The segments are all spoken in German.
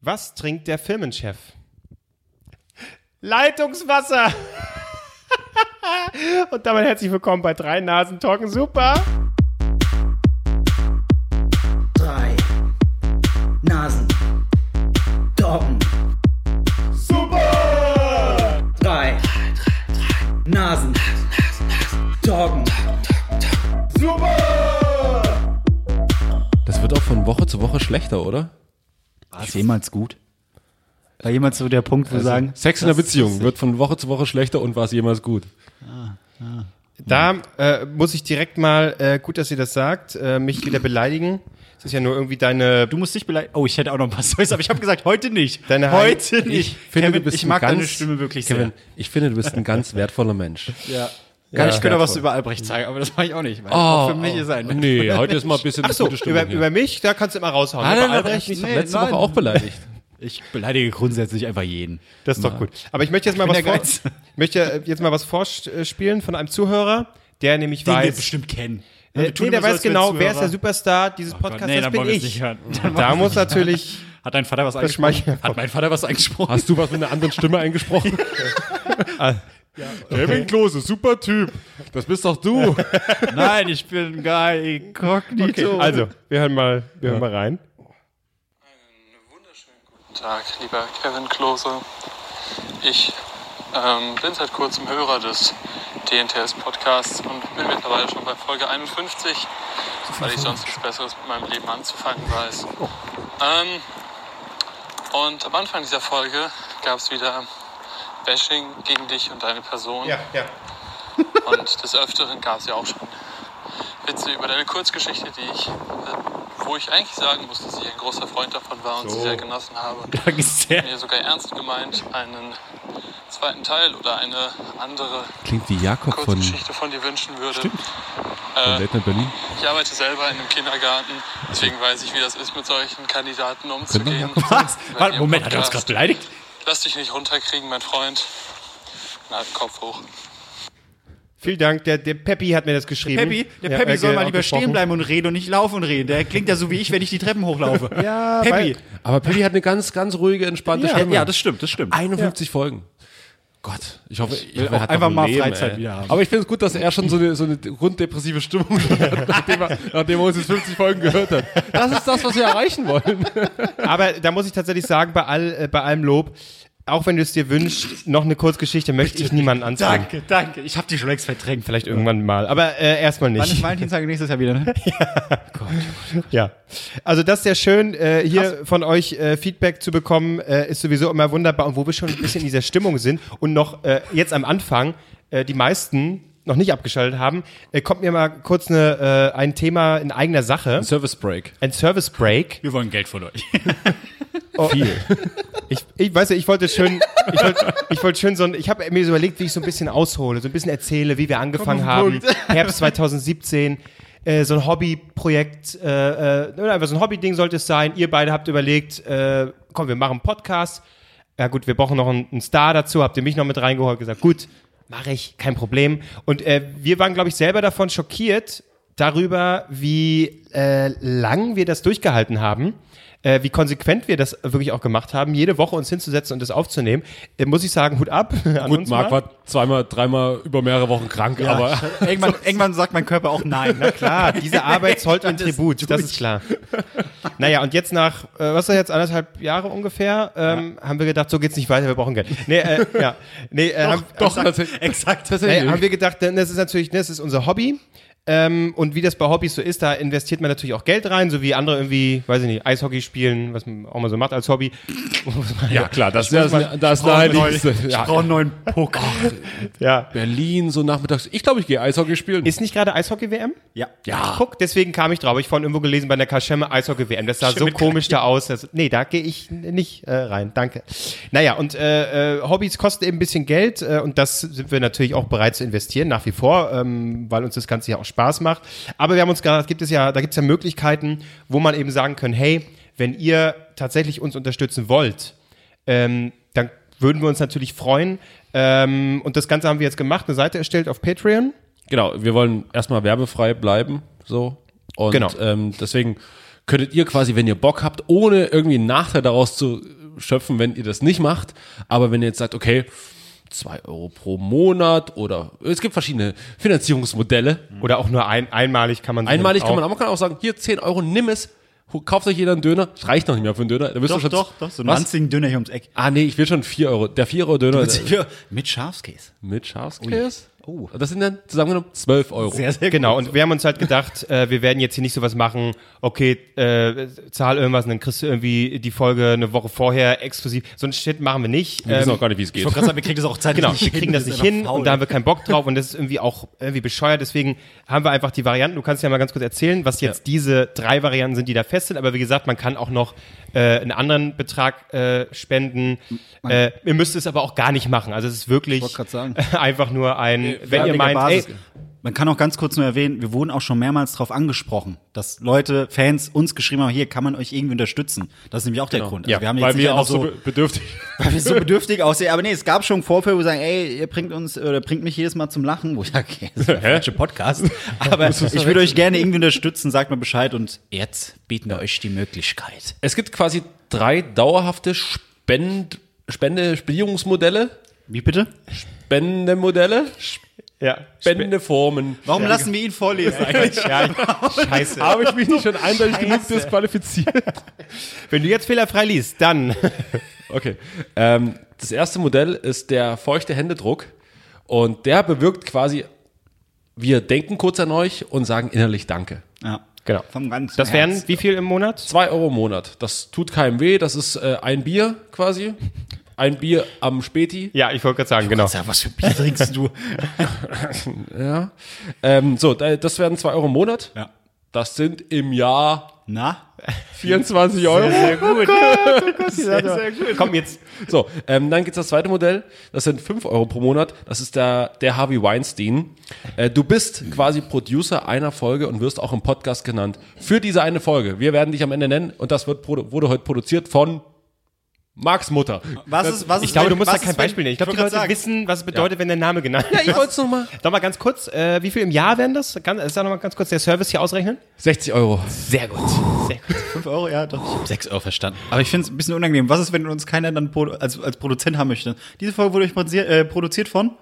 Was trinkt der Firmenchef? Leitungswasser! Und damit herzlich willkommen bei Drei Nasen Talken Super. drei Nasen. Doggen. Super! Drei Nasen. Doggen. Super! Das wird auch von Woche zu Woche schlechter, oder? War es jemals gut? War jemals so der Punkt, wo wir sagen, Sex in der Beziehung wird von Woche zu Woche schlechter und war es jemals gut. Da äh, muss ich direkt mal, äh, gut, dass ihr das sagt, äh, mich wieder beleidigen. Es ist ja nur irgendwie deine. du musst dich beleidigen. Oh, ich hätte auch noch ein paar Storys, aber ich habe gesagt, heute nicht. Deine heute Hand- nicht. Kevin, ich mag deine Stimme wirklich Kevin, ich finde, du bist ein ganz wertvoller Mensch. sehr. Ja. Oh. Gar nicht, ich könnte ja, auch was voll. über Albrecht zeigen, aber das mache ich auch nicht. Weil auch für mich ist er ein Nee, heute ist mal ein bisschen Ach so, gute Stimmung über, hier. über mich, da kannst du immer raushauen. Ah, Über nein, nein, Albrecht- ich bin Nee, letzte Woche nein. auch beleidigt. Ich beleidige grundsätzlich einfach jeden. Das ist doch gut. Aber ich möchte jetzt mal was bin der vor, Geiz. möchte jetzt mal was vorspielen von einem Zuhörer, der nämlich Den wir weiß, bestimmt kennen. äh, Wir tun nee, der immer so, weiß als wären genau, wer ist der Zuhörer. Oh Superstar dieses Gott, Podcasts, nee, das dann bin wollen wir es ich. nicht hören. Da muss natürlich Hat dein Vater was schmeichelt- eingesprochen? Hat mein Vater was eingesprochen? Hast du was mit einer anderen Stimme eingesprochen? Kevin Klose, super Typ. Das bist doch du. Nein, ich bin gar Okay, inkognito. also, wir hören mal, wir hören mal rein. Einen wunderschönen guten Tag, lieber Kevin Klose. Ich ähm, bin seit kurzem Hörer des DNTS-Podcasts und bin mittlerweile schon bei Folge 51, weil ich sonst nichts Besseres mit meinem Leben anzufangen weiß. Ähm, und am Anfang dieser Folge gab es wieder Bashing gegen dich und deine Person. ja. Und des Öfteren gab es ja auch schon Witze über deine Kurzgeschichte, die ich, äh, wo ich eigentlich sagen muss, dass ich ein großer Freund davon war und sie sehr genossen habe. Danke sehr. Mir sogar ernst gemeint einen zweiten Teil oder eine andere Klingt wie Jakob von Kurzgeschichte von dir wünschen würde. Äh, Late Night Berlin. ich arbeite selber in einem Kindergarten, deswegen weiß ich, wie das ist, mit solchen Kandidaten umzugehen. Was? Warte, Ihr Moment, hat er uns gerade Podcast. beleidigt? Lass dich nicht runterkriegen, mein Freund. Na, Kopf hoch. Vielen Dank, der, der Peppy hat mir das geschrieben. Peppy, der Ja, äh, Peppy er- soll er- mal auch lieber gesprochen. stehen bleiben und reden und nicht laufen und reden. Der klingt ja so wie ich, wenn ich die Treppen hochlaufe. Ja, Peppy. Aber Pippi hat eine ganz, ganz ruhige, entspannte Ja, Stimme. ja, das stimmt, das stimmt. 51 Folgen. Gott, ich hoffe, ich hoffe, auch hat einfach noch ein mal Freizeit wieder haben. Aber ich finde es gut, dass er schon so eine, so eine grunddepressive Stimmung hat, nachdem er, nachdem er uns jetzt 50 Folgen gehört hat. Das ist das, was wir erreichen wollen. Aber da muss ich tatsächlich sagen, bei, all, äh, bei allem Lob, auch wenn du es dir wünschst, noch eine Kurzgeschichte möchte ich niemanden anzeigen. Danke, danke. Ich habe die schon längst verdrängt. Vielleicht Vielleicht irgendwann mal, aber äh, erstmal nicht. Wann ist Valentinstag nächstes Jahr wieder? Ne? Ja, also das ist sehr schön, äh, hier von euch äh, Feedback zu bekommen, äh, ist sowieso immer wunderbar. Und wo wir schon ein bisschen in dieser Stimmung sind und noch äh, jetzt am Anfang äh, die meisten noch nicht abgeschaltet haben, äh, kommt mir mal kurz eine, äh, ein Thema in eigener Sache, Service Break. ein Service Break. Wir wollen Geld von euch. Viel. Ich, ich weiß ja, ich wollte schön, ich wollte, ich wollte schön so ein, ich habe mir so überlegt, wie ich so ein bisschen aushole, so ein bisschen erzähle, wie wir angefangen haben, Herbst 2017, äh, so ein Hobbyprojekt, äh, äh, oder einfach so ein Hobbyding sollte es sein. Ihr beide habt überlegt, äh, komm, wir machen einen Podcast. Ja gut, wir brauchen noch einen, einen Star dazu. Habt ihr mich noch mit reingeholt? Gesagt, gut, mache ich, kein Problem. Und äh, wir waren, glaube ich, selber davon schockiert darüber, wie äh, lang wir das durchgehalten haben äh, wie konsequent wir das wirklich auch gemacht haben, jede Woche uns hinzusetzen und das aufzunehmen, äh, muss ich sagen, Hut ab. An Gut, uns Marc mal. war zweimal, dreimal über mehrere Wochen krank, aber irgendwann, irgendwann sagt mein Körper auch nein. ne? Na Klar, diese Arbeit zollt ein Das ist Tribut, das durch. ist klar. Naja, und jetzt nach, äh, was ist das jetzt, anderthalb Jahre ungefähr, ähm, haben wir gedacht, so geht's nicht weiter, wir brauchen Geld. Nee, äh, ja. Nee, äh, haben, doch, Exakt, tatsächlich. exakt. Naja, haben wir gedacht, denn das ist natürlich, das ist unser Hobby. Ähm, und wie das bei Hobbys so ist, da investiert man natürlich auch Geld rein, so wie andere irgendwie, weiß ich nicht, Eishockey spielen, was man auch mal so macht als Hobby. Ja, klar, das, das, mal- das ist Brauchen neue- naheliegend. Ich Ja, brauche einen neuen Puck. Ja. Berlin, so nachmittags. Ich glaube, ich gehe Eishockey spielen. Ist nicht gerade Eishockey-WM? Ja. ja. Guck, deswegen kam ich drauf. Hab Ich vorhin irgendwo gelesen bei der Kaschemme Eishockey WM. Das sah so komisch da aus. Das, nee, da gehe ich n- nicht äh, rein. Danke. Naja, und äh, äh, Hobbys kosten eben ein bisschen Geld äh, und das sind wir natürlich auch bereit zu investieren, nach wie vor, ähm, weil uns das Ganze ja auch Spaß macht. Aber wir haben uns gerade, gibt es ja, da gibt es ja Möglichkeiten, wo man eben sagen können, hey, wenn ihr tatsächlich uns unterstützen wollt, ähm, dann würden wir uns natürlich freuen. Ähm, und das Ganze haben wir jetzt gemacht, eine Seite erstellt auf Patreon. Genau, wir wollen erstmal werbefrei bleiben, so. Und Genau. ähm, deswegen könntet ihr quasi, wenn ihr Bock habt, ohne irgendwie einen Nachteil daraus zu schöpfen, wenn ihr das nicht macht. Aber wenn ihr jetzt sagt, okay, 2 Euro pro Monat oder es gibt verschiedene Finanzierungsmodelle. Mhm. Oder auch nur ein, einmalig kann man Einmalig kann man, auch. auch- man kann auch sagen, hier 10 Euro, nimm es, hu- kauft euch jeder einen Döner. Das reicht noch nicht mehr für einen Döner. Da bist du Doch, schon doch, doch. So einen was? ranzigen Döner hier ums Eck. Ah nee, ich will schon 4 Euro. Der 4 Euro Döner Mit Schafskäse. mit Schafskäse. Oh. Das sind dann zusammengenommen 12 Euro. sehr Genau, und wir haben uns halt gedacht, äh, wir werden jetzt hier nicht sowas machen, okay, äh, zahl irgendwas und dann kriegst du irgendwie die Folge eine Woche vorher exklusiv. So ein Shit machen wir nicht. wir wissen Ähm, auch gar nicht, wie es geht. Ich wollte gerade sagen, wir kriegen das auch zeitlich Genau, nicht wir hin, kriegen das wir nicht sind hin einfach faul. und da haben wir keinen Bock drauf und das ist irgendwie auch irgendwie bescheuert. Deswegen haben wir einfach die Varianten. Du kannst ja mal ganz kurz erzählen, was jetzt diese drei Varianten sind, die da fest sind. Aber wie gesagt, man kann auch noch äh, einen anderen Betrag äh, spenden. Äh, ihr müsst es aber auch gar nicht machen. Also es ist wirklich wollte grad sagen. einfach nur ein, wenn ihr freiwillige meint, ey, Basis. man kann auch ganz kurz nur erwähnen, wir wurden auch schon mehrmals darauf angesprochen, dass Leute, Fans uns geschrieben haben, hier kann man euch irgendwie unterstützen. Das ist nämlich auch der Grund. Genau. Also ja, wir haben jetzt weil nicht wir auch einfach so so, be- bedürftig. weil wir so bedürftig aussehen. Aber nee, es gab schon Vorfälle, wo wir sagen, ey, ihr bringt uns oder bringt mich jedes Mal zum Lachen. Wo ich sage, okay, das ist der falsche Podcast. Aber ich würde euch gerne irgendwie unterstützen, sagt mal Bescheid und jetzt bieten wir euch die Möglichkeit. Es gibt quasi drei dauerhafte Spend Spende Spendierungsmodelle, Wie bitte? Spendemodelle, ja, Spendeformen. Warum lassen wir ihn vorlesen? Spe- ja, scheiße. Habe ich mich nicht schon eindeutig genug disqualifiziert? Wenn du jetzt fehlerfrei liest, dann Okay. Ähm, das erste Modell ist der feuchte Händedruck. Und der bewirkt quasi, wir denken kurz an euch und sagen innerlich Danke. Ja. genau. Vom ganzen Das wären Herz. wie viel im Monat? Zwei Euro im Monat. Das tut keinem weh. Das ist äh, ein Bier quasi. Ein Bier am Späti. Ja, ich wollte gerade sagen, genau. Sag, was für Bier trinkst du? Ja. Ähm, so, da- das werden zwei Euro im Monat. Ja. Das sind im Jahr Na? 24 Euro. Oh gut. Komm jetzt. So, ähm, dann gibt's das zweite Modell. Das sind 5 Euro pro Monat. Das ist der, der Harvey Weinstein. Äh, du bist quasi Producer einer Folge und wirst auch im Podcast genannt. Für diese eine Folge. Wir werden dich am Ende nennen und das wird produ- wurde heute produziert von Marks Mutter. Was ist, was ist, Ich glaube, du musst was da kein ist, wenn- Beispiel nehmen. Ich glaube, die Leute wollte gerade sagen, wissen, was es bedeutet, wenn der Name genannt wird. ich wollte es nochmal. Doch mal ganz kurz, äh, wie viel im Jahr wären das? Kann, ist da nochmal ganz äh, kurz der Service hier ausrechnen? 60 Euro. Sehr gut. Sehr gut. 5 Euro, ja, doch. Ich habe 6 Euro verstanden. Aber ich finde es ein bisschen unangenehm. Was ist, wenn uns keiner dann pro, als, als Produzent haben möchte? Diese Folge wurde euch produziert, äh, produziert von?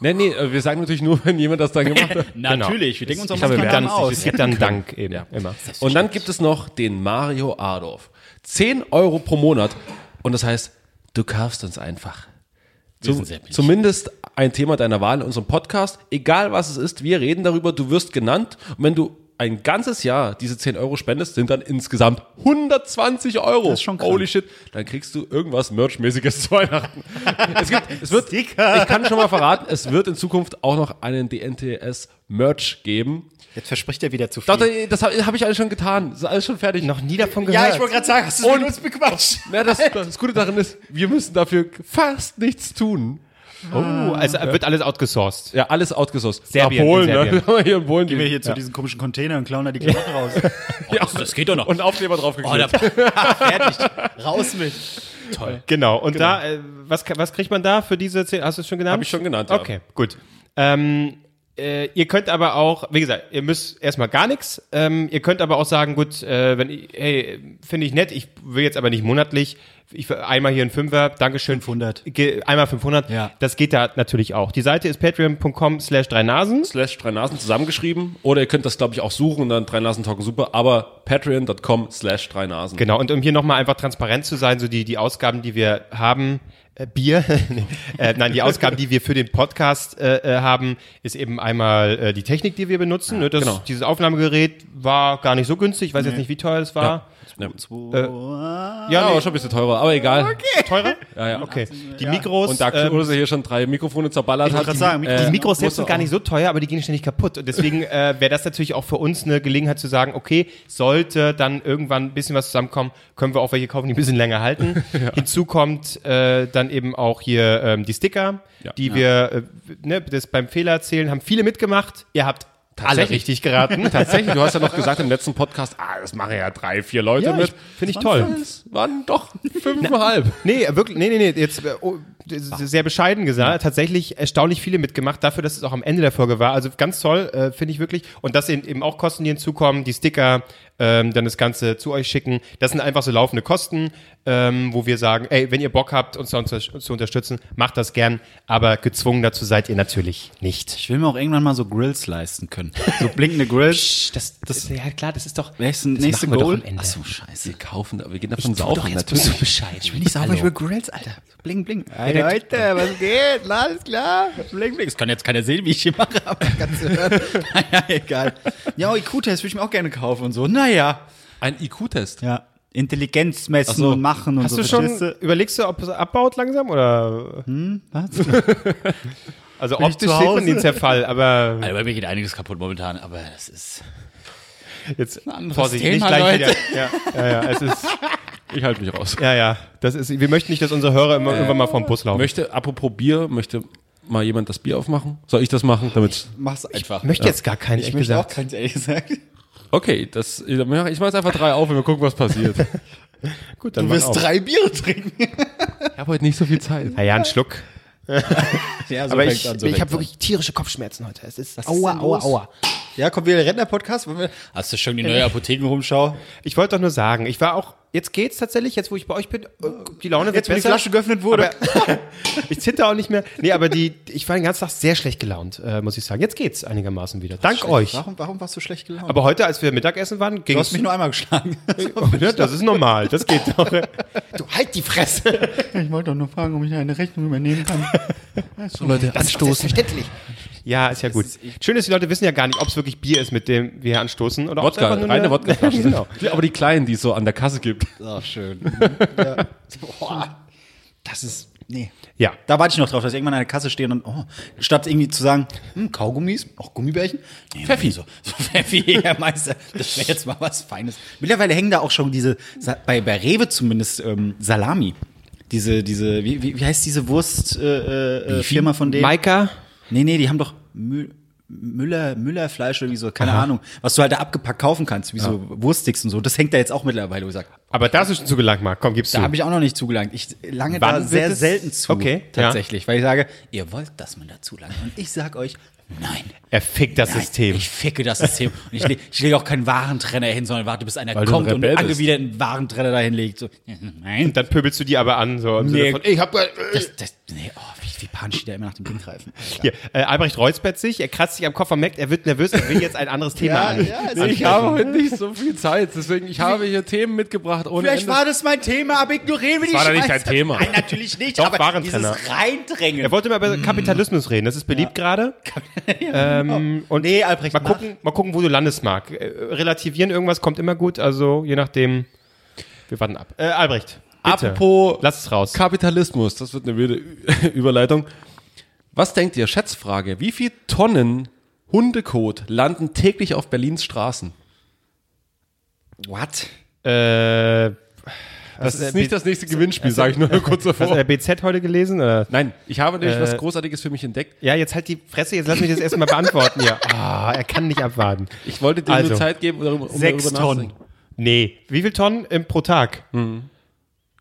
Nee, nee, äh, wir sagen natürlich nur, wenn jemand das dann gemacht hat. Natürlich. Genau. Wir denken uns auch Genau. Ich habe keinen dann, Namen aus. es gibt dann Dank eben immer. Und dann gibt es noch den Mario Adorf. 10 Euro pro Monat. Und das heißt, du kaufst uns einfach. Zum, zumindest ein Thema deiner Wahl in unserem Podcast. Egal was es ist, wir reden darüber, du wirst genannt. Und wenn du ein ganzes Jahr diese 10 Euro spendest, sind dann insgesamt 120 Euro. ist schon krank. Holy shit. Dann kriegst du irgendwas Merchmäßiges zu Weihnachten. es gibt, es wird, ich kann schon mal verraten, es wird in Zukunft auch noch einen DNTS Merch geben. Jetzt verspricht er wieder zu viel. Doch, das habe hab ich alles schon getan. Das ist alles schon fertig. Noch nie davon gehört. ja, ich wollte gerade sagen, hast du es mit uns bequatscht? Na, das, das Gute daran ist, wir müssen dafür fast nichts tun. Ah. oh, also wird alles outgesourced. Ja, alles outgesourced. Serbien, Nach Polen, in Serbien. ne? Haben wir hier in Polen. Gehen wir hier zu diesem komischen Container und klauen da die Klamotten raus. ja, das geht doch noch. Oh, Und Aufkleber draufgeklebt. Fertig. Raus mit. Genau. Und da, äh, was, ka- was kriegt man da für diese zehn? Hast du es schon genannt? Hab ich schon genannt, ja. Okay, gut. Ähm, äh, ihr könnt aber auch, wie gesagt, ihr müsst erstmal gar nichts. Ähm, ihr könnt aber auch sagen, gut, äh, wenn ich, hey, finde ich nett, ich will jetzt aber nicht monatlich. Ich will einmal hier ein Fünfer, Dankeschön. 500. Ge einmal 500. Ja. Das geht da natürlich auch. Die Seite ist patreon.com slash drei Nasen. Slash drei Nasen zusammengeschrieben. Oder ihr könnt das, glaube ich, auch suchen und dann drei Nasen talken super. Aber patreon.com slash drei Nasen. Genau, und um hier nochmal einfach transparent zu sein, so die, die Ausgaben, die wir haben, äh, Bier, nee, äh, nein, die Ausgaben, die wir für den Podcast äh, äh, haben, ist eben einmal äh, die Technik, die wir benutzen. ne, das, genau. Dieses Aufnahmegerät war gar nicht so günstig, ich weiß jetzt nicht, wie teuer es war. Ja, Ja, ja nee, aber schon ein bisschen teurer, aber egal. teurer? Ja, ja. Okay. Die Mikros, Und da ähm, Klose hier schon drei Mikrofone zerballert hat. grad sagen, die äh, Mikros selbst musst du sind gar auch- nicht so teuer, aber die gehen ständig kaputt. Und deswegen äh, wäre das natürlich auch für uns eine Gelegenheit zu sagen, okay, sollte dann irgendwann ein bisschen was zusammenkommen, können wir auch welche kaufen, die ein bisschen länger halten. Hinzu kommt äh, dann eben auch hier ähm, die Sticker, Ja. die wir äh, ne, das beim Fehler erzählen, haben viele mitgemacht. Ihr habt alle Tatsächlich. richtig geraten. Tatsächlich, du hast ja noch gesagt im letzten Podcast, ah, das machen ja drei, vier Leute Ja, mit. ich- find ich toll. Es waren doch fünfeinhalb. Nee, wirklich, nee, nee, nee, jetzt, äh, oh, sehr bescheiden gesagt. Tatsächlich erstaunlich viele mitgemacht, dafür, dass es auch am Ende der Folge war. Also ganz toll, äh, finde ich wirklich. Und dass eben eben auch Kosten, die hinzukommen, die Sticker, ähm, dann das Ganze zu euch schicken. Das sind einfach so laufende Kosten, ähm, wo wir sagen, ey, wenn ihr Bock habt, uns, da unter zu unterstützen, macht das gern. Aber gezwungen dazu seid ihr natürlich nicht. Ich will mir auch irgendwann mal so Grills leisten können. So blinkende Grills. Das, das, ja klar, das ist doch. Nächste, nächste machen wir doch Goal. am Ende. Achso, scheiße. Wir kaufen, aber wir gehen davon saufen natürlich. bescheiden. Ich will Ich sag euch über Grills, Alter. Bling, bling. Hey, der- Leute, was geht? Alles klar? Bling, bling. Das kann jetzt keiner sehen, wie ich hier mache, aber das kannst du hören. naja, egal. Ja, IQ-Test würde ich mir auch gerne kaufen und so. Naja. Ein IQ-Test. Ja. Intelligenz messen so. und machen und Hast so. du schon, verstehst Hm, überlegst du, ob es abbaut langsam oder? Was? Also ich optisch zu sieht man Hause? den Zerfall, aber Also bei mir geht einiges kaputt momentan, aber das ist. jetzt anderes Vorsicht, Thema, nicht gleich Leute. wieder. Ja, ja, ja, es ist, Ich halte mich raus. ja, ja, das ist, wir möchten nicht, dass unsere Hörer Äh, immer, irgendwann mal vom Bus laufen. Möchte, apropos Bier, möchte mal jemand das Bier aufmachen? Soll ich das machen? Damit Mach's einfach. möchte jetzt gar keinen, Ich ehrlich möchte auch gesagt. keins, ehrlich gesagt. okay, das, ich mache jetzt einfach drei auf und wir gucken, was passiert. ich Gut, dann Du mach wirst auf. drei Bier trinken. habe heute nicht so viel Zeit. Ja, ja, einen Schluck. Ja, so Aber fängt's ich, an, so ich fängt's habe an. wirklich tierische Kopfschmerzen heute. Es ist, ist aua, denn aua, los? aua. Ja, kommt wieder der Rentner-Podcast. wollen wir- Hast du schon die neue Apothekenrumschau? Ich wollte doch nur sagen, ich war auch, jetzt geht's tatsächlich, jetzt wo ich bei euch bin, äh, die Laune wird Jetzt, wo besser. die Flasche geöffnet wurde. Aber- ich zitter auch nicht mehr. Nee, aber die, ich war den ganzen Tag sehr schlecht gelaunt, äh, muss ich sagen. Jetzt geht's einigermaßen wieder. Dank euch. Warum, warum warst du schlecht gelaunt? Aber heute, als wir Mittagessen waren, du ging's. hast mich nur einmal geschlagen. ja, das ist normal, das geht doch. Du halt die Fresse. Ich wollte doch nur fragen, ob ich eine Rechnung übernehmen kann. So, Leute, anstoßen. Verständlich. Ja, ist ja gut. Schön ist, die Leute wissen ja gar nicht, ob es wirklich Bier ist, mit dem wir hier anstoßen. Oder ob's Wodka, einfach nur reine eine- Wodkaflaschen. genau. Die- Aber die kleinen, die es so an der Kasse gibt. Ach, schön. Boah, das ist. Nee. Ja. Da warte ich noch drauf, dass ich irgendwann an der Kasse stehe und oh, statt irgendwie zu sagen, hm, Kaugummis, auch Gummibärchen. Nee, Pfeffi. So, so Pfeffi, Herr Meister, das wäre jetzt mal was Feines. Mittlerweile hängen da auch schon diese, Sa- bei, bei Rewe zumindest, ähm, Salami. Diese, diese, wie, wie, wie heißt diese Wurst-Firma äh, äh, Firma von denen? Maika, Nee, nee, die haben doch Mü Müller, Müllerfleisch oder wie so, keine Ahnung, was du halt da abgepackt kaufen kannst, wie so Wurststicks und so. Das hängt da jetzt auch mittlerweile, wo ich sag, aber das ist schon zu gelangt, Marc. Komm, gib's da zu. habe ich auch noch nicht zugelangt. Ich lange Wann da wird sehr es- selten zu, Okay, tatsächlich, weil ich sage, ihr wollt, dass man dazu langt. Und ich sag euch, nein. Er fickt das nein, System. Ich ficke das System. Und ich, leg- ich lege auch keinen Warentrenner hin, sondern warte, bis einer Weil du ein kommt und Rebell einen bist. angewiderten Warentrenner dahin legt. So, nein. Dann pöbelst du die aber an, so im Sinne Nee. von, ich hab, äh, Das, das, nee, oh, wie, wie panisch die da immer nach dem Ding greifen. hier, äh, Albrecht räuspert sich, er kratzt sich am Kopf, man merkt, er wird nervös, er will jetzt ein anderes Thema an. Ich habe heute nicht so viel Zeit, deswegen ich habe hier Themen mitgebracht ohne Vielleicht war das mein Thema, aber ignorieren wir die war doch nicht Scheiße. dein Thema. Nein, natürlich nicht, Doch, aber dieses Warentrenner. Reindrängen. Er wollte mal Mm. über Kapitalismus reden, das ist beliebt gerade. genau. ähm, und Nee, Albrecht, mal gucken, mal gucken, wo du landest, Marc. Äh, Relativieren irgendwas kommt immer gut, also je nachdem. Wir warten ab. Äh, Albrecht, bitte. Apropos lass es raus. Kapitalismus, das wird eine wilde Ü- Überleitung. Was denkt ihr, Schätzfrage, wie viel Tonnen Hundekot landen täglich auf Berlins Straßen? What? äh, das Das ist nicht das nächste Gewinnspiel, sage ich nur kurz Hast du davor. der BZ heute gelesen? Oder? Nein, ich habe nämlich Äh, was Großartiges für mich entdeckt. Ja, jetzt halt die Fresse, jetzt lass mich das erstmal beantworten hier. Ah, er kann nicht abwarten. Ich wollte dir also, nur Zeit geben, um darüber, um sechs darüber Tonnen. nachzudenken. Nee, wie viel Tonnen im, pro Tag?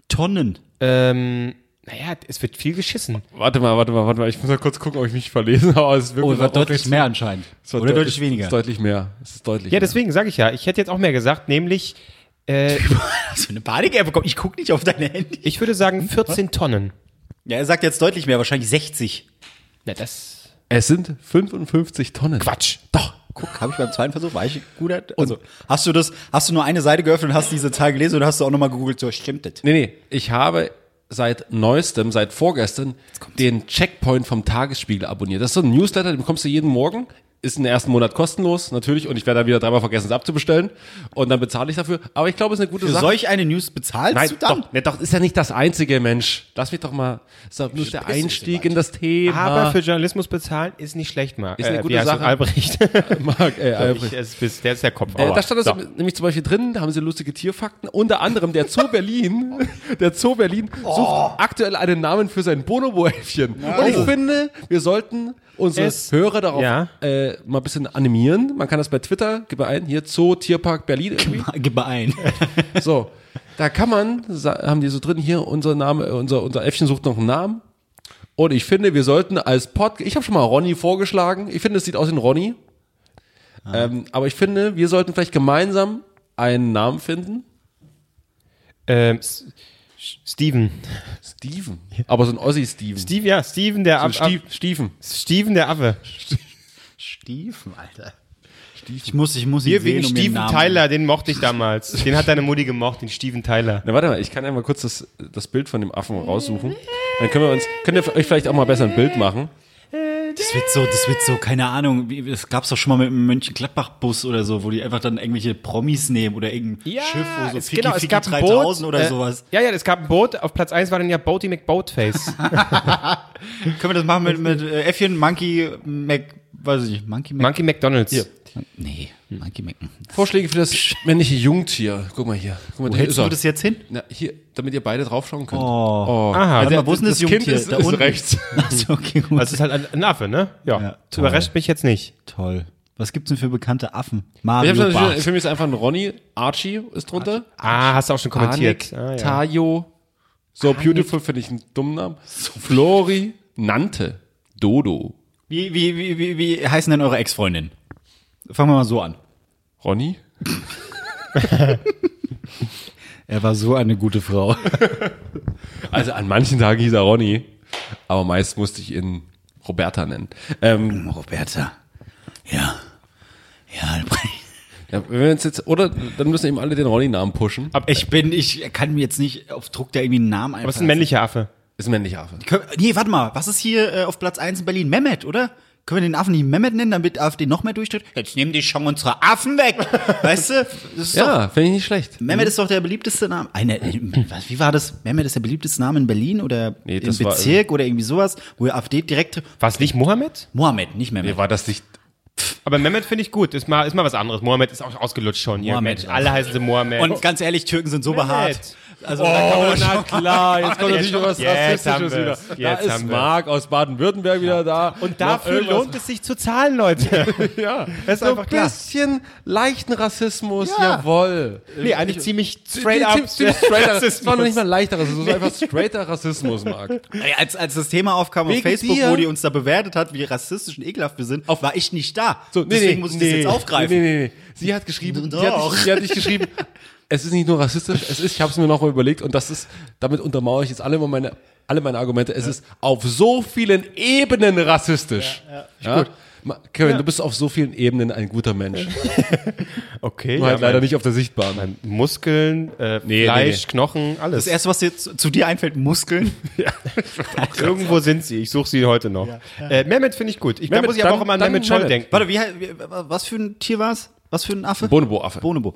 Tonnen. Oh, Ähm, naja, es wird viel geschissen. Warte mal, warte mal, warte mal. Ich muss mal kurz gucken, ob ich mich verlesen habe. Es ist wirklich Oh, war auch deutlich recht- mehr anscheinend. es war Oder deutlich- deutlich weniger. Es ist deutlich mehr. Es ist deutlich Ja, mehr. deswegen sage ich ja, ich hätte jetzt auch mehr gesagt, nämlich, äh, Hast du eine Panik bekommen? Ich gucke nicht auf dein Handy. ich würde sagen 14 Tonnen. Ja, er sagt jetzt deutlich mehr, wahrscheinlich 60. Na, das. Es sind 55 Tonnen. Quatsch. Doch. Guck, habe ich beim zweiten Versuch, war ich gut. Also, hast du das, hast du nur eine Seite geöffnet und hast diese Zahl gelesen oder hast du auch nochmal gegoogelt, so stimmt das? Nee, nee, ich habe seit neuestem, seit vorgestern, den Checkpoint vom Tagesspiegel abonniert. Das ist so ein Newsletter, den bekommst du jeden Morgen. Ist im ersten Monat kostenlos, natürlich. Und ich werde dann wieder dreimal vergessen, es abzubestellen. Und dann bezahle ich dafür. Aber ich glaube, es ist eine gute Für Sache. solch eine News bezahlst Nein, du dann? doch, ne, doch, ist ja nicht das einzige, Mensch. Lass mich doch mal. Ist doch nur der verpiss dich, Einstieg Sebastian. in das Thema. Aber für Journalismus bezahlen ist nicht schlecht, Marc. Ist eine Äh, gute wie heißt du? Sache. Albrecht. Marc, ey, Ich, es ist, der ist der Kopf. Äh, da stand das nämlich zum Beispiel drin, da haben sie lustige Tierfakten. Unter anderem der Zoo Berlin, der Zoo Berlin Oh. sucht aktuell einen Namen für sein Bonobo-Elfchen. Und ich finde, wir sollten unsere Oh. Es- Hörer darauf Ja. äh, mal ein bisschen animieren. Man kann das bei Twitter, gib mal ein, hier Zoo Tierpark Berlin irgendwie. Gib mal ein. So, da kann man, sa- haben die so drin, hier unser Name, äh, unser, unser Elfchen sucht noch einen Namen. Und ich finde, wir sollten als Podcast, ich habe schon mal Ronny vorgeschlagen, ich finde, es sieht aus wie ein Ronny. Ähm, aber ich finde, wir sollten vielleicht gemeinsam einen Namen finden. Ähm, S- Steven. Steven. Aber so ein Ossi-Steven. Steve, ja, Steven der So ein Affe. Stief- Stiefen. Steven der Affe. Stiefen, Alter. Ich muss, ich muss ihn Hier sehen, wegen um ihren Steven Namen. Tyler, den mochte ich damals. Den hat deine Mutti gemocht, den Steven Tyler. Na, warte mal, ich kann ja mal kurz das, das Bild von dem Affen raussuchen. Dann können wir uns, könnt ihr euch vielleicht auch mal besser ein Bild machen. Das wird so, das wird so, keine Ahnung. wie- Das gab's doch schon mal mit einem Mönchengladbach-Bus oder so, wo die einfach dann irgendwelche Promis nehmen oder irgendein Schiff, wo so es- Ficky genau, es Ficky gab ein Boot, 3000 oder äh, sowas. Ja, ja, es gab ein Boot. Auf Platz 1 war dann ja Boaty McBoatface. Können wir das machen mit, mit äh, Äffchen, Monkey, Mac, weiß ich, Monkey Mac? Monkey McDonalds. nee, Monkey Mac. Vorschläge für das männliche Jungtier. Guck mal hier. Guck mal, Wo hier hältst du das jetzt hin? Na, hier, damit ihr beide draufschauen könnt. Oh. Aha. Warte mal, wo ist denn das, das Kind Jungtier? ist- ist rechts. Achso, okay, gut. Das ist halt ein ein Affe, ne? Ja. Ja. Das überrascht mich jetzt nicht. toll. Was gibt's denn für bekannte Affen? Ich Mario hab schon, Bart. für mich ist einfach ein Ronny. Archie ist drunter. Ah, hast du auch schon kommentiert. Anik, Ah, ja. Tayo. So Beautiful finde ich einen dummen Namen. Flori, Nante, Dodo, Wie, wie, wie, wie, wie heißen denn eure Ex-Freundinnen? Fangen wir mal so an. Ronny. Er war so eine gute Frau. Also an manchen Tagen hieß er Ronny, aber meist musste ich ihn Roberta nennen. Ähm, Roberta. Ja. Ja, Albrecht. ja, wenn wir uns jetzt, oder dann müssen eben alle den Ronny-Namen pushen. Aber ich bin, ich kann mir jetzt nicht auf Druck da irgendwie einen Namen Aber es ist einfallen. ein männlicher Affe. Ist ein männlicher Affe. Können- Nee, warte mal, was ist hier äh, auf Platz 1 in Berlin? Mehmet, oder? Können wir den Affen nicht Mehmet nennen, damit AfD noch mehr durchtritt? Jetzt nehmen die schon unsere Affen weg. weißt du? Das ist doch, Ja, Mhm. finde ich nicht schlecht. Mehmet ist doch der beliebteste Name. Eine, äh, was, wie war das? Mehmet ist der beliebteste Name in Berlin oder Nee, im das war- äh, Bezirk oder irgendwie sowas, wo die AfD direkt. War es nicht Mohammed? Mohammed, nicht Mehmet. Mir war das nicht. Aber Mehmet finde ich gut. Ist mal, ist mal was anderes. Mohammed ist auch ausgelutscht schon. Hier, Mohammed Mensch, ist alle heißen sie Mohammed. Und ganz ehrlich, Türken sind so behaart. Also, Oh, na klar, jetzt kommt natürlich noch was Jetzt haben Rassistisches wieder. wir's. Da Jetzt ist haben wir's. Marc aus Baden-Württenberg wieder da. Und dafür lohnt es sich zu zahlen, Leute. ja. Das ist so einfach klar. ein bisschen leichten Rassismus, Ja. jawohl. nee, eigentlich ziemlich Die- straight die- up. die- die- straighter Rassismus. Das war noch Rassismus. nicht mal leichter Rassismus, das war einfach straighter Rassismus, Marc. Ey, als, als das Thema aufkam auf Wegen Facebook, dir? wo die uns da bewertet hat, wie rassistisch und ekelhaft wir sind, war ich nicht da. So, Deswegen muss ich das jetzt aufgreifen. Nee, nee, nee. Sie hat geschrieben, sie hat, Doch. nicht, sie hat nicht geschrieben, es ist nicht nur rassistisch, es ist, ich habe es mir nochmal überlegt und das ist, damit untermauere ich jetzt alle meine, alle meine Argumente, es ist auf so vielen Ebenen rassistisch. Ja, Gut. Ma- Kevin, du bist auf so vielen Ebenen ein guter Mensch. Okay. Nur ja, halt leider mein- nicht auf der sichtbaren. mein Muskeln, äh, nee, Fleisch, nee. Knochen, alles. Das erste, was jetzt zu dir einfällt, Muskeln. Irgendwo sind sie. Ich suche sie heute noch. Äh, Mehmet finde ich gut. Ich, da Mehmet, muss ich dann- aber auch immer an dann Mehmet Scholl Mehmet. denken. Warte, wie, he- wie, was für ein Tier war's? Was für ein Affe? Bonobo-Affe. Bonobo.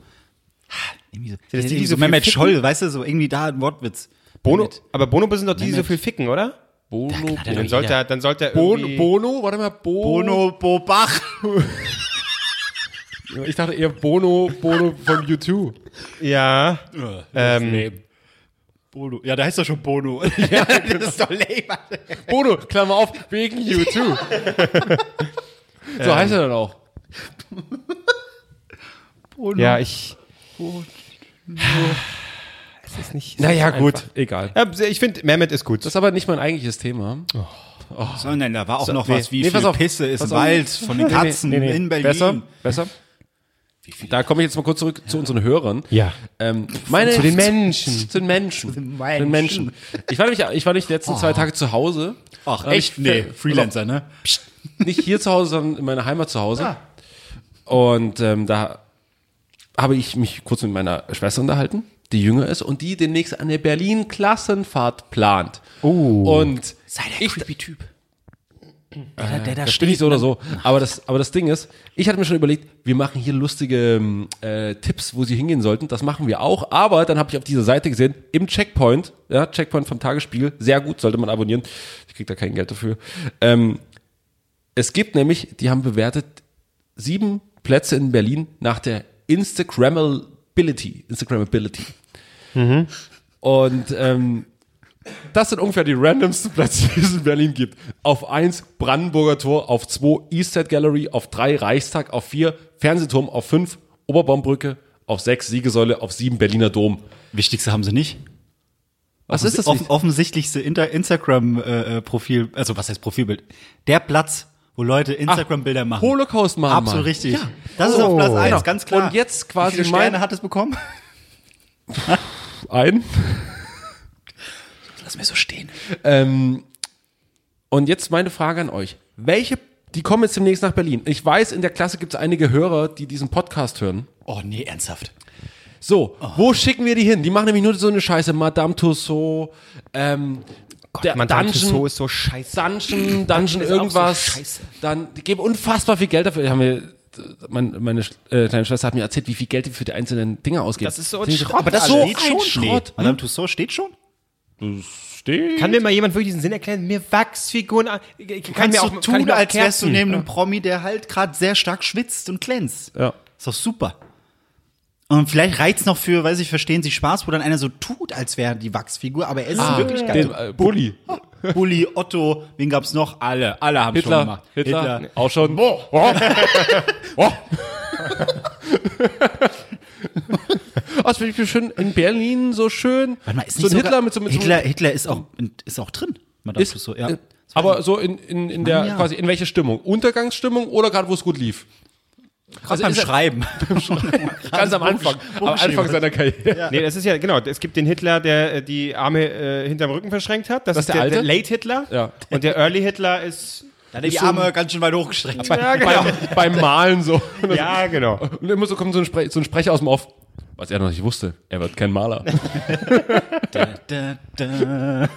Ah, irgendwie so, das die, die irgendwie so so viel Mehmet ficken? Scholl, weißt du, so irgendwie da ein Wortwitz. Bono, Mehmet. aber Bonobos sind doch die, die so Mehmet. viel ficken, oder? Bono, Ja, Dann sollte jeder. er, dann sollte er Bono, irgendwie... Bono, warte mal, Bono. Bonobo Bach. Ich dachte eher Bono, Bono von U2. Ja. Ähm, Nee. Bono. Ja, da heißt doch schon Bono. ja, das ist doch lame. Bono, Klammer auf, wegen U2. so heißt er dann auch. Ja, ich... Es ist nicht... Naja, gut, egal. Ja, ich finde, Mehmet ist gut. Das ist aber nicht mein eigentliches Thema. Sondern da war auch noch nee, was wie nee, pass viel auf, Pisse ist pass auf. Wald von den Katzen in Berlin. Besser? Besser? Da komme ich jetzt mal kurz zurück zu unseren Hörern. Ja. Ähm, meine, Zu den Menschen. Zu den Menschen. Zu den den Menschen. Ich war nämlich, ich war nämlich die letzten zwei Tage zu Hause. Ach, Hab ich echt? Nee, fe- Freelancer, ne? nicht hier zu Hause, sondern in meiner Heimat zu Hause. Und ähm, da habe ich mich kurz mit meiner Schwester unterhalten, die jünger ist und die demnächst eine Berlin-Klassenfahrt plant. Oh. Und Sei der ich, creepy Typ. Der, der da ne? das bin ich so oder so. Aber das, aber das Ding ist, ich hatte mir schon überlegt, wir machen hier lustige ähm, äh, Tipps, wo sie hingehen sollten. Das machen wir auch. Aber dann habe ich auf dieser Seite gesehen, im Checkpoint, ja, Checkpoint vom Tagesspiegel, sehr gut, sollte man abonnieren. Ich kriege da kein Geld dafür. Ähm, es gibt nämlich, die haben bewertet, sieben Plätze in Berlin nach der Instagrammability. Instagrammability. Und ähm, das sind ungefähr die randomsten Plätze, die es in Berlin gibt. Auf 1 Brandenburger Tor, auf 2 Eastside Gallery, auf 3 Reichstag, auf 4 Fernsehturm, auf 5 Oberbaumbrücke, auf 6 Siegesäule, auf 7 Berliner Dom. Wichtigste haben sie nicht. Was ist das? Offen, offensichtlichste Inter Instagram-Profil, also was heißt Profilbild? Der Platz, wo Leute Instagram-Bilder machen. Holocaust-Mahnmal. Absolut richtig. Das ist auf Platz 1, ganz klar. Oh. Genau. Und jetzt Wie quasi viele Sterne mein hat es bekommen? ein. Lass mir so stehen. Ähm, und jetzt meine Frage an euch. Welche, die kommen jetzt demnächst nach Berlin. Ich weiß, in der Klasse gibt es einige Hörer, die diesen Podcast hören. Oh nee, ernsthaft. So, wo schicken wir die hin? Die machen nämlich nur so eine Scheiße. Madame Tussauds, ähm, der Man Dungeon, dachte, so ist so scheiße. Dungeon, Dungeon ist auch so irgendwas. scheiße. Dann die geben unfassbar viel Geld dafür. Die Haben wir, mein, meine Sch- äh, kleine Schwester hat mir erzählt, wie viel Geld die für die einzelnen Dinge ausgeben. Das ist so ein Denke ich, Schrott, Aber das ist Also Alter. so Steht ein Nee. Schrott. ne? Madame Tussauds steht schon? Kann mir mal jemand wirklich diesen Sinn erklären? Mir Wachsfiguren an. Ich- ich- Kann mir Kannst du auch kann ich tun, mir auch als wärst du Kerzen- neben einem Promi, der halt gerade sehr stark schwitzt und glänzt. Ja. Ist doch super. Und vielleicht reizt noch für, weiß ich, verstehen Sie Spaß, wo dann einer so tut, als wäre die Wachsfigur, aber er ist in Wirklichkeit Den, äh, Bulli. Bulli, Otto, wen gab's noch? Alle, alle haben schon Hitler, gemacht. Hitler, auch schon. Was finde ich schön in Berlin so schön. Warte mal, ist so nicht ein Hitler sogar- mit so mit Hitler, so, Hitler ist auch ist auch drin. Madame ist, Tussauds, ja. äh, aber so in, in, in der ja. quasi in welche Stimmung? Untergangsstimmung oder gerade wo es gut lief? also beim ist er- Schreiben. Ganz am Anfang, am Anfang seiner Karriere. Nee, das ist ja, genau, es gibt den Hitler, der äh, die Arme äh, hinterm Rücken verschränkt hat. Das, Das ist ist der, der der alte? Late Hitler. Ja. Und der Early Hitler ist. Dann die Arme ganz schön weit hochgestreckt. Ja, genau. Beim, beim Malen so. Ja, genau. Und immer so kommt so ein, Spre so ein Sprecher aus dem Off. Was er noch nicht wusste, er wird kein Maler. Da, da.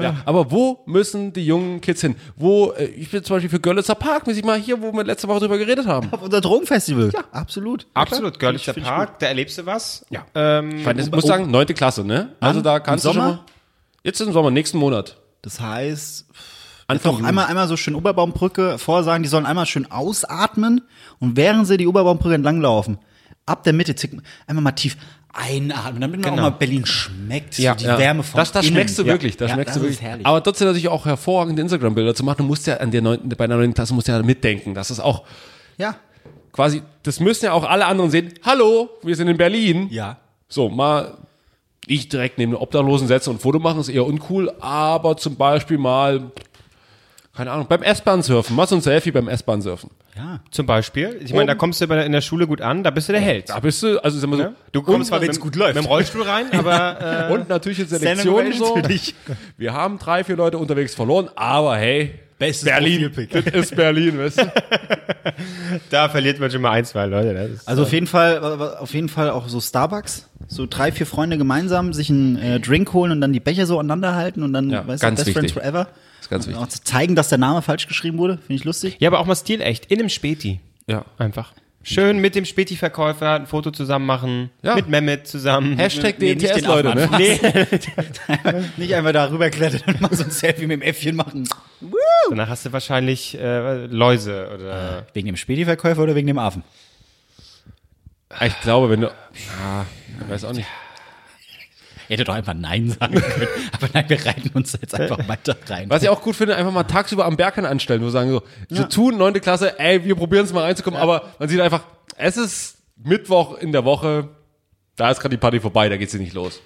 Ja, aber wo müssen die jungen Kids hin? Wo, äh, ich bin zum Beispiel für Görlitzer Park, muss ich mal hier, wo wir letzte Woche drüber geredet haben. Auf unser Drogenfestival. Ja, absolut. Absolut, Görlitzer Park, da erlebst du was. Ja. Ähm, Ich meine, ich muss sagen, neunte Klasse, ne? Also da kannst Im du schon Sommer? mal, jetzt im Sommer, nächsten Monat. Das heißt, Anfang doch Juni. einmal einmal so schön Oberbaumbrücke vorsagen, die sollen einmal schön ausatmen und während sie die Oberbaumbrücke entlanglaufen, ab der Mitte zicken, einmal mal tief einatmen, damit man auch mal Berlin schmeckt, so die Genau. Ja. Wärme von Das, das innen. schmeckst du Ja. wirklich, das ja, schmeckst das du Ist wirklich. herrlich. Aber trotzdem natürlich auch hervorragende Instagram-Bilder zu machen. Du musst ja an der neunten, bei der neunten Klasse musst du ja mitdenken. Das ist auch ja. quasi, das müssen ja auch alle anderen sehen. Hallo, wir sind in Berlin. Ja. So, mal ich direkt neben den Obdachlosen setze und Foto machen ist eher uncool, aber zum Beispiel mal, keine Ahnung, beim S-Bahn-Surfen, mal so ein Selfie beim S-Bahn-Surfen. Zum Beispiel. Ich meine, da kommst du bei der, in der Schule gut an, da bist du der Held. Da bist du, also sagen wir so, Du Und- kommst zwar wenn's mit- gut läuft. mit dem Rollstuhl rein, aber äh, und natürlich in Selektion so. Wir haben drei, vier Leute unterwegs verloren, aber hey, Bestes Berlin, das Profilpick. ist Berlin, weißt du? äh, da verliert man schon mal ein, zwei Leute. ne? Das ist, Also auf jeden Fall, auf jeden Fall auch so Starbucks, so drei, vier Freunde gemeinsam sich einen äh, Drink holen und dann die Becher so aneinander halten und dann, Ja, weißt ganz du, Best wichtig. Friends Forever. Ist ganz Und wichtig. Auch zu zeigen, dass der Name falsch geschrieben wurde, finde ich lustig. ja, aber auch mal stilecht. In einem Späti. Ja. Einfach. Schön mit dem Späti-Verkäufer ein Foto zusammen machen. Ja. Mit Mehmet zusammen. Hashtag Nee, nicht DNTS, den Leute, ne? Affen Nicht einfach da rüberklettern und mal so ein Selfie mit dem Äffchen machen. Danach hast du wahrscheinlich äh, Läuse Ah, oder. Wegen dem Späti-Verkäufer oder wegen dem Affen? Ich glaube, wenn du, ich weiß auch nicht. Er hätte doch einfach Nein sagen können. Aber nein, wir reiten uns jetzt einfach weiter rein. Was ich auch gut finde, einfach mal tagsüber am Berg anstellen, wo wir sagen so, so tun, neunte Klasse, ey, wir probieren es mal reinzukommen, aber man sieht einfach, es ist Mittwoch in der Woche, da ist gerade die Party vorbei, da geht's hier nicht los.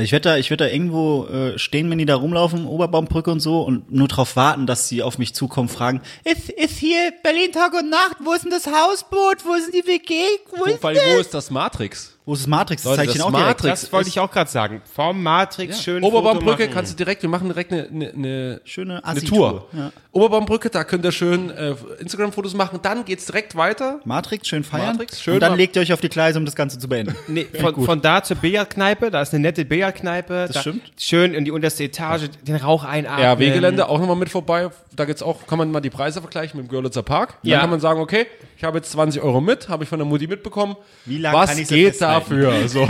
Ich werde da, ich werd da irgendwo äh, stehen, wenn die da rumlaufen, Oberbaumbrücke und so, und nur drauf warten, dass sie auf mich zukommen, fragen, ist, ist hier Berlin Tag und Nacht? Wo ist denn das Hausboot? Wo sind die WG? Wo ist, Vor allem, wo ist das Matrix? wo ist das Matrix? Das Leute, zeige ich das Ihnen auch direkt. Matrix- Das wollte ich auch gerade sagen. Vom Matrix schön. Oberbaumbrücke Foto machen. kannst du direkt, wir machen direkt eine ne, ne, Schöne ne Assi-Tour, Tour. ja. Oberbaumbrücke, da könnt ihr schön äh, Instagram-Fotos machen, dann geht's direkt weiter. Matrix, schön feiern. Matrix, schön und dann mal- legt ihr euch auf die Gleise, um das Ganze zu beenden. Nee, von, von da zur Billardkneipe, da ist eine nette Billardkneipe. Das da stimmt. Schön in die unterste Etage, den Rauch einatmen. Ja, Wegelände auch nochmal mit vorbei. Da geht's auch, kann man mal die Preise vergleichen mit dem Görlitzer Park. Dann Ja. kann man sagen, okay, ich habe jetzt 20 Euro mit, habe ich von der Mutti mitbekommen. Wie lange Was kann ich sie geht festhalten? dafür? So.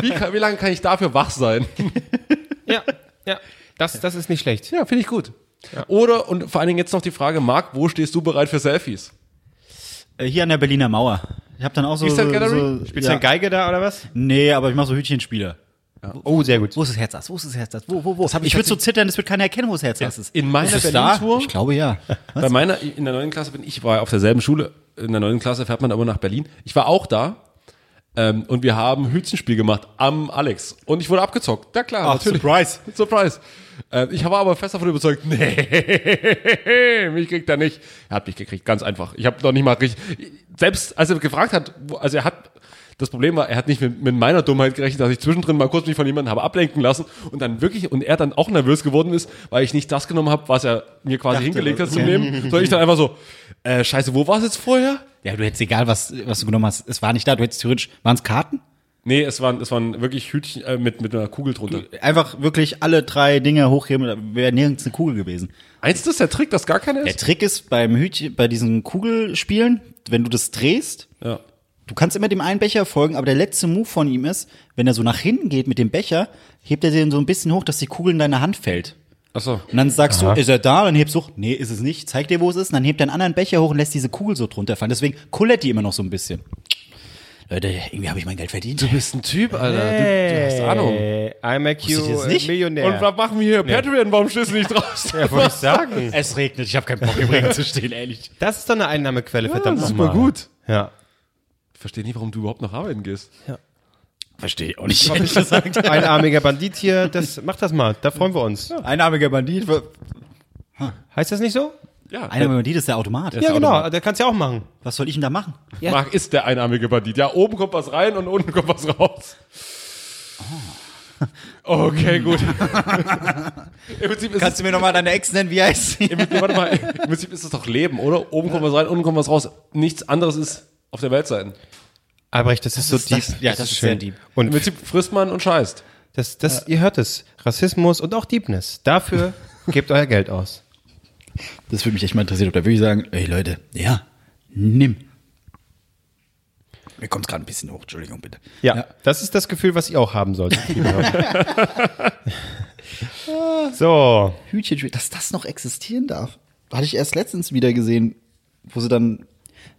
wie, kann, wie lange kann ich dafür wach sein? Ja, ja. Das, das ist nicht schlecht. Ja, finde ich gut. Oder, und vor allen Dingen jetzt noch die Frage, Marc, wo stehst du bereit für Selfies? Äh, hier an der Berliner Mauer. Ich habe dann auch so... Eastern so, Gallery? so Spielst du eine Geige da oder was? Nee, aber ich mache so Hütchenspieler. Oh, sehr gut. Wo ist das Herz? Wo ist das Herz? Wo, wo, wo? hab ich ich würde so zittern, es wird keiner erkennen, wo das Herz ist. in meiner Ist es Berlin-Tour? da? Ich glaube ja. Bei meiner, in der neuen Klasse bin ich, war auf derselben Schule, in der neuen Klasse fährt man aber nach Berlin. Ich war auch da, Ähm, und wir haben Hütchenspiel gemacht am Alex. Und ich wurde abgezockt. Na klar, Ach, Surprise. Surprise. Äh, ich war aber fest davon überzeugt, nee, mich kriegt er nicht. Er hat mich gekriegt, ganz einfach. Ich habe noch nicht mal richtig. Selbst als er gefragt hat, wo- also er hat. Das Problem war, er hat nicht mit, mit meiner Dummheit gerechnet, dass ich zwischendrin mal kurz mich von jemandem habe ablenken lassen und dann wirklich, und er dann auch nervös geworden ist, weil ich nicht das genommen habe, was er mir quasi hingelegt hat zu nehmen, sondern ich dann einfach so, äh, scheiße, wo war es jetzt vorher? Ja, du hättest egal, was, was du genommen hast. Es war nicht da. Du hättest theoretisch. Waren es Karten? Nee, es waren, es waren wirklich Hütchen äh, mit, mit einer Kugel drunter. Einfach wirklich alle drei Dinge hochheben, da wäre nirgends eine Kugel gewesen. Eins ist der Trick, dass gar keiner Der ist. Trick ist beim Hütchen, bei diesen Kugelspielen, wenn du das drehst, Ja. du kannst immer dem einen Becher folgen, aber der letzte Move von ihm ist, wenn er so nach hinten geht mit dem Becher, hebt er den so ein bisschen hoch, dass die Kugel in deine Hand fällt. Achso. Und dann sagst du, ist er da? Dann hebst du hoch. Nee, ist es nicht. Zeig dir, wo es ist. Und dann hebt er einen anderen Becher hoch und lässt diese Kugel so drunter fallen. Deswegen kullert die immer noch so ein bisschen. Leute, irgendwie habe ich mein Geld verdient. Du bist ein Typ, Alter. Du, du hast Ahnung. Hey, I make ich you das nicht? Millionär. Und was machen wir hier? Patreon, warum stehst du nicht draußen? ja, wollte ich sagen. Es regnet, ich habe keinen Bock im Regen zu stehen, ehrlich. Das ist doch eine Einnahmequelle, verdammt das ist nochmal. mal gut. Ja. Ich verstehe nicht, warum du überhaupt noch arbeiten gehst. Verstehe ich auch nicht, ehrlich gesagt. Einarmiger Bandit hier, das, mach das mal, da freuen wir uns. Einarmiger Bandit. Heißt das nicht so? Ja. Einarmiger Bandit ist der Automat. Ja, genau, der kannst ja auch machen. Was soll ich denn da machen? Marc ist der einarmige Bandit. Ja, oben kommt was rein und unten kommt was raus. Okay, gut. Im Prinzip ist es, du mir nochmal deine Ex nennen? Wie heißt sie? im, warte mal, im Prinzip ist es doch Leben, oder? Oben kommt was rein, unten kommt was raus. Nichts anderes ist auf der Welt sein. Albrecht, das ist so deep. das- ja, das ist sehr deep. Im Und Prinzip frisst man und scheißt. das, das, ihr hört es. Rassismus und auch Deepness. Dafür gebt euer Geld aus. Das würde mich echt mal interessieren, ob da wirklich sagen, ey Leute, ja, nimm. Mir kommt es gerade ein bisschen hoch, Entschuldigung bitte. Ja, das ist das Gefühl, was ihr auch haben solltet. so, Hütchen, dass das noch existieren darf. Hatte ich erst letztens wieder gesehen, wo sie dann.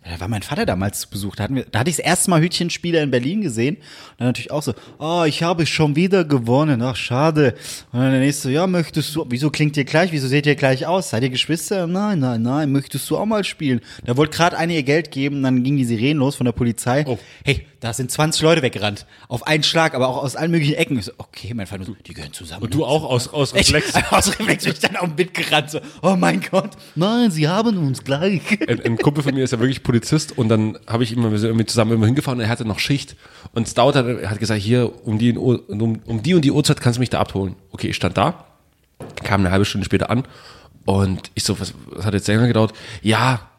Da war mein Vater damals zu Besuch. Da, hatten wir, da hatte ich das erste Mal Hütchenspieler in Berlin gesehen. Und dann natürlich auch so, oh, ich habe schon wieder gewonnen. Ach, schade. Und dann der nächste, ja, möchtest du, wieso klingt ihr gleich? Wieso seht ihr gleich aus? Seid ihr Geschwister? Nein, nein, nein, möchtest du auch mal spielen? Da wollte gerade einer ihr Geld geben, dann ging die Sirenen los von der Polizei. Oh. Hey, da sind 20 Leute weggerannt. Auf einen Schlag, aber auch aus allen möglichen Ecken. Ich so, okay, mein Vater, so, die gehören zusammen. ne? Und du auch aus, aus Ich, Reflex. aus Reflex bin ich dann auch mitgerannt. So, oh mein Gott, nein, sie haben uns gleich. ein, ein Kumpel von mir ist ja wirklich Polizist und dann habe ich immer wir sind irgendwie zusammen immer hingefahren und er hatte noch Schicht und es dauert dann, er hat gesagt, hier um die, und Uhr- um, um die und die Uhrzeit kannst du mich da abholen. Okay, ich stand da, kam eine halbe Stunde später an und ich so, was, was hat jetzt länger gedauert? Ja,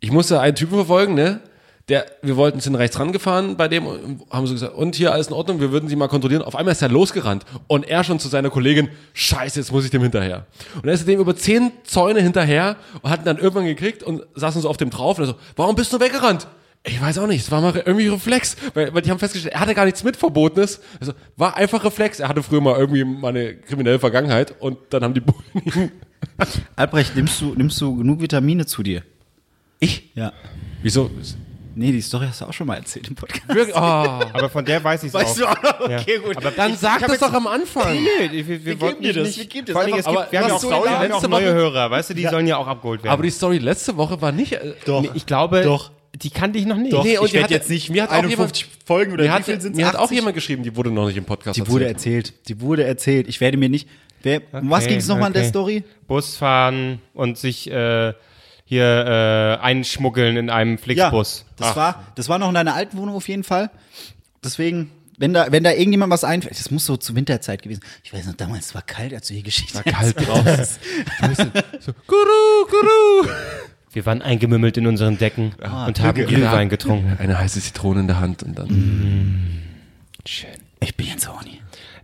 ich musste einen Typen verfolgen, ne? Der, wir wollten sind rechts rangefahren bei dem und haben so gesagt, und hier alles in Ordnung, wir würden sie mal kontrollieren. Auf einmal ist er losgerannt und er schon zu seiner Kollegin, scheiße, jetzt muss ich dem hinterher. Und er ist dem über zehn Zäune hinterher und hat ihn dann irgendwann gekriegt und saßen so auf dem drauf und er so, warum bist du weggerannt? Ich weiß auch nicht, es war mal irgendwie Reflex, weil, weil die haben festgestellt, er hatte gar nichts mit Verbotenes. Also war einfach Reflex. Er hatte früher mal irgendwie mal eine kriminelle Vergangenheit und dann haben die Bullen ihn. Albrecht, nimmst du, nimmst du genug Vitamine zu dir? Ich? Ja. Wieso? Nee, die Story hast du auch schon mal erzählt im Podcast. Wirklich? Oh. aber von der weiß ich es auch. auch noch? Okay, gut. Dann sag das doch am Anfang. Nö, wir, wir, wir wollten dir das das, nicht. wir geben dir Vor allen das Dingen, es einfach. gibt, wir haben ja Aber auch, was wir soll denn haben ja auch letzte neue Woche- Hörer, weißt du, die sollen ja auch abgeholt werden. Aber die Story letzte Woche war nicht. Äh, Nee, ich glaube, Doch. die kannte ich noch nicht. Doch. Nee, und ich die werde hatte- jetzt nicht mir hat auch jemand- Folgen oder Mir, wie hat, viel sind mir hat auch jemand geschrieben, die wurde noch nicht im Podcast Die wurde erzählt. Die wurde erzählt. Ich werde mir nicht. Wer, um was Okay, ging es nochmal in okay. der Story? Bus fahren und sich äh, hier äh, einschmuggeln in einem Flixbus. das, Ach, war, das war noch in deiner alten Wohnung auf jeden Fall. Deswegen, wenn da, wenn da irgendjemand was einfällt, das muss so zur Winterzeit gewesen. Ich weiß noch, damals war kalt, als du die Geschichte war kalt draußen. Guru, Guru. Wir waren eingemümmelt in unseren Decken Ah, und haben Brücke. Glühwein getrunken. Eine heiße Zitrone in der Hand und Mhm. dann. Ich bin jetzt auch nie.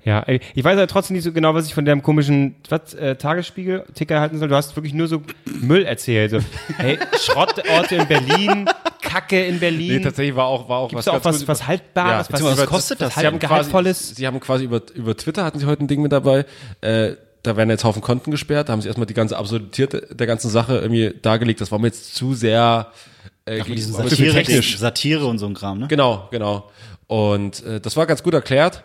Ja, ey, ich weiß ja trotzdem nicht so genau, was ich von deinem komischen was, äh, Tagesspiegel-Ticker halten soll. Du hast wirklich nur so Müll erzählt. So, hey, Schrottorte in Berlin, Kacke in Berlin. Nee, tatsächlich war auch, war auch Gibt's da auch was, gut. was Haltbares, Ja, was, beziehungsweise was, was kostet das? Sie haben quasi, gehaltvolles? Sie haben quasi über, über Twitter hatten sie heute ein Ding mit dabei. Äh, da werden jetzt Haufen Konten gesperrt. Da haben sie erstmal die ganze Absurdität der ganzen Sache irgendwie dargelegt. Das war mir jetzt zu sehr äh, Mit diesem zu Satire, technisch. Satire und so ein Kram, ne? Genau, genau. Und äh, das war ganz gut erklärt.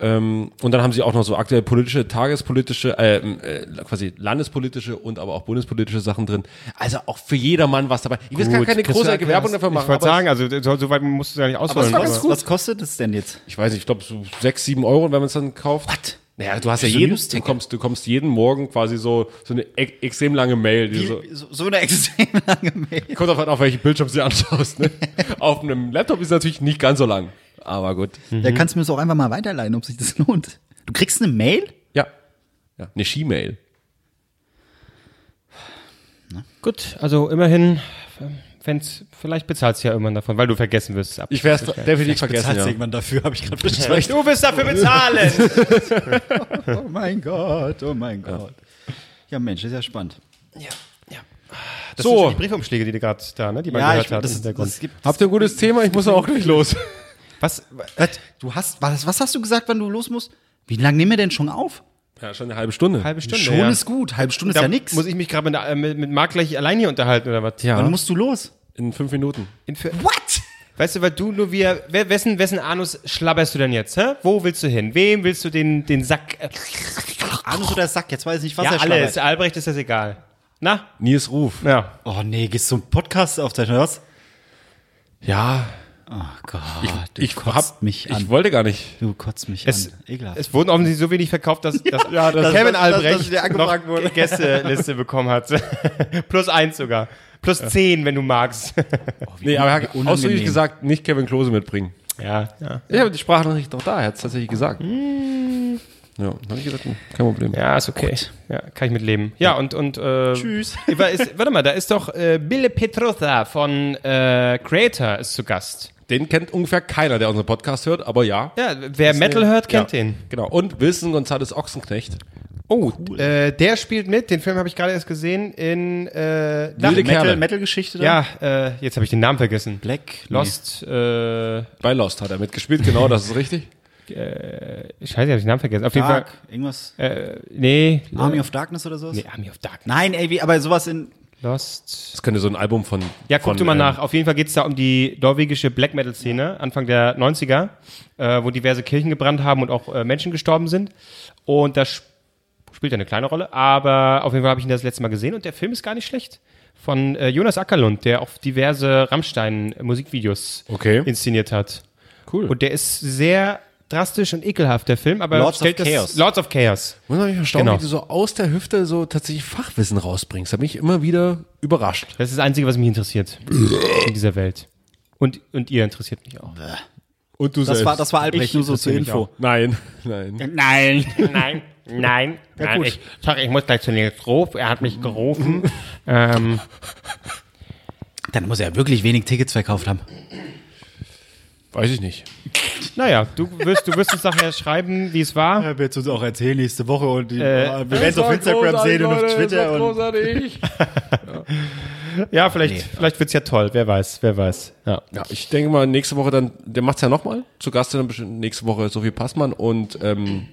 Ähm, und dann haben sie auch noch so aktuell politische, tagespolitische, äh, äh, quasi landespolitische und aber auch bundespolitische Sachen drin. Also auch für jedermann was dabei. Ich will jetzt gar Gut. keine Kannst du große ja- Werbung dafür machen. Ich wollte aber sagen, also so, so weit musst du ja nicht ausholen. war ganz aber- gut. Was kostet es denn jetzt? ich weiß nicht, ich glaube so sechs, sieben Euro, wenn man es dann kauft. What? Naja, du hast ja So jeden, du News-Ticket. kommst, du kommst jeden Morgen quasi so, so eine e extrem lange Mail. Die so, So, so eine extrem lange Mail. kommt drauf an, auf welchen Bildschirm du dir anschaust. Ne? auf einem Laptop ist es natürlich nicht ganz so lang. Aber gut. Da kannst du mir das auch einfach mal weiterleiten, ob sich das lohnt. Du kriegst eine Mail? Ja. ja. Eine Skimail. Gut, also immerhin, wenn's, vielleicht bezahlst du ja irgendwann davon, weil du vergessen wirst. es ab- Ich werde es definitiv vergessen. Ja. irgendwann dafür, habe ich gerade bestellt. Du wirst dafür bezahlen! Oh mein Gott, oh mein Gott. Ja, Mensch, ist ja spannend. Das so. sind schon die Briefumschläge, die du gerade da, ne, die man Ja, gehört ich- hat das- im Hintergrund. das gibt- Habt ihr ein gutes Thema? Ich muss auch gleich los. Was? Was? Du hast, was, was hast du gesagt, wann du los musst? Wie lange nehmen wir denn schon auf? Ja, schon eine halbe Stunde. Halbe Stunde. Schon ja. ist gut, halbe Stunde ist Da ja nix. Muss ich mich gerade mit, äh, mit, mit Marc gleich allein hier unterhalten oder was? Ja. Wann musst du los? In fünf Minuten. In für- What? Weißt du, weil du nur wir, wer, wessen, wessen Anus schlabberst du denn jetzt? Hä? Wo willst du hin? Wem willst du den, den Sack? Äh, Anus oder Sack, jetzt weiß ich nicht, was ja, er alles. alles. Albrecht ist das egal. Na? Nils Ruf. Ja. Oh nee, gehst zum Podcast aufzeichnen, oder was? Ja. Oh Gott, du Ich, kotzt hab, mich an. ich wollte gar nicht. du kotzt mich Es- an. Ekelhaft. Es wurden offensichtlich so wenig verkauft, dass, dass, dass das- Kevin das- das- Albrecht dass der angefragt noch wurde. Gästeliste bekommen hat. Plus eins sogar. Plus zehn, wenn du magst. Nee, aber er hat unangenehm. ausdrücklich gesagt, nicht Kevin Klose mitbringen. Ja, ja. Ich habe die Sprachnachricht doch da, er hat es tatsächlich gesagt. Hm. Ja, habe ich gesagt, hm, kein Problem. Ja, ist okay. Ja, kann ich mitleben. Ja, und, und äh, Tschüss. Ist, warte mal, da ist doch äh, Bille Petrotha von äh, Creator ist zu Gast. Den kennt ungefähr keiner, der unseren Podcast hört, aber ja. Ja, wer Metal hört, kennt Ja, den. Genau. Und Wilson González Ochsenknecht. Oh, äh, der spielt mit, den Film habe ich gerade erst gesehen, in äh, Wilde Dach- Kerle. Metal, Metal-Geschichte da? Ja, äh, jetzt habe ich den Namen vergessen. Black. Lost, äh, äh, Bei Lost hat er mitgespielt, genau, das ist richtig. scheiße, habe ich den Namen vergessen. Auf Nee. jeden Fall, Dark. Irgendwas. äh, nee, Army of Darkness oder sowas? nee, Army of Dark. Nein, ey, wie, aber sowas in. Lost. Das könnte so ein Album von. Ja, von, guck du mal ähm, nach. Auf jeden Fall geht's da um die norwegische Black Metal-Szene, Anfang der 90er, äh, wo diverse Kirchen gebrannt haben und auch äh, Menschen gestorben sind. Und das sp- spielt ja eine kleine Rolle, aber auf jeden Fall habe ich ihn das letzte Mal gesehen und der Film ist gar nicht schlecht. Von äh, Jonas Ackerlund, der auch diverse Rammstein-Musikvideos Okay. inszeniert hat. Cool. Und der ist sehr drastisch und ekelhaft, der Film, aber Lords of stellt das, Chaos. Lords of Chaos. Wundert mich erstaunt, Genau. wie du so aus der Hüfte so tatsächlich Fachwissen rausbringst. Da bin ich immer wieder überrascht. Das ist das Einzige, was mich interessiert in dieser Welt. Und, und ihr interessiert mich auch. Und du Das war, das war Albrecht, Ich nur so zur interessiere mich Nein, Info. nein. Nein. Nein, nein. nein gut. ich, sorry, ich muss gleich zu Nils Ruf. Er hat mich gerufen. ähm, Dann muss er wirklich wenig Tickets verkauft haben. Weiß ich nicht. naja, du wirst, du wirst uns nachher schreiben, wie es war. Er wird uns auch erzählen nächste Woche und Äh, die, wir großartig. Ja, vielleicht, vielleicht wird es ja toll. Wer weiß, wer weiß. Ja. Ja, ich denke mal, nächste Woche dann, der macht's ja nochmal. Zu Gast sind dann bestimmt nächste Woche Sophie Passmann und ähm,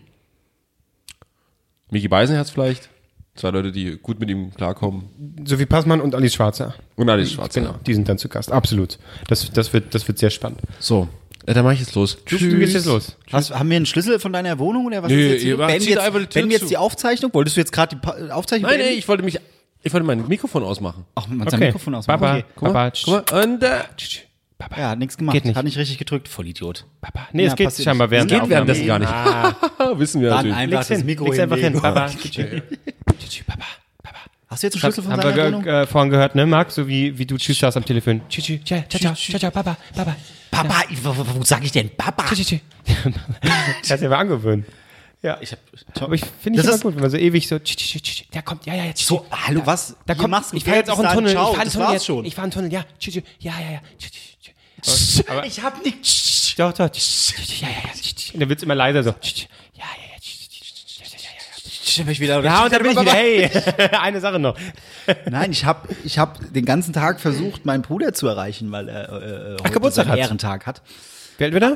Miki Beisenherz vielleicht. Zwei Leute, die gut mit ihm klarkommen. Sophie Passmann und Alice Schwarzer. Und Alice Schwarz. Genau. Die sind dann zu Gast. Absolut. Das, das, wird, das wird sehr spannend. So, äh, dann mache ich jetzt los. Tschüss. Du gehst jetzt los. Hast, haben wir einen Schlüssel von deiner Wohnung oder was? Nee, ist jetzt ihr hier? macht- Wenn zieht jetzt, einfach die Tür wenn jetzt zu. die Aufzeichnung, wolltest du jetzt gerade die pa Aufzeichnung Nein, nee, beenden? ich wollte mich, ich wollte mein Mikrofon ausmachen. Ach, man hat sein Okay. Mikrofon aus. Baba, Okay. Guck Baba, mal, guck mal. Und, äh, Papa. Ja, hat nichts gemacht. Geht nicht. Hat nicht richtig gedrückt. Vollidiot. Papa. Nee, es Ja, geht passiert scheinbar nicht. während geht währenddessen Aufnahme. gar nicht. Ah, Wissen wir Dann natürlich. einfach Leg's hin. das Mikro Leg's einfach hin. hinlegen. Papa. Tschüss, Papa. Papa. Hast du jetzt einen Schlüssel von haben wir seiner ge- Wohnung? ge- vorhin gehört, ne, Marc? So wie, wie du Tschüss sagst am Telefon. Tschüss, tschüss, ciao, ciao, Tschüss, ciao, ciao, Papa, Papa. Papa, ich- wo, wo- wo sag ich denn Papa? Tschüss, tschüss, tschüss. Kannst dir mal angewöhnen. Ich hab, Aber ich finde ich Das immer ist- gut, wenn man so ewig so, tsch, tsch, tsch, tsch, der kommt, ja, ja, ja, tsch, So, tsch. hallo, was? Da Hier kommt, machst du ich fahre jetzt Geld, auch einen bis dahin, Tunnel, ciao, ich fahre einen das Tunnel war's jetzt, schon. ich fahre einen Tunnel, ja, tsch, tsch, ja, ja, ja, tsch, tsch, tsch. aber, ich hab nichts. Doch, doch, tsch, tsch, tsch, ja, ja, ja, tsch, tsch. Und dann wird's immer leiser so, tsch, tsch, ja, ja, ja, tsch, tsch, tsch, tsch, ja, ja, ja, ja. Ich mich wieder. Ja, Ah, und dann bin ich wieder, hey, eine Sache noch. Nein, ich habe ich hab den ganzen Tag versucht, meinen Bruder zu erreichen, weil er äh, äh, heute Geburtstag seinen hat. Ehrentag hat. Wer alt wird da?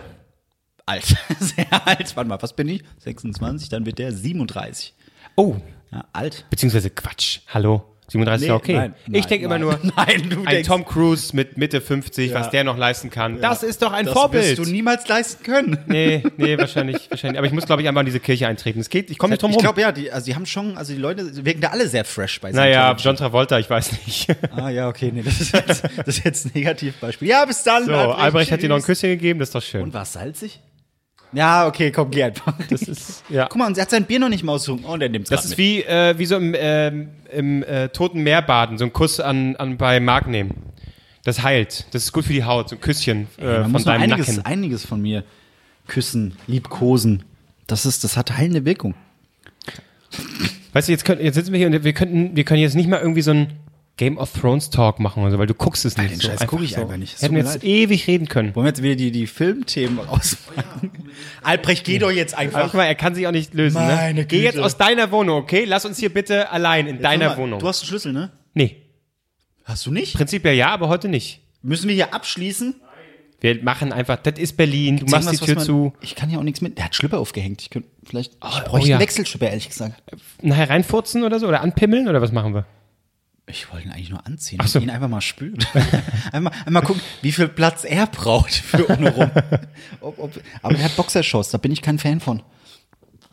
Alt, sehr alt. Warte mal, was bin ich? 26, dann wird der 37. Oh, Ja, alt. beziehungsweise Quatsch, hallo. 37 war Nee, okay. nein, ich nein, denke immer nein. nur, Nein, du ein denkst- Tom Cruise mit Mitte 50, Ja. was der noch leisten kann, das ist doch ein das Vorbild. wirst du niemals leisten können. nee, nee, wahrscheinlich, wahrscheinlich. Aber ich muss, glaube ich, einfach in diese Kirche eintreten. Es geht, ich komme nicht drum ich rum. glaube, ja, die, also die haben schon, also die Leute wirken da alle sehr fresh bei naja, Scientology. John Travolta, ich weiß nicht. Ah ja, okay, nee, das ist jetzt, das ist jetzt ein Negativbeispiel. Ja, bis dann. So, Albrecht hat dir noch ein Tschüss. Küsschen gegeben, das ist doch schön. Und war es salzig? Ja, okay, komm, geh einfach. das ist, ja. Guck mal, und sie hat sein Bier noch nicht mal ausgetrunken. Oh, und er nimmt's Das grad ist mit. wie, äh, wie so im, ähm, im äh, Toten Meer baden, so einen Kuss an, an bei Mark nehmen. Das heilt. Das ist gut für die Haut, so ein Küsschen äh, Man von muss noch deinem einiges, Nacken. einiges von mir küssen, liebkosen. Das ist, das hat heilende Wirkung. Weißt du, jetzt, könnt, jetzt sitzen wir hier und wir, könnten, wir können jetzt nicht mal irgendwie so ein Game of Thrones Talk machen oder so, weil du guckst es nicht. den so Scheiß guck ich einfach nicht. Es Hätten wir tut mir jetzt leid. ewig reden können. Wollen wir jetzt wieder die, die Filmthemen auspacken? Albrecht, geh doch jetzt Aber guck einfach. mal, er kann sich auch nicht lösen. Meine ne? Geh jetzt Güte. aus deiner Wohnung, okay? Lass uns hier bitte allein in deiner Sag mal, Wohnung. Du hast einen Schlüssel, ne? nee, Hast du nicht? prinzipiell ja, aber heute nicht. Müssen wir hier abschließen? Wir machen einfach, das ist Berlin, du machst die Irgendwas, Tür was zu. man- Ich kann ja auch nichts mit. Der hat Schlüpper aufgehängt. Ich könnte vielleicht. ich oh bräuchte ja. einen Wechselschlüpper, ehrlich gesagt. Nachher reinfurzen oder so? Oder anpimmeln oder was machen wir? Ich wollte ihn eigentlich nur anziehen. so. Ihn einfach mal spüren. einmal, einmal gucken, wie viel Platz er braucht für ohne rum. ob, ob, aber der hat Boxershorts, da bin ich kein Fan von.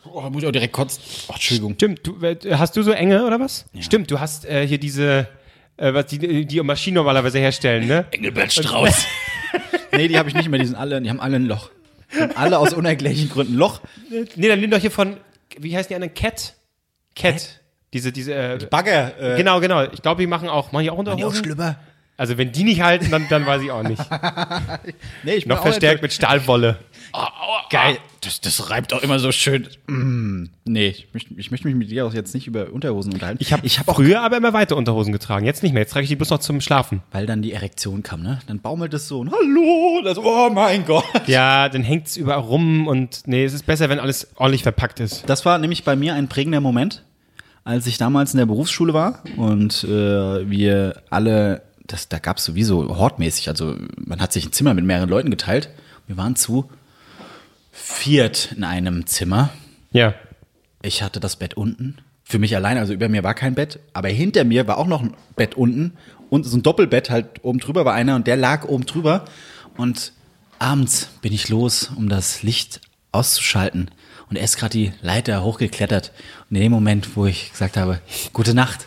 Oh, da muss ich auch direkt kotzen. Ach, Entschuldigung. Stimmt, du, äh, hast du so enge oder was? Stimmt, du hast äh, hier diese, äh, was die, die Maschinen normalerweise herstellen, ne? Engelbert Strauß. nee, die habe ich nicht mehr. Die sind alle, die haben alle ein Loch. Die haben alle aus unerklärlichen Gründen ein Loch. Nee, dann nimm doch hier von, wie heißen die anderen? Cat? Cat. Diese, diese, äh, Bagger. Äh, genau, genau. Ich glaube, die machen auch, machen die auch die auch Unterhosen? Schlüpper. Also wenn die nicht halten, dann, dann weiß ich auch nicht. Nee, ich bin Noch auch verstärkt mit Stahlwolle. Geil. Das, das reibt auch immer so schön. Mm. Nee, ich, möchte- ich möchte mich mit dir auch jetzt nicht über Unterhosen unterhalten. Ich habe ich hab auch Früher aber immer weiter Unterhosen getragen. Jetzt nicht mehr. Jetzt trage ich die bloß noch zum Schlafen. Weil dann die Erektion kam, ne? Dann baumelt es so und hallo, das, oh mein Gott. Ja, dann hängt's überall rum und nee, es ist besser, wenn alles ordentlich verpackt ist. Das war nämlich bei mir ein prägender Moment, als ich damals in der Berufsschule war und äh, wir alle, das, da gab es sowieso hortmäßig, also man hat sich ein Zimmer mit mehreren Leuten geteilt. Wir waren zu viert in einem Zimmer. Ja. Ich hatte das Bett unten. Für mich allein, also über mir war kein Bett, aber hinter mir war auch noch ein Bett unten und so ein Doppelbett halt oben drüber war einer und der lag oben drüber. Und abends bin ich los, um das Licht auszuschalten. Und er ist gerade die Leiter hochgeklettert. Und in dem Moment, wo ich gesagt habe, gute Nacht,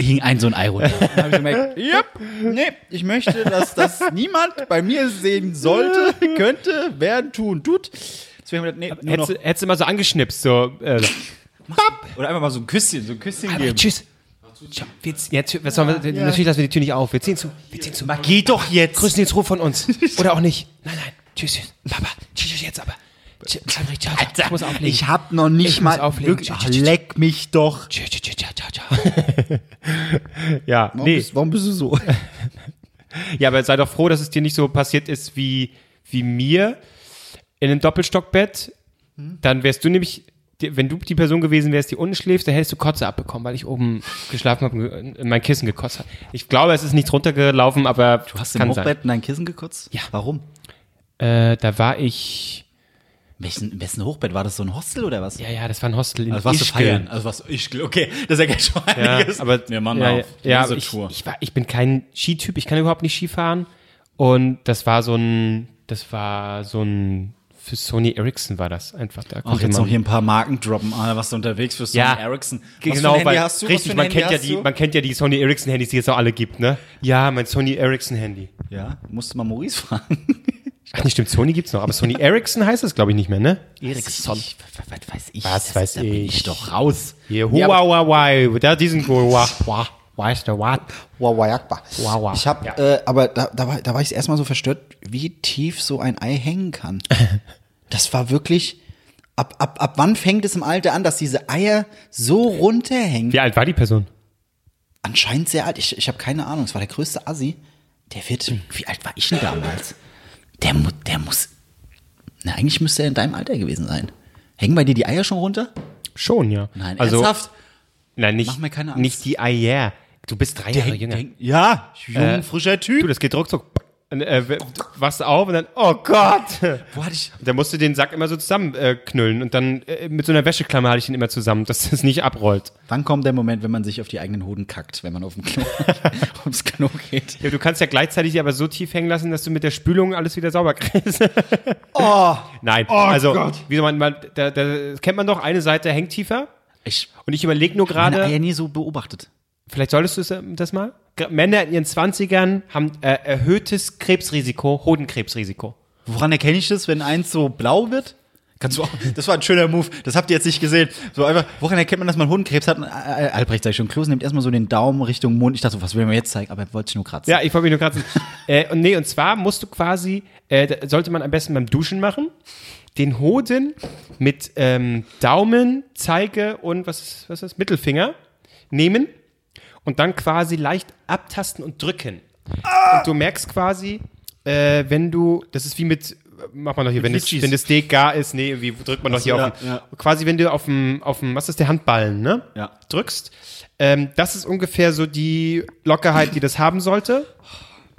hing ein so ein Ei runter. Dann hab ich gemerkt, yep, nee, ich möchte, dass das niemand bei mir sehen sollte, könnte, werden, tun, tut. Deswegen habe ich gedacht, nee, nur noch Hättest, du- hättest du mal so angeschnipst, so. Äh, so. oder einfach mal so ein Küsschen, so ein Küsschen Aber tschüss. Tja, Wir, ziehen- jetzt, was sollen wir, Natürlich lassen wir die Tür nicht auf. Wir ziehen zu. Wir ziehen zu. Mal Geh doch jetzt. grüßen jetzt Ruf von uns. Oder auch nicht. Nein, nein. Tschüss, tschüss. Papa. Tschüss, tschüss, jetzt aber. Tschüss, Albrecht, ciao, ciao. ich muss auflegen. Ich hab noch nicht Ich mal. muss auflegen. Wirklich, Tsch, ach, tsch, tsch. leck mich doch. Tschüss, tschüss, tschüss, ciao, ciao. ja, nee. warum bist du so? Ja, aber sei doch froh, dass es dir nicht so passiert ist wie, wie mir in einem Doppelstockbett. Hm? Dann wärst du nämlich, die- wenn du die Person gewesen wärst, die unten schläft, dann hättest du Kotze abbekommen, weil ich oben geschlafen habe und in mein Kissen gekotzt habe. Ich glaube, es ist nichts runtergelaufen, aber Du hast kann im sein. Hochbett in dein Kissen gekotzt? Ja. Warum? Äh, da war ich, Wessen, wessen Hochbett? War das so ein Hostel oder was? ja, ja, das war ein Hostel in Also warst du Ischgl. feiern. Also was ich okay, das ergibt schon Ja, einiges. aber wir machen ja, auf ja, diese aber ich, Tour. Ich, war, ich bin kein Skityp, ich kann überhaupt nicht Skifahren. Und das war so ein, das war so ein, für Sony Ericsson war das einfach. Da Ach, konnte jetzt man- noch hier ein paar Marken droppen. Ah, was du unterwegs für Sony ja, Ericsson. Was für ein Genau, Handy weil hast du? Was für richtig, ein man Handy kennt, ja hast die, du? man kennt ja die Sony Ericsson Handys, die es auch alle gibt, ne? Ja, mein Sony Ericsson Handy. Ja, musst du mal Maurice fragen. Ach nee, stimmt, Sony gibt's noch, aber Sony Ericsson heißt es glaube ich nicht mehr, ne? Ericsson. Was weiß ich? Was Das- weiß da bin ich. ich doch raus. Hier, Nee, aber- Huawei, da diesen Huawei. Weißt du was? Huawei Akbar. Huawei. Ich habe, Ja. äh, aber da, da war, da war ich erstmal so verstört, wie tief so ein Ei hängen kann. Das war wirklich. Ab, ab, ab wann fängt es im Alter an, dass diese Eier so runterhängen? Wie alt war die Person? Anscheinend sehr alt. Ich, ich habe keine Ahnung. Es war der größte Assi. Der wird. Wie alt war ich denn damals? Der, mu- der muss. Na, eigentlich müsste er in deinem Alter gewesen sein. Hängen bei dir die Eier schon runter? Schon, ja. Nein, also, ernsthaft? Nein, nicht, Mach mir keine Angst. nicht die Eier. Du bist drei Jahre jünger. Ja, jung, frischer Typ. Du, das geht ruckzuck. Und, äh, w- wachst auf und dann, oh Gott! Wo hatte ich. Da musst du den Sack immer so zusammenknüllen äh, knüllen und dann äh, mit so einer Wäscheklammer hatte ich ihn immer zusammen, dass es nicht abrollt. Wann kommt der Moment, wenn man sich auf die eigenen Hoden kackt, wenn man auf dem Klo, aufs Klo geht? Ja, du kannst ja gleichzeitig aber so tief hängen lassen, dass du mit der Spülung alles wieder sauber kriegst. Oh, Nein, also, wie soll man, man da, da kennt man doch, eine Seite hängt tiefer ich und ich überlege nur habe gerade, Eier nie so beobachtet. vielleicht solltest du es, äh, das mal? Gra- Männer in ihren 20ern haben äh, erhöhtes Krebsrisiko, Hodenkrebsrisiko. Woran erkenne ich das, wenn eins so blau wird? Kannst du auch, das war ein schöner Move, das habt ihr jetzt nicht gesehen. So einfach, woran erkennt man, dass man Hodenkrebs hat? Und, äh, äh, Albrecht, sag ich schon, Klose nimmt erstmal so den Daumen Richtung Mund. Ich dachte so, was will man jetzt zeigen? Aber er wollte sich nur kratzen. Ja, ich wollte mich nur kratzen. äh, und nee, und zwar musst du quasi, äh, da- sollte man am besten beim Duschen machen, den Hoden mit ähm, Daumen, Zeige und was ist, was ist Mittelfinger nehmen und dann quasi leicht abtasten und drücken. Ah! Und du merkst quasi, äh, wenn du, das ist wie mit, mach mal noch hier, wenn das, Fidschis. wenn das Steak gar ist, nee, irgendwie drückt man noch hier ja, auf. den- ja. Quasi, wenn du auf dem, auf dem, was ist der Handballen, ne? Ja. Drückst. Ähm, das ist ungefähr so die Lockerheit, die das haben sollte.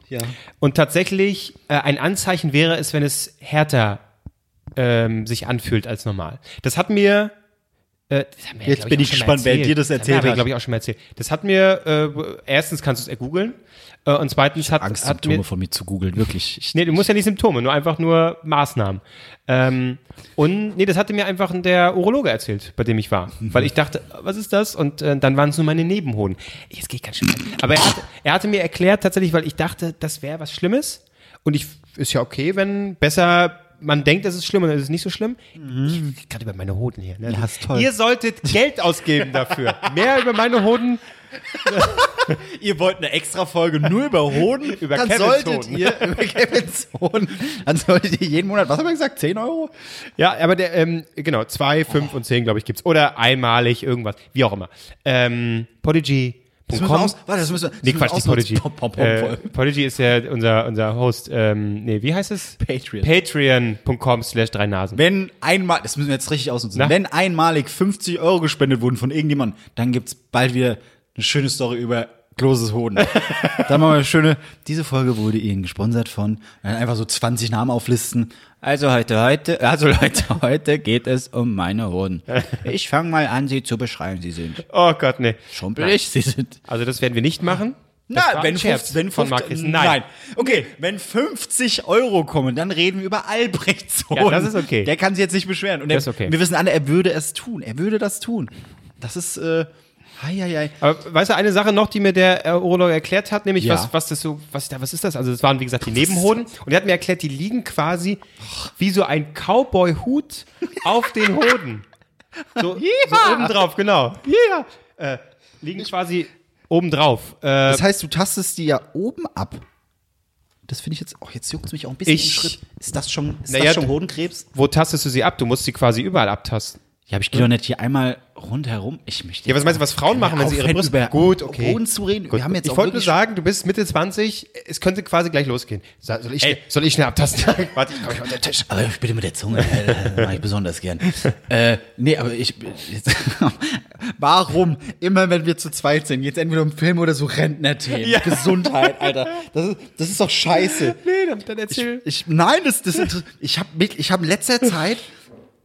Ja. Und tatsächlich, äh, ein Anzeichen wäre es, wenn es härter ähm, sich anfühlt als normal. Das hat mir. Äh, das haben wir, Jetzt glaub bin auch ich schon mal gespannt, wer dir das erzählt haben wir, hat. glaube ich, auch schon mal erzählt. Das hat mir, äh, erstens kannst du es googeln äh, und zweitens hat, hat mir, Angstsymptome von mir zu googeln, wirklich. Ich, Nee, du musst ja nicht Symptome, nur einfach nur Maßnahmen. Ähm, und nee, das hatte mir einfach der Urologe erzählt, bei dem ich war. Weil ich dachte, was ist das? Und äh, dann waren es nur meine Nebenhoden. Jetzt geht ganz schön. weit. Aber er hatte, er hatte mir erklärt tatsächlich, weil ich dachte, das wäre was Schlimmes. Und ich ist ja okay, wenn besser man denkt, es ist schlimm und es ist nicht so schlimm. Ich gerade über meine Hoden hier. Ne? Mhm. Ja, ist toll. Ihr solltet Geld ausgeben dafür. Mehr über meine Hoden ihr wollt eine extra Folge nur über Hoden? Über dann Kevins solltet Hoden. ihr über Kevins Hoden, dann solltet ihr jeden Monat, was haben wir gesagt, 10 Euro? Ja, aber der, ähm, genau, zwei, fünf und zehn, glaube ich, gibt's. Oder einmalig irgendwas, wie auch immer. Ähm, Das müssen wir Podigy.com. aus- Warte, das müssen wir, das Nee, müssen wir Quatsch, nicht ausnutzen. Podigy. Pop, pop, pop, Äh, pop. Podigy ist ja unser, unser Host. Ähm, nee, wie heißt es? Patreon. Patreon.com slash drei Nasen. Wenn einmal, das müssen wir jetzt richtig ausnutzen, Na? wenn einmalig 50 Euro gespendet wurden von irgendjemandem, dann gibt's bald wieder eine schöne Story über Kloses Hoden. dann machen wir eine schöne, diese Folge wurde Ihnen gesponsert von, dann einfach so 20 Namen auflisten. Also heute, heute, also Leute, heute geht es um meine Hoden. Ich fange mal an, sie zu beschreiben. Sie sind Oh Gott, nee. schumpelig, sie sind... Also das werden wir nicht machen. Das Na, war wenn, ein Scherz 50, wenn 50, von Markus. Nein. nein. Okay, wenn 50 Euro kommen, dann reden wir über Albrechts Hoden. Ja, das ist okay. Der kann sich jetzt nicht beschweren. Und er, Das ist okay. wir wissen alle, er würde es tun. Er würde das tun. Das ist, äh, hei, hei, hei. Aber weißt du, eine Sache noch, die mir der äh, Urologe erklärt hat, nämlich Ja. was, was das so, was da, was ist das? Also das waren wie gesagt die Nebenhoden und er hat mir erklärt, die liegen quasi wie so ein Cowboy-Hut auf den Hoden. So, so oben drauf, genau. Yeah. Äh, liegen quasi oben drauf. Äh, Das heißt, du tastest die ja oben ab. Das finde ich jetzt, oh, jetzt juckt's mich auch ein bisschen Ich- im Schritt. Ist das schon, ist Naja, das schon du- Hodenkrebs? wo tastest du sie ab? Du musst sie quasi überall abtasten. Ja, aber ich gehe doch nicht hier einmal rundherum. Ich möchte Ja, was meinst du, was Frauen machen, wenn sie ihre Aufhören, Brüste... über Gut, okay. Hoden zu reden. Gut. Wir haben jetzt ich auch wollte nur wirklich- sagen, du bist Mitte 20, es könnte quasi gleich losgehen. Soll soll ich, schnell- soll ich schnell abtasten? Warte, ich komm ich unter den Tisch. Aber bitte mit der Zunge, äh, mache ich besonders gern. Äh, nee, aber ich. Jetzt, warum immer, wenn wir zu zweit sind, jetzt entweder um Film oder so Rentnerthemen, Gesundheit, Alter, das ist, das ist doch scheiße. Nee, dann, dann erzähl. Ich, nein, das, das inter- ich habe ich hab in letzter Zeit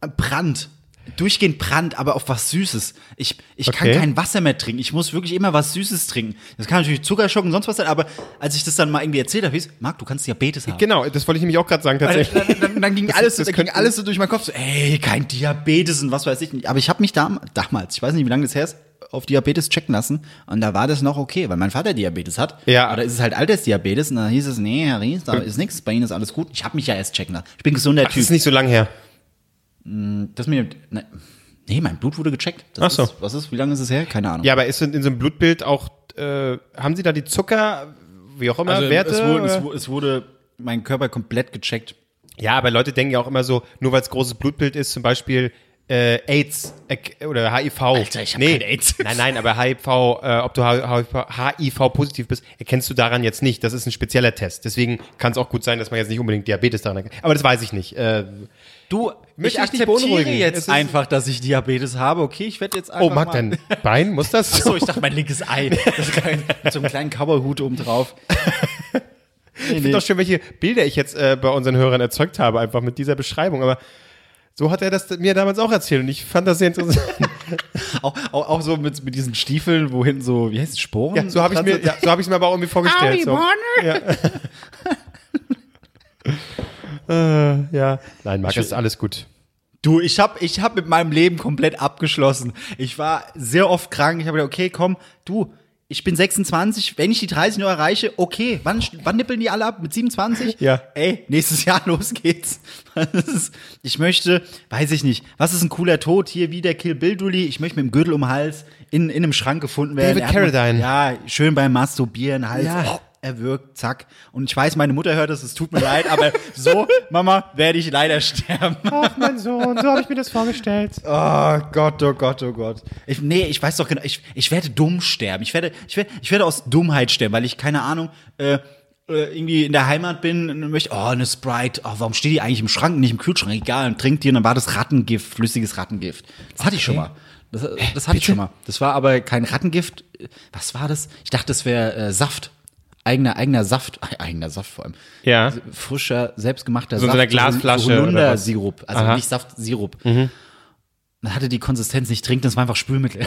äh, Brand. Durchgehend Brand, aber auf was Süßes. Ich, ich kann Okay. kein Wasser mehr trinken. Ich muss wirklich immer was Süßes trinken. Das kann natürlich Zuckerschock und sonst was sein, aber als ich das dann mal irgendwie erzählt habe, hieß, Marc, du kannst Diabetes haben. Genau, das wollte ich nämlich auch gerade sagen, Dann, tatsächlich. Also, dann, dann, dann ging, alles, das dann ging könnten- alles so durch meinen Kopf. So, ey, kein Diabetes und was weiß ich nicht. Aber ich habe mich dam damals, ich weiß nicht, wie lange das her ist, auf Diabetes checken lassen. Und da war das noch okay, weil mein Vater Diabetes hat. Ja. Hm. Oder ist es halt Altersdiabetes? Und dann hieß es, nee, Herr Ries, da ist nichts, bei Ihnen ist alles gut. Ich habe mich ja erst checken lassen. Ich bin gesunder Das Typ. ist nicht so lang her. das mit dem, ne, nee, mein Blut wurde gecheckt. Ach so. Ist, was ist, wie lange ist es her? Keine Ahnung. Ja, aber ist in, in so einem Blutbild auch, äh, haben Sie da die Zucker, wie auch immer, Werte? Also, es, wurde, oder? es, wurde, es wurde mein Körper komplett gecheckt. ja, aber Leute denken ja auch immer so, nur weil es großes Blutbild ist, zum Beispiel äh, AIDS äh, oder HIV. Alter, ich hab kein AIDS. Nein, nein, aber HIV, äh, ob du HIV-positiv bist, erkennst du daran jetzt nicht. Das ist ein spezieller Test. Deswegen kann es auch gut sein, dass man jetzt nicht unbedingt Diabetes daran erkennt. Aber das weiß ich nicht. Äh, Du, ich akzeptiere jetzt einfach, dass ich Diabetes habe. Okay, ich werde jetzt einfach oh, Marc, dein Bein, muss das? Achso, ich dachte, mein linkes Ei. Das ist kein, mit so einem kleinen Cowboy-Hut oben drauf. Ich finde auch schön, welche Bilder ich jetzt äh, bei unseren Hörern erzeugt habe, einfach mit dieser Beschreibung. Aber so hat er das mir damals auch erzählt und ich fand das sehr interessant. Auch, auch, auch so mit, mit diesen Stiefeln, wo hinten so, wie heißt es, Sporen? Ja, so habe ich mir, ja, so habe ich mir aber auch irgendwie vorgestellt. So. Ja. Äh, ja, nein, Marc, ist alles gut. Du, ich habe ich hab mit meinem Leben komplett abgeschlossen. Ich war sehr oft krank. Ich habe gedacht, okay, komm, du, ich bin 26. Wenn ich die 30 noch erreiche, okay, wann, wann nippeln die alle ab? Mit 27? Ja. Ey, nächstes Jahr los geht's. Das ist, ich möchte, weiß ich nicht, was ist ein cooler Tod? Hier wie der Kill Bill Dulli. Ich möchte mit dem Gürtel um den Hals in, in einem Schrank gefunden werden. David Er hat mal- Carradine. Ja, schön beim Masturbieren, Hals. Ja. Oh, erwürgt, zack. Und ich weiß, meine Mutter hört es, es tut mir leid, aber so, Mama, werde ich leider sterben. Ach, mein Sohn, so habe ich mir das vorgestellt. Oh Gott, oh Gott, oh Gott. Ich, nee, ich weiß doch genau, ich, ich werde dumm sterben. Ich werde, ich, werde, ich werde aus Dummheit sterben, weil ich, keine Ahnung, äh, äh, irgendwie in der Heimat bin und möchte, oh, eine Sprite, oh, warum steht die eigentlich im Schrank, und nicht im Kühlschrank? Egal, und trinkt die und dann war das Rattengift, flüssiges Rattengift. Das hatte ich schon mal. Das, das hatte ich schon mal. Das war aber kein Rattengift. Was war das? Ich dachte, das wäre äh, Saft. Eigener, eigener Saft, eigener Saft vor allem. Ja. Frischer, selbstgemachter So in Saft. so einer Glasflasche oder was? Holundersirup. Also Aha. nicht Saft, Sirup dann hatte die Konsistenz nicht trinken, das war einfach Spülmittel.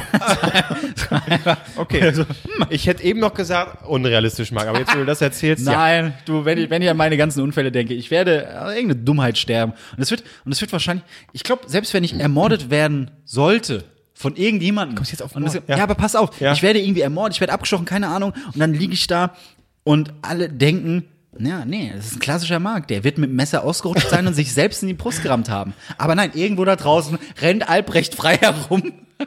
Okay. Also, hm, ich hätte eben noch gesagt, unrealistisch, Marc, aber jetzt, wenn du das erzählst, ja. Nein, du, wenn ich, wenn ich an meine ganzen Unfälle denke, ich werde an irgendeine Dummheit sterben. Und es wird, und es wird wahrscheinlich, ich glaube, selbst wenn ich ermordet werden sollte von irgendjemandem. Kommst jetzt auf und das, Mord, ja. ja. aber pass auf, Ja. ich werde irgendwie ermordet, ich werde abgestochen, keine Ahnung. Und dann liege ich da und alle denken, ja, nee, das ist ein klassischer Markt. Der wird mit dem Messer ausgerutscht sein und sich selbst in die Brust gerammt haben. Aber nein, irgendwo da draußen rennt Albrecht frei herum.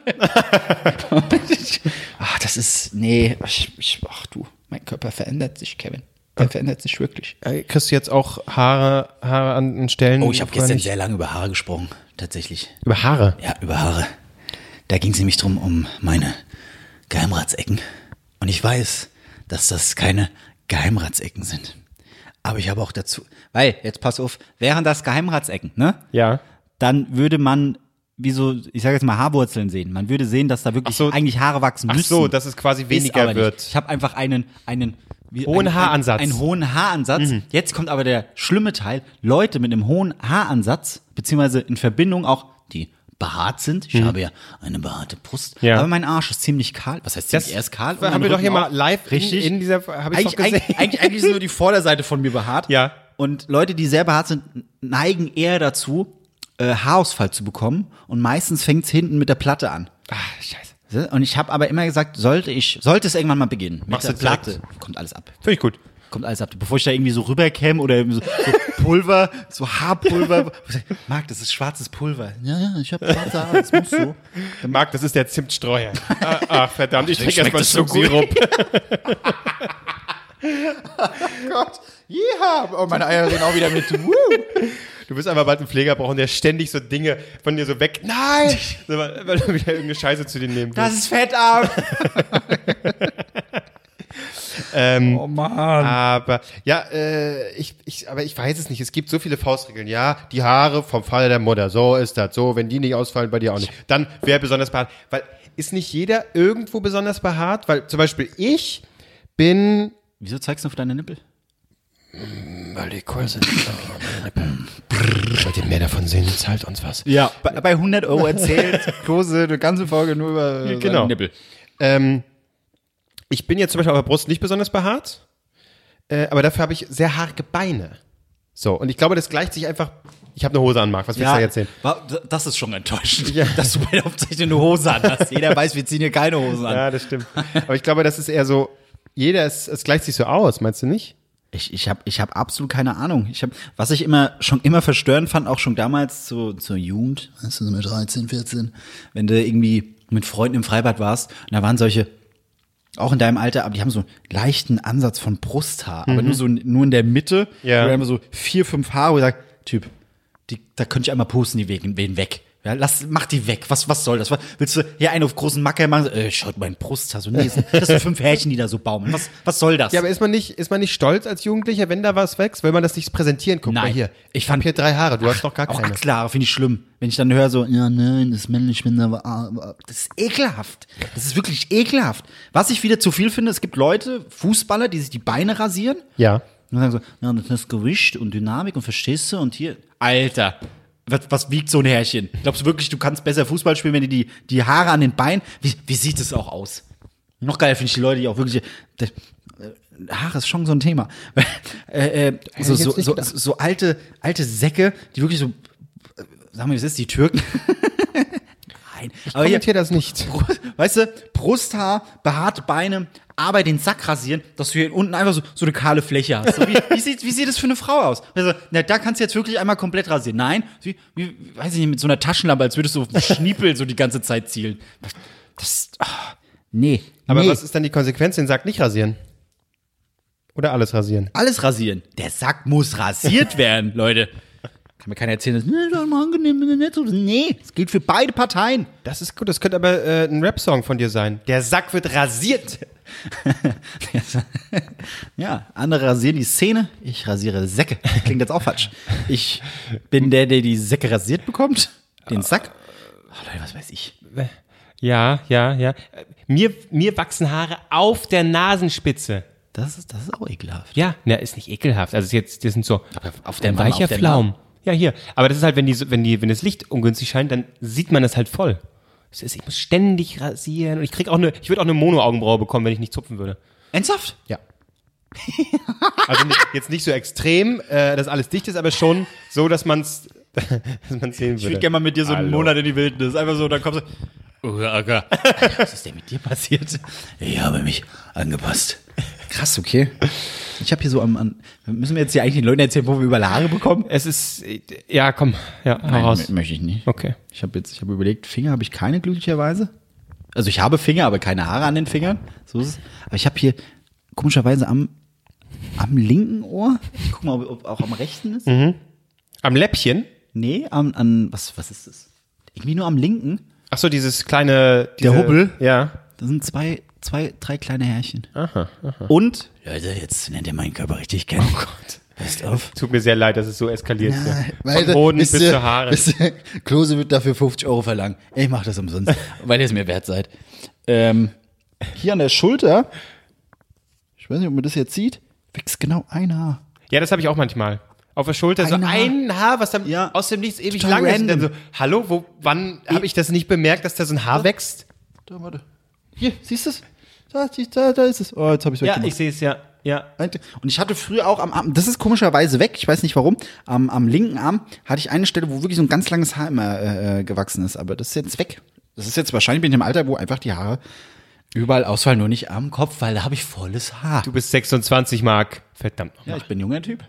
ach, das ist, nee, ich, ich, ach du, mein Körper verändert sich, Kevin. Der verändert sich wirklich. Äh, Kriegst du jetzt auch Haare, Haare an den Stellen? Oh, ich habe wo er gestern Hm, nicht- sehr lange über Haare gesprochen, tatsächlich. Über Haare. Ja, über Haare. Da ging es nämlich drum um meine Geheimratsecken. Und ich weiß, dass das keine Geheimratsecken sind. Aber ich habe auch dazu, weil, jetzt pass auf, wären das Geheimratsecken, ne? Ja. Dann würde man, wie so, ich sage jetzt mal Haarwurzeln sehen. Man würde sehen, dass da wirklich Ach so. eigentlich Haare wachsen Ach müssen. so, dass es quasi Ist weniger aber nicht. wird. Ich habe einfach einen, einen wie- Hohen einen, Haaransatz. Mhm. Einen, einen hohen Haaransatz. Jetzt kommt aber der schlimme Teil. Leute mit einem hohen Haaransatz, beziehungsweise in Verbindung auch, die behaart sind. Ich habe ja eine behaarte Brust. Mhm. Ja. Aber mein Arsch ist ziemlich kahl. Was heißt ziemlich? Das er ist kahl. und haben mein wir doch Rücken hier mal auch. live in- Richtig. in dieser- habe ich doch eigentlich, eigentlich, gesehen. eigentlich, eigentlich ist nur die Vorderseite von mir behaart. Ja. Und Leute, die sehr behaart sind, neigen eher dazu, äh, Haarausfall zu bekommen. Und meistens fängt es hinten mit der Platte an. Ah, scheiße. Und ich habe aber immer gesagt, sollte ich, sollte es irgendwann mal beginnen. Mit Machst der du direkt. Platte kommt alles ab. Finde ich gut. Kommt alles ab. Bevor ich da irgendwie so rüberkäme oder irgendwie so, so Pulver, so Haarpulver. Marc, das ist schwarzes Pulver. Ja, ja, ich habe schwarze Haare, das muss so. Marc, das ist der Zimtstreuer. Ah, Ach, verdammt, ich trinke schmeckt erstmal einen das so Schluck Sirup. Oh Ja, und Oh, meine Eier reden auch wieder mit. Du wirst einfach bald einen Pfleger brauchen, der ständig so Dinge von dir so weg. Nein! So, Weil weil du wieder irgendeine Scheiße zu dir nehmen Das willst. ist fettarm. Ähm, Oh Mann. Aber ja, äh, ich, ich, aber ich weiß es nicht. Es gibt so viele Faustregeln. Ja, die Haare vom Fall der Mutter. So ist das. So, wenn die nicht ausfallen, bei dir auch nicht. Dann wer besonders behaart. Weil ist nicht jeder irgendwo besonders behaart? Weil zum Beispiel ich bin Wieso zeigst du auf deine Nippel? Weil die Kohle sind. Oh, Wollt ihr mehr davon sehen, zahlt uns was. Ja. Bei, bei 100 Euro erzählt Klose eine ganze Folge nur über äh, Genau. seine Nippel. Ähm, ich bin jetzt zum Beispiel auf der Brust nicht besonders behaart, äh, aber dafür habe ich sehr haarige Beine. So, und ich glaube, das gleicht sich einfach. Ich habe eine Hose an, Marc. Was willst du da jetzt sehen? wa- d- das ist schon enttäuschend, dass du bei der Aufzeichnung eine Hose an hast. Jeder weiß, wir ziehen hier keine Hosen an. das stimmt. aber ich glaube, das ist eher so. Jeder ist, es gleicht sich so aus, meinst du nicht? Ich, ich habe ich hab absolut keine Ahnung. Ich hab, was ich immer schon immer verstörend fand, auch schon damals zu, zur Jugend, weißt du, so mit 13, 14, wenn du irgendwie mit Freunden im Freibad warst, und da waren solche, auch in deinem Alter, aber die haben so einen leichten Ansatz von Brusthaar, aber nur so nur in der Mitte, Mhm. Ja. oder immer so vier, fünf Haare, wo ich sag, Typ, die, da könnte ich einmal posten, die wegen wen weg. Ja, lass, mach die weg. Was, was soll das? Was, willst du hier einen auf großen Macker machen? So, Äh, schaut mein Brusthaar so nee, das sind fünf Härchen, die da so baumeln. Was, was soll das? Ja, aber ist man nicht, ist man nicht stolz als Jugendlicher, wenn da was wächst? Will man das nicht präsentieren? Guck mal Nein. hier. Ich hab fand- hier drei Haare, du hast noch gar Auch keine. Achselhaare finde ich schlimm. Wenn ich dann höre so, ja, nein, das ist männlich, wenn da war- ah, war- Das ist ekelhaft. Das ist wirklich ekelhaft. Was ich wieder zu viel finde, es gibt Leute, Fußballer, die sich die Beine rasieren. Ja. Und dann sagen so, ja, das ist Gewicht und Dynamik und verstehst du und hier. Alter, was, was wiegt so ein Härchen? Glaubst du wirklich, du kannst besser Fußball spielen, wenn dir die, die Haare an den Beinen, wie, wie sieht es auch aus? Noch geil finde ich die Leute, die auch wirklich, das, äh, Haare ist schon so ein Thema. äh, äh, so, so, so, so alte, alte Säcke, die wirklich so, äh, sagen wir, es ist die Türken. Nein. Aber hier, Kommentier das nicht. Brust- weißt du, Brusthaar, behaarte Beine, aber den Sack rasieren, dass du hier unten einfach so, so eine kahle Fläche hast. So, wie, wie, sieht, wie sieht das für eine Frau aus? Also, na, da kannst du jetzt wirklich einmal komplett rasieren. Nein, wie, wie, weiß ich nicht, mit so einer Taschenlampe, als würdest du auf den Schniepel so die ganze Zeit zielen. Das, ah, nee. Aber nee. was ist dann die Konsequenz? Den Sack nicht rasieren. Oder alles rasieren. Alles rasieren. Der Sack muss rasiert werden, Leute. Kann mir keiner erzählen, das nee, das ist mal angenehm, wenn du nicht so. Nee, es gilt für beide Parteien. Das ist gut. Das könnte aber äh, ein Rap-Song von dir sein. Der Sack wird rasiert. ja, andere rasieren die Szene, ich rasiere Säcke. Klingt jetzt auch falsch. Ich bin der, der die Säcke rasiert bekommt, den Sack. Ah, Leute, was weiß ich. Ja, ja, ja. Äh, Mir, mir wachsen Haare auf der Nasenspitze. Das ist, das ist auch ekelhaft. Ja, na, ist nicht ekelhaft. Also ist jetzt, das sind so auf der Wange, weicher auf der Flaum. Ja, hier. Aber das ist halt, wenn die, so- wenn die, wenn das Licht ungünstig scheint, dann sieht man das halt voll. Das ist, ich muss ständig rasieren und ich krieg auch eine, ich würde auch eine Mono-Augenbraue bekommen, wenn ich nicht zupfen würde. Ernsthaft? Ja. also ni- jetzt nicht so extrem, äh, dass alles dicht ist, aber schon so, dass man's, dass man sehen würde. Ich würde gerne mal mit dir so einen Hallo. Monat in die Wildnis. Einfach so, dann kommst du. Was ist denn mit dir passiert? Ich habe mich angepasst. Krass, okay. Ich habe hier so am, an. Müssen wir jetzt hier eigentlich den Leuten erzählen, wo wir über Haare bekommen? Es ist, äh, ja, komm, ja, hau raus. mö- möchte ich nicht. Okay. Ich habe jetzt, ich habe überlegt, Finger habe ich keine glücklicherweise. Also ich habe Finger, aber keine Haare an den Fingern. So ist es. Aber ich habe hier komischerweise am, am linken Ohr. Ich guck mal, ob, ob auch am rechten ist. Am Läppchen? Nee, am, an, was, was ist das? Irgendwie nur am linken. Ach so, dieses kleine, Der diese- Hubbel? Ja. Da sind zwei, zwei, drei kleine Härchen. Aha, aha. Und? Leute, jetzt nennt ihr meinen Körper richtig kennen. Oh Gott. Passt auf. Tut mir sehr leid, dass es so eskaliert ist. Ja. Weil Von Boden bis wisst ihr- zu Haaren. wisst ihr, Klose wird dafür 50 Euro verlangen. Lang. Ich mache das umsonst, weil ihr es mir wert seid. Ähm, hier an der Schulter, ich weiß nicht, ob man das jetzt sieht, wächst genau ein Haar. Ja, das habe ich auch manchmal. Auf der Schulter so Ein Haar. ein Haar, was dann Ja. aus dem Nichts ewig Total lang ist. Und dann so, random. hallo, wo, wann habe ich das nicht bemerkt, dass da so ein Haar wächst? Da, warte. Hier, siehst du es? Da, die- da, da ist es. Oh, jetzt habe ich es weggemacht. sehe es ja. Ja. Und ich hatte früher auch am Arm, das ist komischerweise weg, ich weiß nicht warum, am, am linken Arm hatte ich eine Stelle, wo wirklich so ein ganz langes Haar immer äh, äh, gewachsen ist, aber das ist jetzt weg. Das ist jetzt wahrscheinlich bin ich im Alter, wo einfach die Haare überall ausfallen, nur nicht am Kopf, weil da habe ich volles Haar. Du bist 26, Mark. Verdammt nochmal. ja, ich bin junger Typ.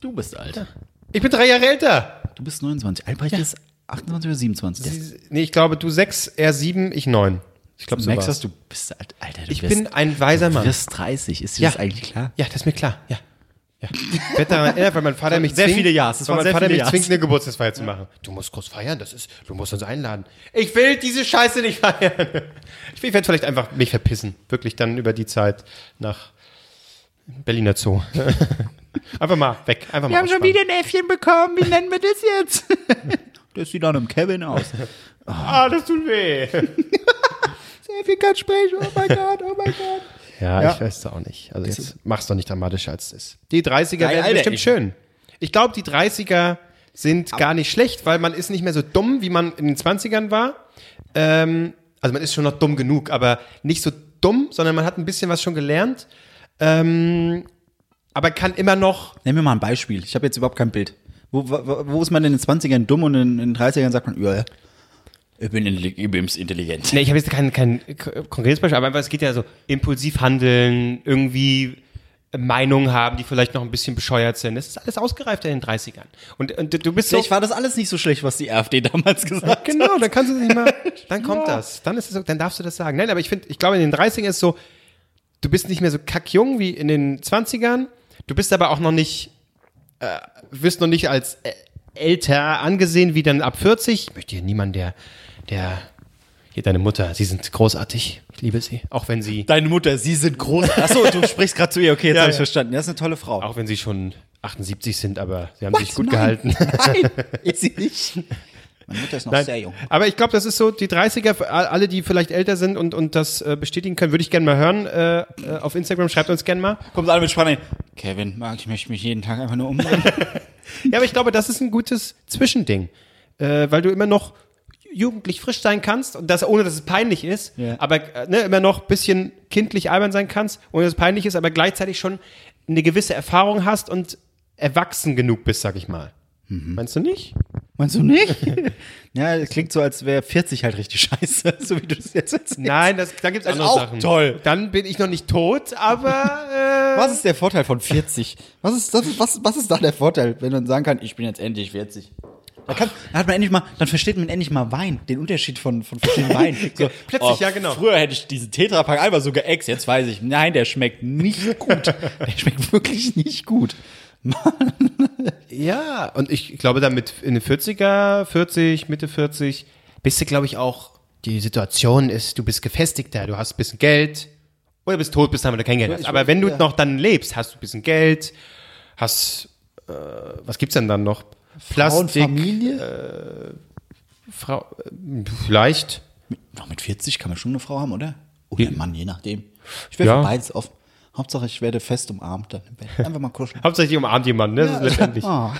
Du bist alt. Ich bin drei Jahre älter. Du bist 29. Albrecht ist 28 oder 27. Das Nee, ich glaube, du sechs, er sieben, ich neun. Ich glaube, du so merkst, war's. dass du bist alt. Alter, du Ich wirst, bin ein weiser du Mann. wirst 30. Ist dir Ja. das eigentlich klar? Ja, das ist mir klar. Ja. ja. Ich werde daran erinnert, weil mein Vater mich Sehr zwingt, viele Ja's. Das weil waren mein sehr Vater viele mich Ja's. zwingt, eine Geburtstagsfeier zu machen. Du musst groß feiern, das ist, du musst uns einladen. Ich will diese Scheiße nicht feiern. Ich werde vielleicht einfach mich verpissen. Wirklich dann über die Zeit nach Berliner Zoo. Einfach mal weg. Einfach mal ausspannen. ein Äffchen bekommen. Wie nennen wir das jetzt? das sieht nach einem Kevin aus. Ah, das tut weh. Äffchen kann sprechen. Oh mein Gott, oh mein Gott. Ja, ich weiß es auch nicht. Also jetzt mach's doch nicht dramatischer, als es ist. Die 30er Nein, werden Alter, bestimmt ich- schön. Ich glaube, die 30er sind gar nicht schlecht, weil man ist nicht mehr so dumm, wie man in den 20ern war. Ähm, also man ist schon noch dumm genug, aber nicht so dumm, sondern man hat ein bisschen was schon gelernt. Ähm, aber kann immer noch, Nenn mir mal ein Beispiel. Ich habe jetzt überhaupt kein Bild. Wo, wo, wo ist man denn in den 20ern dumm und in, in den 30ern sagt man, ja, ich bin, intelli- ich bin intelligent. ne, ich habe jetzt kein, kein k- konkretes Beispiel, aber einfach, es geht ja so impulsiv handeln, irgendwie Meinungen haben, die vielleicht noch ein bisschen bescheuert sind. Das ist alles ausgereift in den 30ern. Und, und du- du bist so. Vielleicht war das alles nicht so schlecht, was die AfD damals gesagt hat. Genau, dann kannst du nicht mal. Dann kommt das. Dann ist es, so- dann darfst du das sagen. Nein, aber ich finde, ich glaube, in den 30ern ist so, du bist nicht mehr so kackjung wie in den 20ern. Du bist aber auch noch nicht, äh, wirst noch nicht als äh, älter angesehen wie dann ab 40. Ich möchte hier niemanden, der, der, hier deine Mutter, sie sind großartig. Ich liebe sie. Auch wenn sie, Deine Mutter, sie sind groß. Achso, du sprichst gerade zu ihr. Okay, jetzt habe ich verstanden. Das ist eine tolle Frau. auch wenn sie schon 78 sind, aber sie haben sich Was? gut Nein. gehalten. Nein, ist sie nicht. Meine Mutter ist noch Nein. sehr jung. Aber ich glaube, das ist so, die 30er, für all- alle, die vielleicht älter sind und, und das äh, bestätigen können, würde ich gerne mal hören. Äh, äh, auf Instagram schreibt uns gerne mal. Kommt alle mit Spanien. Kevin, Marc, ich möchte mich jeden Tag einfach nur umbringen. Ja, aber ich glaube, das ist ein gutes Zwischending, äh, weil du immer noch jugendlich frisch sein kannst und das ohne dass es peinlich ist, Ja. aber äh, ne, immer noch ein bisschen kindlich albern sein kannst, ohne dass es peinlich ist, aber gleichzeitig schon eine gewisse Erfahrung hast und erwachsen genug bist, sag ich mal. Mhm. Meinst du nicht? Meinst du nicht? ja, das klingt so, als wäre 40 halt richtig scheiße, so wie du das jetzt erzählst. Nein, das, da gibt es Das ist andere auch Sachen. toll. Dann bin ich noch nicht tot, aber äh, Was ist der Vorteil von 40? Was ist, das, was, was ist da der Vorteil, wenn man sagen kann, ich bin jetzt endlich 40? Da, kann, da hat man endlich mal, dann versteht man endlich mal Wein, den Unterschied von, von verschiedenen Weinen. So, oh, Plötzlich, ja, genau. Früher hätte ich diesen Tetrapack einfach so geäxt, jetzt weiß ich, nein, der schmeckt nicht gut. Der schmeckt wirklich nicht gut. ja, und ich glaube damit in den 40er, 40, Mitte 40 bist du glaube ich auch die Situation ist, du bist gefestigter, du hast ein bisschen Geld oder bist tot, bist damit du kein Geld hast. Aber wenn du noch dann lebst, hast du ein bisschen Geld, hast äh, was gibt's denn dann noch? Plastik, Familie? Frau, äh, vielleicht Noch mit 40 kann man schon eine Frau haben, oder? Oder ein Mann, je nachdem. Ich wäre Ja. für beides offen. Hauptsache, ich werde fest umarmt dann im Bett. Einfach mal kuscheln. hauptsächlich umarmt jemand, ne? Das ist letztendlich. Ah.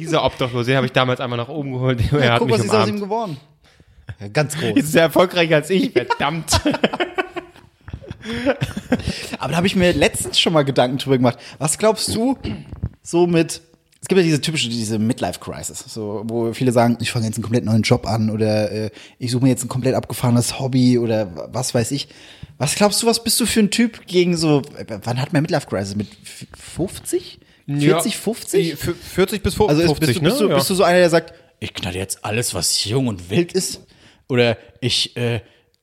Dieser Obdachlose, den habe ich damals einmal nach oben geholt. Er hat Guck, mich was ist aus ihm umarmt. geworden? Ja, ganz groß. Jetzt ist er erfolgreicher als ich, verdammt. Aber da habe ich mir letztens schon mal Gedanken drüber gemacht. Was glaubst du so mit, es gibt ja diese typische, diese Midlife-Crisis, so, wo viele sagen, ich fange jetzt einen komplett neuen Job an oder äh, ich suche mir jetzt ein komplett abgefahrenes Hobby oder wa- was weiß ich. Was glaubst du, was bist du für ein Typ gegen so, äh, wann hat man Midlife-Crisis? Mit f- 50? 40, 50? 40 bis 50, Also ist, bist, du, bist, du, ne? ja. bist du so einer, der sagt, ich knalle jetzt alles, was jung und wild ist? Oder ich äh,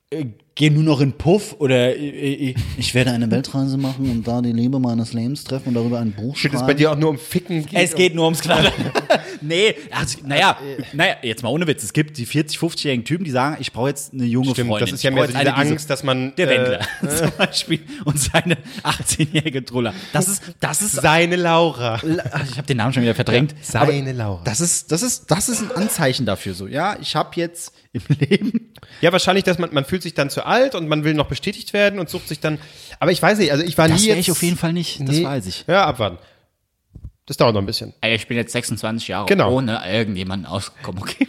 äh, gehe nur noch in Puff? Oder äh, äh, ich werde eine Weltreise machen und da die Liebe meines Lebens treffen und darüber ein Buch Shit, dass bei dir auch nur um Ficken geht. es geht nur ums Knallen. nee, also, naja, naja, jetzt mal ohne Witz. Es gibt die 40-, 50-jährigen Typen, die sagen, ich brauche jetzt eine junge Stimmt, Freundin. das ist ja Ich mehr brauche so jetzt diese eine, die so- Angst, dass man. Der äh, Wendler zum Beispiel und seine 18-jährige Trulla. Das ist, das ist seine Laura. La- Ach, ich habe den Namen schon wieder verdrängt. Seine Aber Laura. Das ist, das ist, das ist ein Anzeichen dafür. So, ja, ich habe jetzt im Leben. Ja, wahrscheinlich, dass man, man fühlt sich dann zu alt und man will noch bestätigt werden und sucht sich dann. Aber ich weiß nicht, also ich war nie. wär jetzt- Fall nicht. Nee. Ja, abwarten. Das dauert noch ein bisschen. Ey, Ich bin jetzt 26 Jahre Genau. ohne irgendjemanden ausgekommen. Okay.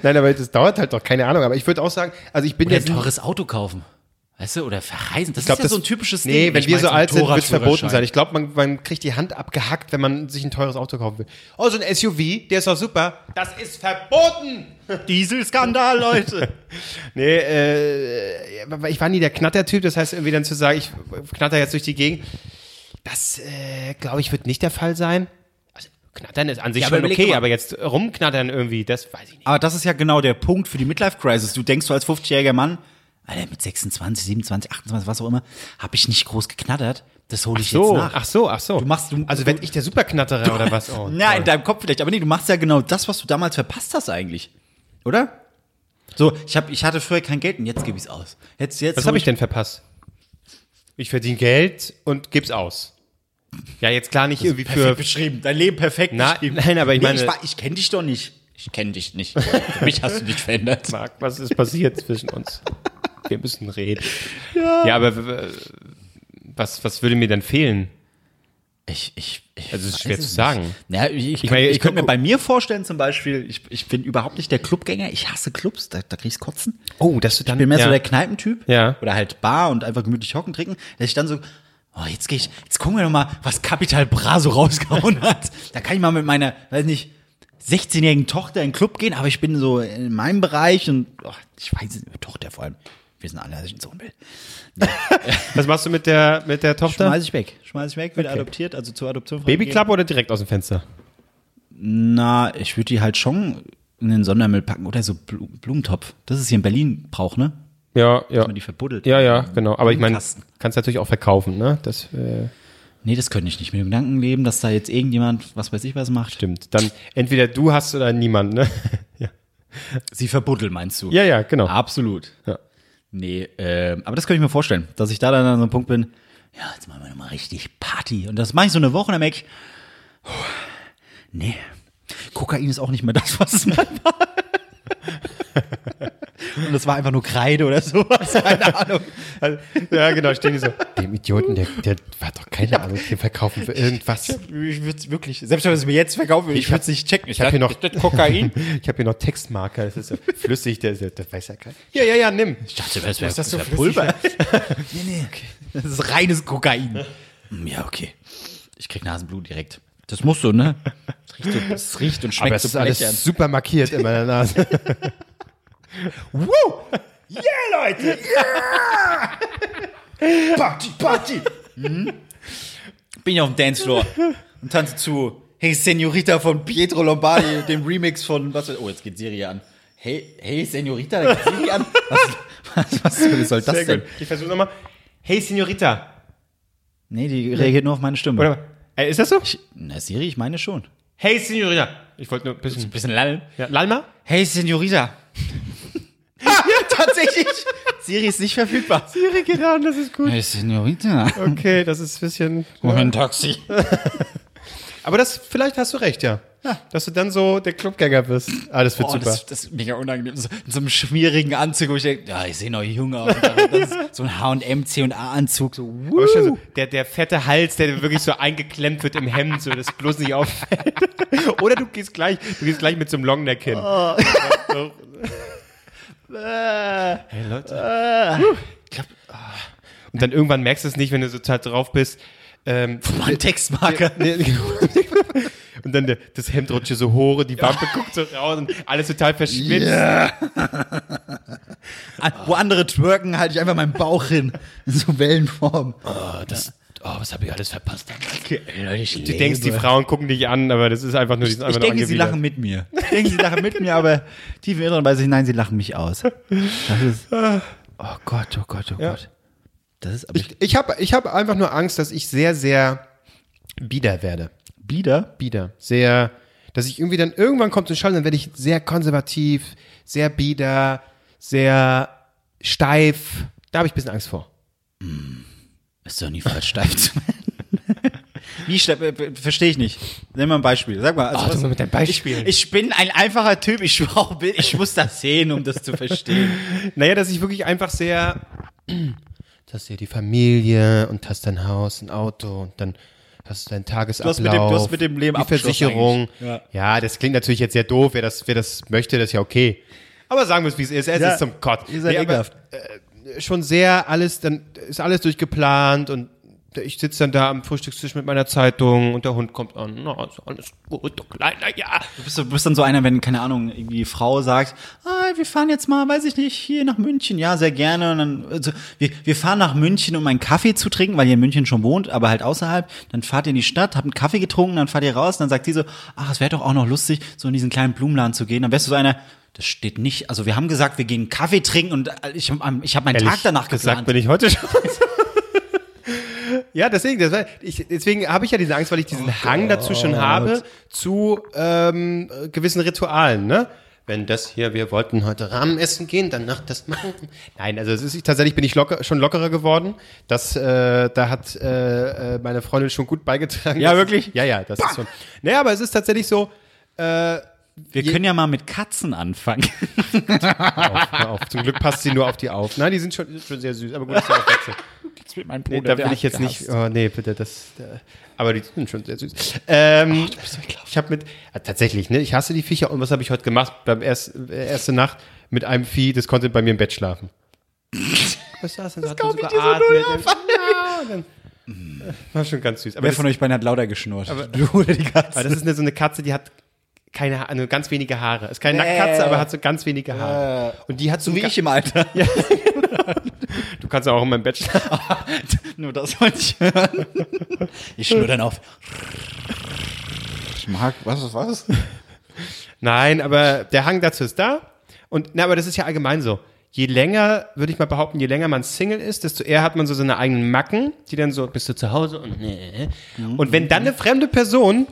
Nein, aber das dauert halt doch, keine Ahnung. Aber ich würde auch sagen, also ich bin Oder ein jetzt. teures Auto kaufen. Weißt du, oder verreisen. Das Ich glaub, ist ja das- so ein typisches Nee, Ding. wenn Ich wir mein, so ein alt sind, wird es verboten Motorradführerschein. sein. Ich glaube, man, man kriegt die Hand abgehackt, wenn man sich ein teures Auto kaufen will. Oh, so ein SUV, der ist doch super. Das ist verboten! Dieselskandal, Leute. Nee, äh, ja, aber ich war nie der Knattertyp, das heißt irgendwie dann zu sagen, ich knatter jetzt durch die Gegend, das äh, glaube ich wird nicht der Fall sein. Also Knattern ist an sich Ja, aber schon überleg okay, mal. aber jetzt rumknattern irgendwie, das weiß ich nicht. Aber das ist ja genau der Punkt für die Midlife-Crisis. Du denkst du als 50-jähriger Mann, Alter, mit 26, 27, 28, was auch immer, habe ich nicht groß geknattert. Das hole ich jetzt nach. ach so, ach so. Du machst- du- also wenn ich der Superknatterer oder was? Oh, Ja, in toll. deinem Kopf vielleicht, aber nee, du machst ja genau das, was du damals verpasst hast eigentlich. Oder? So, ich, hab, ich hatte früher kein Geld und jetzt gebe ich es aus. Jetzt, jetzt was hol habe ich denn verpasst? Ich verdiene Geld und gib's aus. Ja, jetzt klar nicht irgendwie für Perfekt beschrieben, dein Leben perfekt Na, beschrieben. nein, aber ich Nee, meine- ich, war- ich kenne dich doch nicht. Ich kenne dich nicht. Für mich hast du dich verändert. Marc, was ist passiert zwischen uns? Wir müssen reden. Ja, aber w- w- was, was würde mir dann fehlen? Ich, ich, ich Also, es ist weiß schwer zu nicht. sagen. Ja, ich ich, Ich meine, ich, ich könnte mir guck- bei mir vorstellen zum Beispiel, ich, ich bin überhaupt nicht der Clubgänger, ich hasse Clubs, da, da krieg ich's kotzen. Oh, dass du dann. Ich bin mehr ja. so der Kneipentyp. Ja. Oder halt Bar und einfach gemütlich hocken, trinken. Dass ich dann so, oh, jetzt gehe ich, jetzt gucken wir doch mal, was Capital Bra so rausgehauen hat. Da kann ich mal mit meiner, weiß nicht, 16-jährigen Tochter in den Club gehen, aber ich bin so in meinem Bereich und oh, ich weiß es, Tochter vor allem. Wir sind alle, dass ich einen Sohn will. Was machst du mit der, mit der Tochter? Schmeiß ich weg. Schmeiß ich weg, wird adoptiert, also zur Adoption. freigegeben. Babyklappe oder direkt aus dem Fenster? Na, ich würde die halt schon in den Sondermüll packen oder so Blu- Blumentopf. Das ist hier in Berlin Brauch, ne? Ja, ja. Dass man die verbuddelt. Ja, ja, genau. Aber ich meine, Kasten. kannst natürlich auch verkaufen, ne? Das äh, Nee, das könnte ich nicht. Mit dem Gedanken leben, dass da jetzt irgendjemand, was weiß ich was macht. stimmt. Dann entweder du hast oder niemand, ne? Sie verbuddelt, meinst du? Ja, ja, genau. Absolut. Ja. Nee, ähm, aber das könnte ich mir vorstellen, dass ich da dann an so einem Punkt bin, ja, jetzt machen wir nochmal richtig Party. Und das mache ich so eine Woche und dann merke ich, oh, nee, Kokain ist auch nicht mehr das, was es mal war. und es war einfach nur Kreide oder sowas. Keine Ahnung. Also, Ja, genau, stehen die so. Dem Idioten, der, der hat doch keine Ahnung, den verkaufen wir irgendwas. Ich Ich würde es wirklich, selbst wenn es mir jetzt verkaufen würde, ich würde es nicht checken. Ich hab hier noch- Ist das Kokain? Ich habe hier noch Textmarker, das ist so flüssig, der, der, der weiß ja kein. Ja, ja, ja, nimm. Ich dachte, das wäre das so Pulver? nee, nee. Das ist reines Kokain. Hm, Ja, okay. Ich krieg Nasenblut direkt. Das musst du, ne? Das riecht, so, das riecht und schmeckt Aber es so ist alles blechern. super markiert in meiner Nase. Woo! Yeah, Leute! Yeah! Party, Party! Bin ich auf dem Dancefloor und tanze zu Hey Senorita von Pietro Lombardi, dem Remix von was Oh, jetzt geht Siri an. Hey, hey Senorita, da geht Siri an. Was, was, was soll das Sehr denn? gut. Ich versuche nochmal. Hey, Senorita. Nee, die reagiert nur auf meine Stimme. Warte mal. Äh, ist das so? Na, Siri, ich meine schon. Hey, Senorita. Ich wollte nur ein bisschen. bisschen lallen. Ja, Lalma? Hey Senorita. ah, tatsächlich! Siri ist nicht verfügbar. Siri geht an, das ist gut. Hey, Senorita. Okay, das ist ein bisschen. Moment, Taxi. Aber das, vielleicht hast du recht, ja. Dass du dann so der Clubgänger bist. Ah, das wird Oh, super. das, das ist mega unangenehm. So, in so einem schmierigen Anzug, wo ich denke, ja, ich sehe noch jung aus. Das ist so ein H&M, C&A-Anzug. So, wuh. Aber schon so, der, der fette Hals, der wirklich so eingeklemmt wird im Hemd, so das bloß nicht auffällt. Oder du gehst gleich, du gehst gleich mit so einem Longneck hin. Oh. Äh. hey Leute. ah. Und dann irgendwann merkst du es nicht, wenn du so total drauf bist. Ähm, Mein Textmarker. Nee, genau. und dann der, das Hemd rutscht hier so hoch und die Wampe guckt so raus und alles total verschwitzt. An, wo andere twerken, halte ich einfach meinen Bauch hin. In so Wellenform. Oh, das, oh, was habe ich alles verpasst? Du denkst, die Frauen gucken dich an, aber das ist einfach nur, die sind Ich einfach nur denke, sie angewidert. lachen mit mir. Ich denke, sie lachen mit mir, aber tief im Inneren weiß ich, nein, sie lachen mich aus. Das ist, oh Gott, oh Gott, oh Gott. Das ist aber Ah. Ich, ich habe ich hab einfach nur Angst, dass ich sehr, sehr bieder werde. bieder. Bieder. Sehr, dass ich irgendwie dann irgendwann kommt so ein Schall, dann werde ich sehr konservativ, sehr bieder, sehr steif. Da habe ich ein bisschen Angst vor. Ist doch nie falsch steif zu machen. Wie steif- äh, äh, verstehe ich nicht. Nimm mal ein Beispiel. Sag mal. Also, was- mit deinem Beispiel. Ich, ich bin ein einfacher Typ. Ich, brauch- ich muss das sehen, um das zu verstehen. naja, dass ich wirklich einfach sehr, dass hier die Familie und hast dein Haus, ein Auto und dann hast du deinen Tagesablauf. hast mit dem- du hast mit dem Leben die abgeschlossen Versicherung. Ja. eigentlich. das klingt natürlich jetzt sehr doof. Wer das, wer das möchte, das ist ja okay. Aber sagen wir es, wie es ist. Es Ja. ist zum Gott. Ihr seid Nee, aber- äh, ekelhaft. schon sehr alles, dann ist alles durchgeplant und ich sitze dann da am Frühstückstisch mit meiner Zeitung und der Hund kommt an. Na, ist alles gut, du Kleiner, ja. Du bist, du bist dann so einer, wenn, keine Ahnung, irgendwie Frau sagt, ah, wir fahren jetzt mal, weiß ich nicht, hier nach München. Ja, sehr gerne. Und dann, also, wir, wir fahren nach München, um einen Kaffee zu trinken, weil ihr in München schon wohnt, aber halt außerhalb. Dann fahrt ihr in die Stadt, habt einen Kaffee getrunken, dann fahrt ihr raus. Und dann sagt die so, ach, es wäre doch auch noch lustig, so in diesen kleinen Blumenladen zu gehen. Dann wärst du so einer, das steht nicht. Also wir haben gesagt, wir gehen einen Kaffee trinken und äh, ich, hab- ähm, ich habe meinen Tag danach gesagt geplant. bin ich heute schon. ja, deswegen, das war, ich, deswegen habe ich ja diese Angst, weil ich diesen Oh Hang dazu schon habe zu ähm, äh, gewissen Ritualen, ne? Wenn das hier, wir wollten heute Rahmen essen gehen, danach das machen. Nein, also es ist, ich, tatsächlich bin ich locker, schon lockerer geworden. Das, äh, da hat äh, äh, meine Freundin schon gut beigetragen. Ja, Das- wirklich? Ja, ja, das ist schon. Naja, aber es ist tatsächlich so, wir können ja mal mit Katzen anfangen. auf, hör auf. Zum Glück passt sie nur auf die auf. Nein, die sind schon, sind schon sehr süß, aber gut, dass sie auch weg sind. Mein Nee, da will ich jetzt nicht. Oh, nee, bitte, das. äh, aber die sind schon sehr süß. Ähm, ich habe mit. Ah, tatsächlich, ne? Ich hasse die Viecher. Und was habe ich heute gemacht? Beim erst, äh, erste Nacht mit einem Vieh, das konnte bei mir im Bett schlafen. Was das denn? Das glaub ich dir so null auf. War schon ganz süß. Aber, Wer das, von euch beiden hat lauter geschnurrt? du oder die Katze? aber das ist eine, so eine Katze, die hat keine Haare, nur ganz wenige Haare. Ist keine Nacktkatze, aber hat so ganz wenige Haare. Und die hat so so wie ich im Alter. Du kannst auch in meinem Bett schlafen. Nur das wollte ich hören. Ich schnur dann auf. Ich mag, was ist was? Nein, aber der Hang dazu ist da. Und na, aber das ist ja allgemein so. Je länger, würde ich mal behaupten, je länger man Single ist, desto eher hat man so seine eigenen Macken, die dann so, bist du zu Hause und nee. Mhm. Und wenn dann eine fremde Person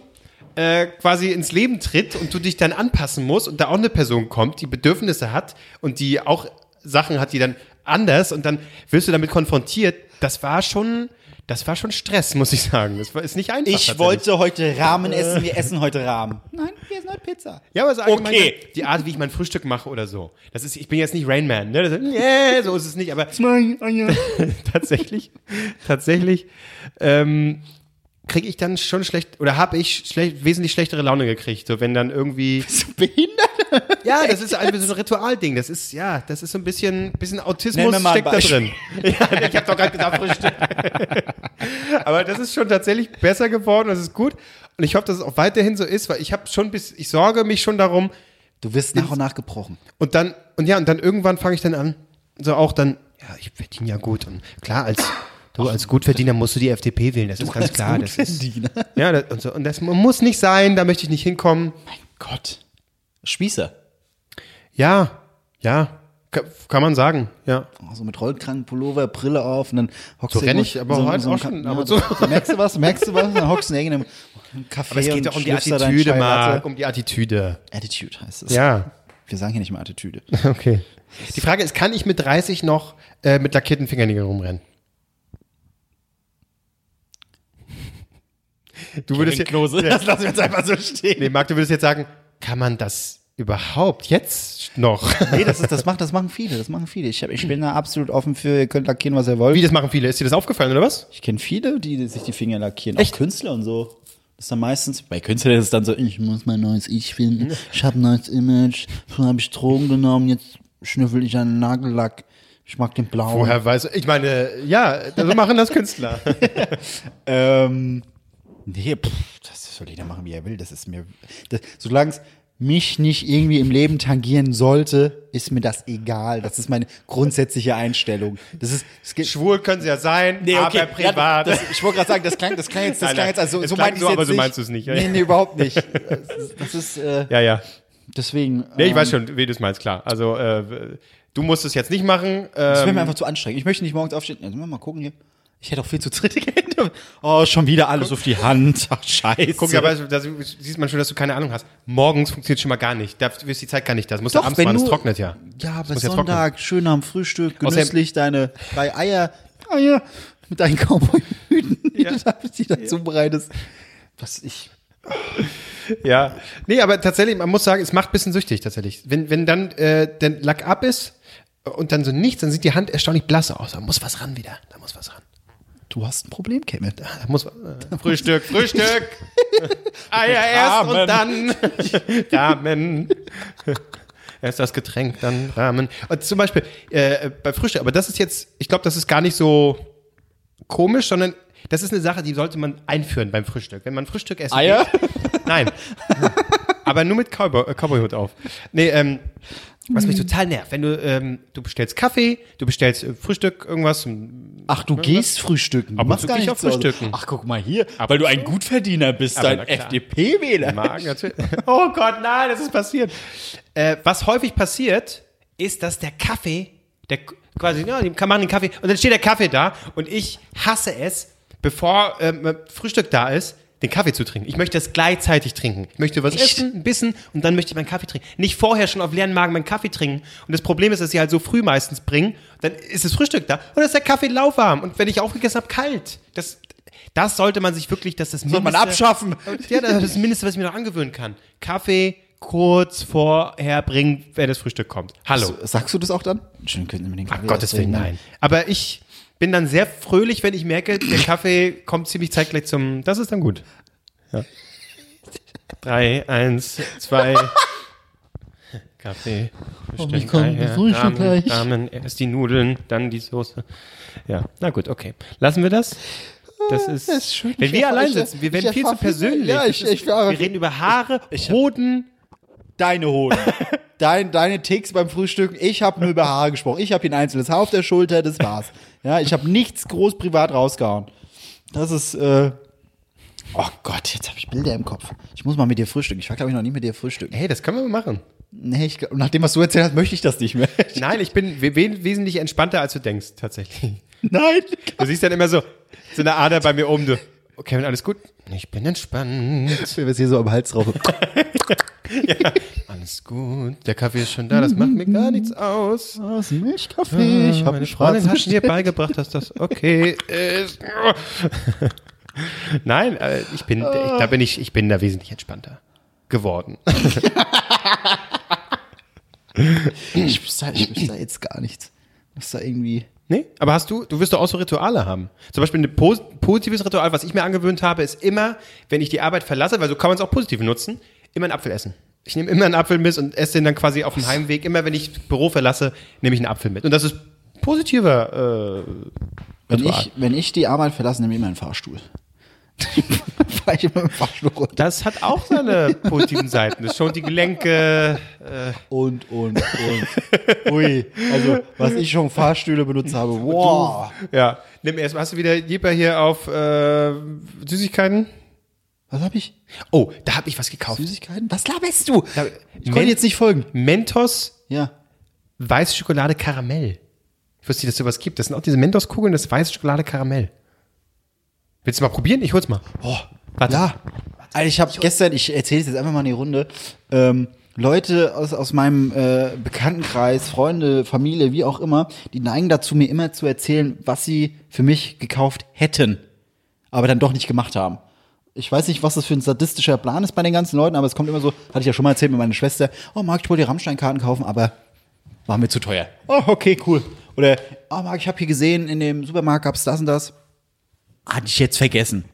äh, quasi ins Leben tritt und du dich dann anpassen musst und da auch eine Person kommt, die Bedürfnisse hat und die auch Sachen hat, die dann anders und dann wirst du damit konfrontiert, das war schon, Das war schon Stress, muss ich sagen. Das war, ist nicht einfach. Ich tatsächlich. wollte heute Rahmen essen, wir essen heute Rahmen. Nein, wir essen heute Pizza. Ja, aber so allgemein Okay. die Art, wie ich mein Frühstück mache oder so. Das ist, ich bin jetzt nicht Rainman, ne? Das ist, yeah, so ist es nicht, aber oh tatsächlich, tatsächlich ähm, kriege ich dann schon schlecht oder habe ich schlecht, wesentlich schlechtere Laune gekriegt, so wenn dann irgendwie Behindert? ja, das ist ein, so ein Ritualding. Das ist ja, das ist so ein bisschen, bisschen Nenn Autismus mir mal ein steckt da drin. Beispiel. ja, ich habe doch gerade gesagt Frühstück. Aber das ist schon tatsächlich besser geworden. Das ist gut und ich hoffe, dass es auch weiterhin so ist, weil ich habe schon bis, ich sorge mich schon darum, Du wirst nach und nach gebrochen. und dann, und ja, und dann irgendwann fange ich dann an, so auch dann, ja, ich verdiene ja gut. Und klar, als du als Gutverdiener musst du die FDP wählen, das ist ganz klar. Das ist, ja, das, und, so, und das muss nicht sein, da möchte ich nicht hinkommen. Gott. Spießer. Ja, ja, ka- kann man sagen, ja. Oh, So mit Rollkragenpullover, Brille auf und dann hockst So du renn irgendwo- ich, aber heute auch einem schon Ka- ab und ja, zu. so, merkst du was, merkst du was, dann hockst du in irgendeinem Café und schlürfst da deinen Chai Latte. um die Attitüde. Attitude heißt es. Ja, Wir sagen hier nicht mal Attitüde. okay. Die Frage ist, kann ich mit 30 noch äh, mit lackierten Fingernägeln rumrennen? Du würdest ja, Das lassen wir jetzt einfach so stehen. Nee, Marc, du würdest jetzt sagen, kann man das überhaupt jetzt noch? Nee, das, ist, das, macht, das machen viele, das machen viele. Ich, hab, ich bin da absolut offen für, ihr könnt lackieren, was ihr wollt. Wie, das machen viele? Ist dir das aufgefallen, oder was? Ich kenne viele, die sich die Finger lackieren. Echt? Auch Künstler und so. Das ist dann meistens, bei Künstlern ist es dann so, ich muss mein neues Ich finden, ich habe ein neues Image, früher habe ich Drogen genommen, jetzt schnüffel ich einen Nagellack, ich mag den blauen. Woher weiß ich? meine, ja, so machen das Künstler. Ähm, nee, pff, das soll jeder machen, wie er will. Das ist mir. Das, solange es mich nicht irgendwie im Leben tangieren sollte, ist mir das egal. Das ist meine grundsätzliche Einstellung. Das ist. Es geht, Schwul können sie ja sein, aber Ah, privat. Ja, das, ich wollte gerade sagen, das klang, das klang jetzt, das Nein, klang nein, jetzt also es so klang meinte ich so, jetzt aber so nicht. meinst du es nicht, ja, nee, ja. nee, überhaupt nicht. Das ist äh, ja, ja. deswegen. Nee, ich ähm, weiß schon, wie du es meinst, klar. Also, äh, du musst es jetzt nicht machen. Das wäre mir Ähm, einfach zu anstrengend. Ich möchte nicht morgens aufstehen. Also, mal gucken hier. Ich hätte auch viel zu dritt gehen. Oh, schon wieder alles auf die Hand. Ach, scheiße. guck, aber da sieht man schon, dass du keine Ahnung hast. Morgens funktioniert schon mal gar nicht. Da ist die Zeit gar nicht da. Das musst Doch, du abends wenn machen, es du- trocknet ja. Ja, aber muss ja Sonntag, schön am Frühstück, Außerdem- genüsslich deine drei Eier, Eier mit deinen Cowboy-Hüten, die du da, die da zubereitest. Was ich. Ja, nee, aber tatsächlich, man muss sagen, es macht ein bisschen süchtig tatsächlich. Wenn, wenn dann äh, der Lack ab ist äh, und dann so nichts, dann sieht die Hand erstaunlich blass aus. Da muss was ran wieder. Da muss was ran. Du hast ein Problem, Kevin. Da muss, äh, Frühstück, Frühstück! Eier erst und dann Rahmen. Erst das Getränk, dann Rahmen. Und zum Beispiel äh, bei Frühstück, aber das ist jetzt, ich glaube, das ist gar nicht so komisch, sondern das ist eine Sache, die sollte man einführen beim Frühstück. Wenn man Frühstück essen Eier? geht- Nein. aber nur mit Cowboy, äh, Cowboyhut auf. Nee, ähm, was mich total nervt, wenn du, ähm, du bestellst Kaffee, du bestellst äh, Frühstück, irgendwas, Ach, du gehst frühstücken. Ne, Ab Aber und zu gehe ich auch frühstücken. Ach, guck mal hier, weil du ein Gutverdiener bist, ein na klar. FDP-Wähler. Magen natürlich. Oh Gott, nein, das ist passiert. Äh, was häufig passiert, ist, dass der Kaffee, der K- quasi, ja, die kann- machen den Kaffee und dann steht der Kaffee da und ich hasse es, bevor ähm, Frühstück da ist, den Kaffee zu trinken. Ich möchte das gleichzeitig trinken. Ich möchte was essen, ein bisschen und dann möchte ich meinen Kaffee trinken. Nicht vorher schon auf leeren Magen meinen Kaffee trinken. Und das Problem ist, dass sie halt so früh meistens bringen, dann ist das Frühstück da und dann ist der Kaffee lauwarm und wenn ich aufgegessen habe, kalt. Das, das sollte man sich wirklich, dass das Soll man Mindeste- abschaffen. ja, das ist das Mindeste, was ich mir noch angewöhnen kann. Kaffee kurz vorher bringen, wenn das Frühstück kommt. Hallo. Sagst du das auch dann? Schön, könnten wir den Ach, Kaffee Gottes Willen, nein. Aber ich bin dann sehr fröhlich, wenn ich merke, der Kaffee kommt ziemlich zeitgleich zum. Das ist dann gut. Ja. Drei, eins, zwei. Kaffee. Oh, Bestimmt. komm, das Frühstück Rahmen, gleich. Rahmen, erst die Nudeln, dann die Soße. Ja, na gut, okay. Lassen wir das. Das ist, Ah, das ist schön. wenn Ich wir erfahr- allein ich- sitzen, wir ich werden viel zu erfahr viel. persönlich. Ja, ich- Das ist- ich war- wir reden über Haare, Hoden. Deine Hoden. Dein, deine Ticks beim Frühstücken. Ich habe nur über Haare gesprochen. Ich habe hier ein einzelnes Haar auf der Schulter, das war's. Ja, ich habe nichts groß privat rausgehauen. Das ist, äh Oh Gott, jetzt habe ich Bilder im Kopf. Ich muss mal mit dir frühstücken. Ich war, glaube ich, noch nie mit dir frühstücken. Hey, das können wir mal machen. Nee, ich, glaub- nach dem, was du erzählt hast, möchte ich das nicht mehr. Nein, ich bin we we- wesentlich entspannter, als du denkst, tatsächlich. Nein. Du siehst dann immer so, so eine Ader bei mir oben. Du, okay, alles gut? Ich bin entspannt. Wenn wir es hier so am Hals rauf. Alles gut, der Kaffee ist schon da, das macht mir gar nichts aus. Was? Milchkaffee? Ich habe einen Meine Freundin schwarzen hat mir beigebracht, dass das okay ist. Nein, äh, ich bin, ich, da bin ich, ich bin da wesentlich entspannter geworden. Ich wüsste ich wüsste da jetzt gar nichts. Was da irgendwie. Nee, aber hast du, du wirst doch auch so Rituale haben. Zum Beispiel ein pos positives Ritual, was ich mir angewöhnt habe, ist immer, wenn ich die Arbeit verlasse, weil so kann man es auch positiv nutzen, immer einen Apfel essen. Ich nehme immer einen Apfel mit und esse den dann quasi auf dem Heimweg. Immer wenn ich das Büro verlasse, nehme ich einen Apfel mit. Und das ist positiver. Äh, Wenn Ritual. ich, wenn ich die Arbeit verlasse, nehme ich immer einen Fahrstuhl. Fahr ich immer im Fahrstuhl runter. das hat auch seine positiven Seiten. Das schont die Gelenke. Und, und, und. Ui. Also, was ich schon Fahrstühle benutzt habe. Wow. Ja, nimm erst. Hast du wieder Jeper hier auf äh, Süßigkeiten? Was habe ich? Oh, da habe ich was gekauft. Süßigkeiten? Was laberst du? Da- Ich konnte jetzt nicht folgen. Mentos Ja. Weiße Schokolade Karamell. Ich wusste nicht, dass es sowas gibt. Das sind auch diese Mentos-Kugeln, das ist weiße Schokolade Karamell. Willst du mal probieren? Ich hol's mal. Boah, warte. Ja. Also ich habe gestern, ich erzähle es jetzt einfach mal in die Runde, ähm, Leute aus, aus meinem äh, Bekanntenkreis, Freunde, Familie, wie auch immer, die neigen dazu, mir immer zu erzählen, was sie für mich gekauft hätten, aber dann doch nicht gemacht haben. Ich weiß nicht, was das für ein sadistischer Plan ist bei den ganzen Leuten, aber es kommt immer so, hatte ich ja schon mal erzählt mit meiner Schwester, oh Marc, ich wollte dir Rammstein-Karten kaufen, aber war mir zu teuer. Oh, okay, cool. Oder, oh Marc, ich habe hier gesehen, in dem Supermarkt gab's das und das. Hatte ich jetzt vergessen.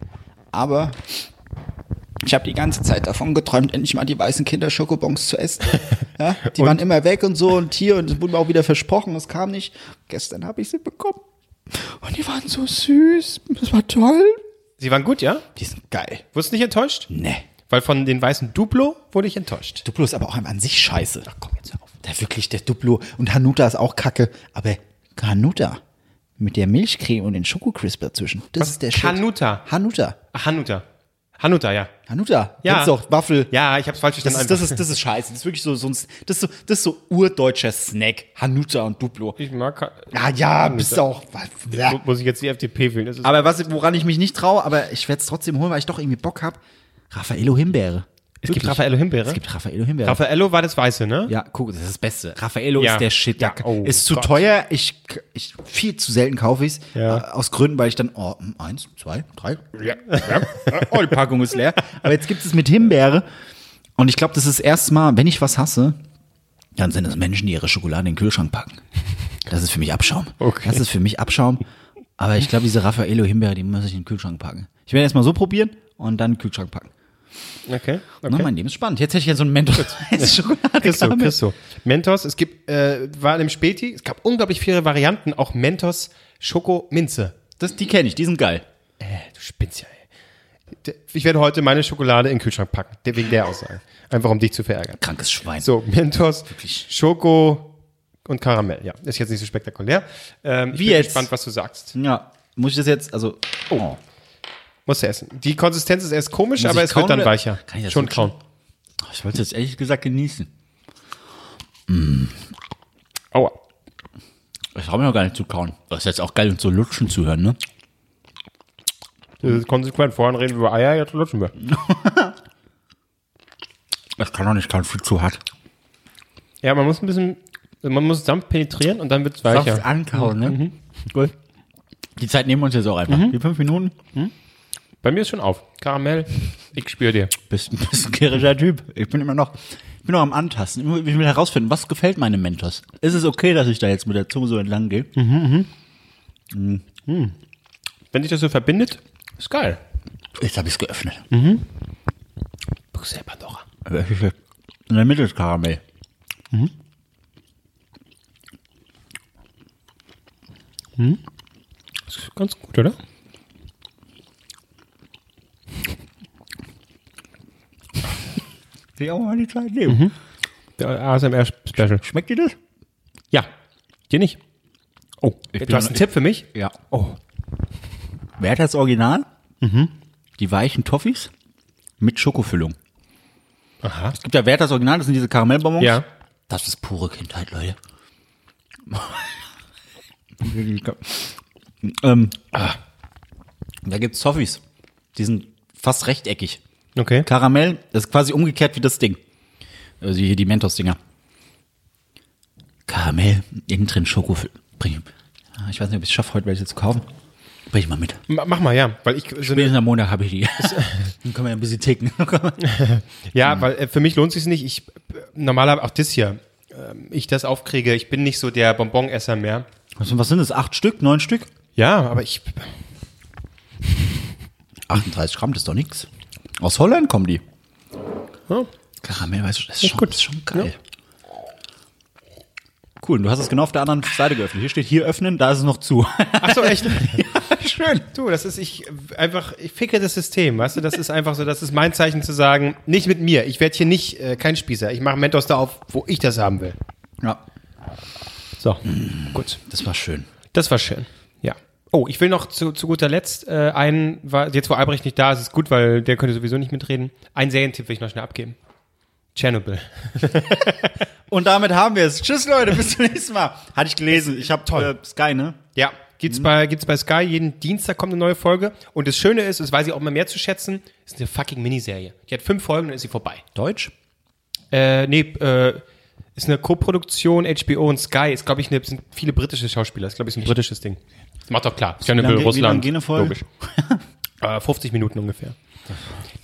Aber ich habe die ganze Zeit davon geträumt, endlich mal die weißen Kinder Schokobons zu essen. Ja, die waren immer weg und so und hier und es wurde mir auch wieder versprochen, es kam nicht. Gestern habe ich sie bekommen. Und die waren so süß. Das war toll. Sie waren gut, ja? Die sind geil. Wurdest du nicht enttäuscht? Ne. Weil von den weißen Duplo wurde ich enttäuscht. Duplo ist aber auch an sich scheiße. Ach komm, jetzt hör auf. Der wirklich, der Duplo. Und Hanuta ist auch kacke. Aber Hanuta mit der Milchcreme und den Schokocrisp dazwischen. Das Was? ist der Shit. Hanuta? Hanuta. Ach, Hanuta. Hanuta, ja. Hanuta. Ja. Kennst du auch Waffel. Ja, ich hab's falsch Das verstanden. ist, das, ist, das ist scheiße. Das ist wirklich so, so ein, das ist so, das ist so urdeutscher Snack. Hanuta und Duplo. ich mag. Ja, ja, bist du auch. Ja. Ah, Muss ich jetzt die FDP wählen? Das ist Aber was, woran ich mich nicht traue, aber ich werde es trotzdem holen, weil ich doch irgendwie Bock habe. Raffaello Himbeere. es gibt Raffaello Himbeere. Es gibt Raffaello Himbeere. Raffaello war das Weiße, ne? ja, guck, das ist das Beste. Raffaello Ja. ist der Shit. Ja, oh ist zu Gott. teuer. Ich, ich viel zu selten kaufe ich es. Ja. Aus Gründen, weil ich dann oh, hm, eins, zwei, drei. Ja, ja. Oh, die Packung ist leer. Aber jetzt gibt es mit Himbeere. Und ich glaube, das ist das erste Mal, wenn ich was hasse, dann sind es Menschen, die ihre Schokolade in den Kühlschrank packen. Das ist für mich Abschaum. Okay. Das ist für mich Abschaum. Aber ich glaube, diese Raffaello Himbeere, die muss ich in den Kühlschrank packen. Ich werde erst mal so probieren und dann in den Kühlschrank packen. Okay. okay. Ah, Na, mein Leben ist spannend. Jetzt hätte ich ja so einen Mentos. Schokolade. Christo, Karamell. Christo. Mentos, es gibt, äh, war im Späti, es gab unglaublich viele Varianten, auch Mentos Schoko-Minze. Das, die kenne ich, die sind geil. Du spinnst ja, ey. D- Ich werde heute meine Schokolade in den Kühlschrank packen, de- wegen der Aussage. Einfach um dich zu verärgern. Krankes Schwein. So, Mentos, Schoko und Karamell. Ja, ist jetzt nicht so spektakulär. Ähm, ich Wie bin jetzt? gespannt, was du sagst. Ja, muss ich das jetzt, also. Oh. Musst du essen. Die Konsistenz ist erst komisch, aber ich es wird kauen dann oder- weicher. Kann ich das Schon lutschen? kauen. Ich wollte es ehrlich gesagt genießen. Aua. Ich traue mich noch gar nicht zu kauen. Das ist jetzt auch geil, und so lutschen zu hören, ne? Das ist konsequent. Vorhin reden wir über Eier, jetzt lutschen wir. Das kann doch nicht kauen, viel zu hart. Ja, man muss ein bisschen, man muss sanft penetrieren und dann wird es weicher. Saft ankauen, ne? Gut. Die Zeit nehmen wir uns jetzt auch einfach. Die fünf Minuten. Bei mir ist schon auf. Karamell, ich spüre dir. Bist, bist ein gierischer Typ. Ich bin immer noch, ich bin noch am Antasten. Ich will herausfinden, was gefällt meinem Mentos? Ist es okay, dass ich da jetzt mit der Zunge so entlang gehe? Wenn sich das so verbindet, ist geil. Jetzt habe ich es geöffnet. Büchse Pandora. Aber es ist jetzt Äh, in der Mitte ist Karamell. Ist ganz gut, oder? Will ich auch mal die Zeit nehmen. Mhm. Der ASMR-Special. Schmeckt dir das? Ja. Dir nicht? Oh, bin- du hast einen Tipp für mich? Ja. Oh. Wer hat das Original? Mhm. Die weichen Toffees mit Schokofüllung. Aha. Es gibt ja Wer hat das Original, das sind diese Karamellbonbons. Ja. Das ist pure Kindheit, Leute. ähm, Ah. da gibt's Toffees. Die sind fast rechteckig. Okay. Karamell, das ist quasi umgekehrt wie das Ding. Also hier die Mentos-Dinger. Karamell, innen drin Schoko. Bring, ah, ich weiß nicht, ob ich es schaffe, heute welche zu kaufen. Bring ich mal mit. Ma- Mach mal, ja. Weil ich so eine, Spätestens am Montag habe ich die. Dann können wir ein bisschen ticken. ja, weil äh, für mich lohnt es nicht. Ich äh, normaler auch das hier. ähm, Ich das aufkriege. Ich bin nicht so der Bonbonesser mehr. Was, was sind das? Acht Stück? Neun Stück? Ja, aber ich 38 Gramm, das ist doch nichts. Aus Holland kommen die. Karamell, weißt du, das ist schon, das ist schon geil. Cool, und du hast es genau auf der anderen Seite geöffnet. Hier steht hier öffnen, da ist es noch zu. Ach so, echt? Schön. Du, das ist ich äh, einfach, ich ficke das System, weißt du, das ist einfach so, das ist mein Zeichen zu sagen, nicht mit mir, ich werde hier nicht, äh, kein Spießer, ich mache Mentos da auf, wo ich das haben will. Ja, So, gut. das war schön. Das war schön, ja. Oh, ich will noch zu, zu guter Letzt äh, einen, war, jetzt wo Albrecht nicht da ist, ist gut, weil der könnte sowieso nicht mitreden, einen Serientipp will ich noch schnell abgeben. Tschernobyl. Und damit haben wir es. Tschüss, Leute, bis zum nächsten Mal. Hatte ich gelesen. Ich habe toll. Äh, Sky, ne? Ja, gibt's bei gibt's bei Sky jeden Dienstag kommt eine neue Folge und das Schöne ist, das weiß ich auch immer mehr zu schätzen, ist eine fucking Miniserie. Die hat fünf Folgen und dann ist sie vorbei. Deutsch? Äh, nee, äh, ist eine Koproduktion HBO und Sky. Ist, glaube ich, eine, sind viele britische Schauspieler. Ist, glaube ich, ein britisches Ding. Das macht doch klar. lange Tschernobyl, geht- wie lange Russland. geht eine Folge? Logisch. äh, 50 Minuten ungefähr.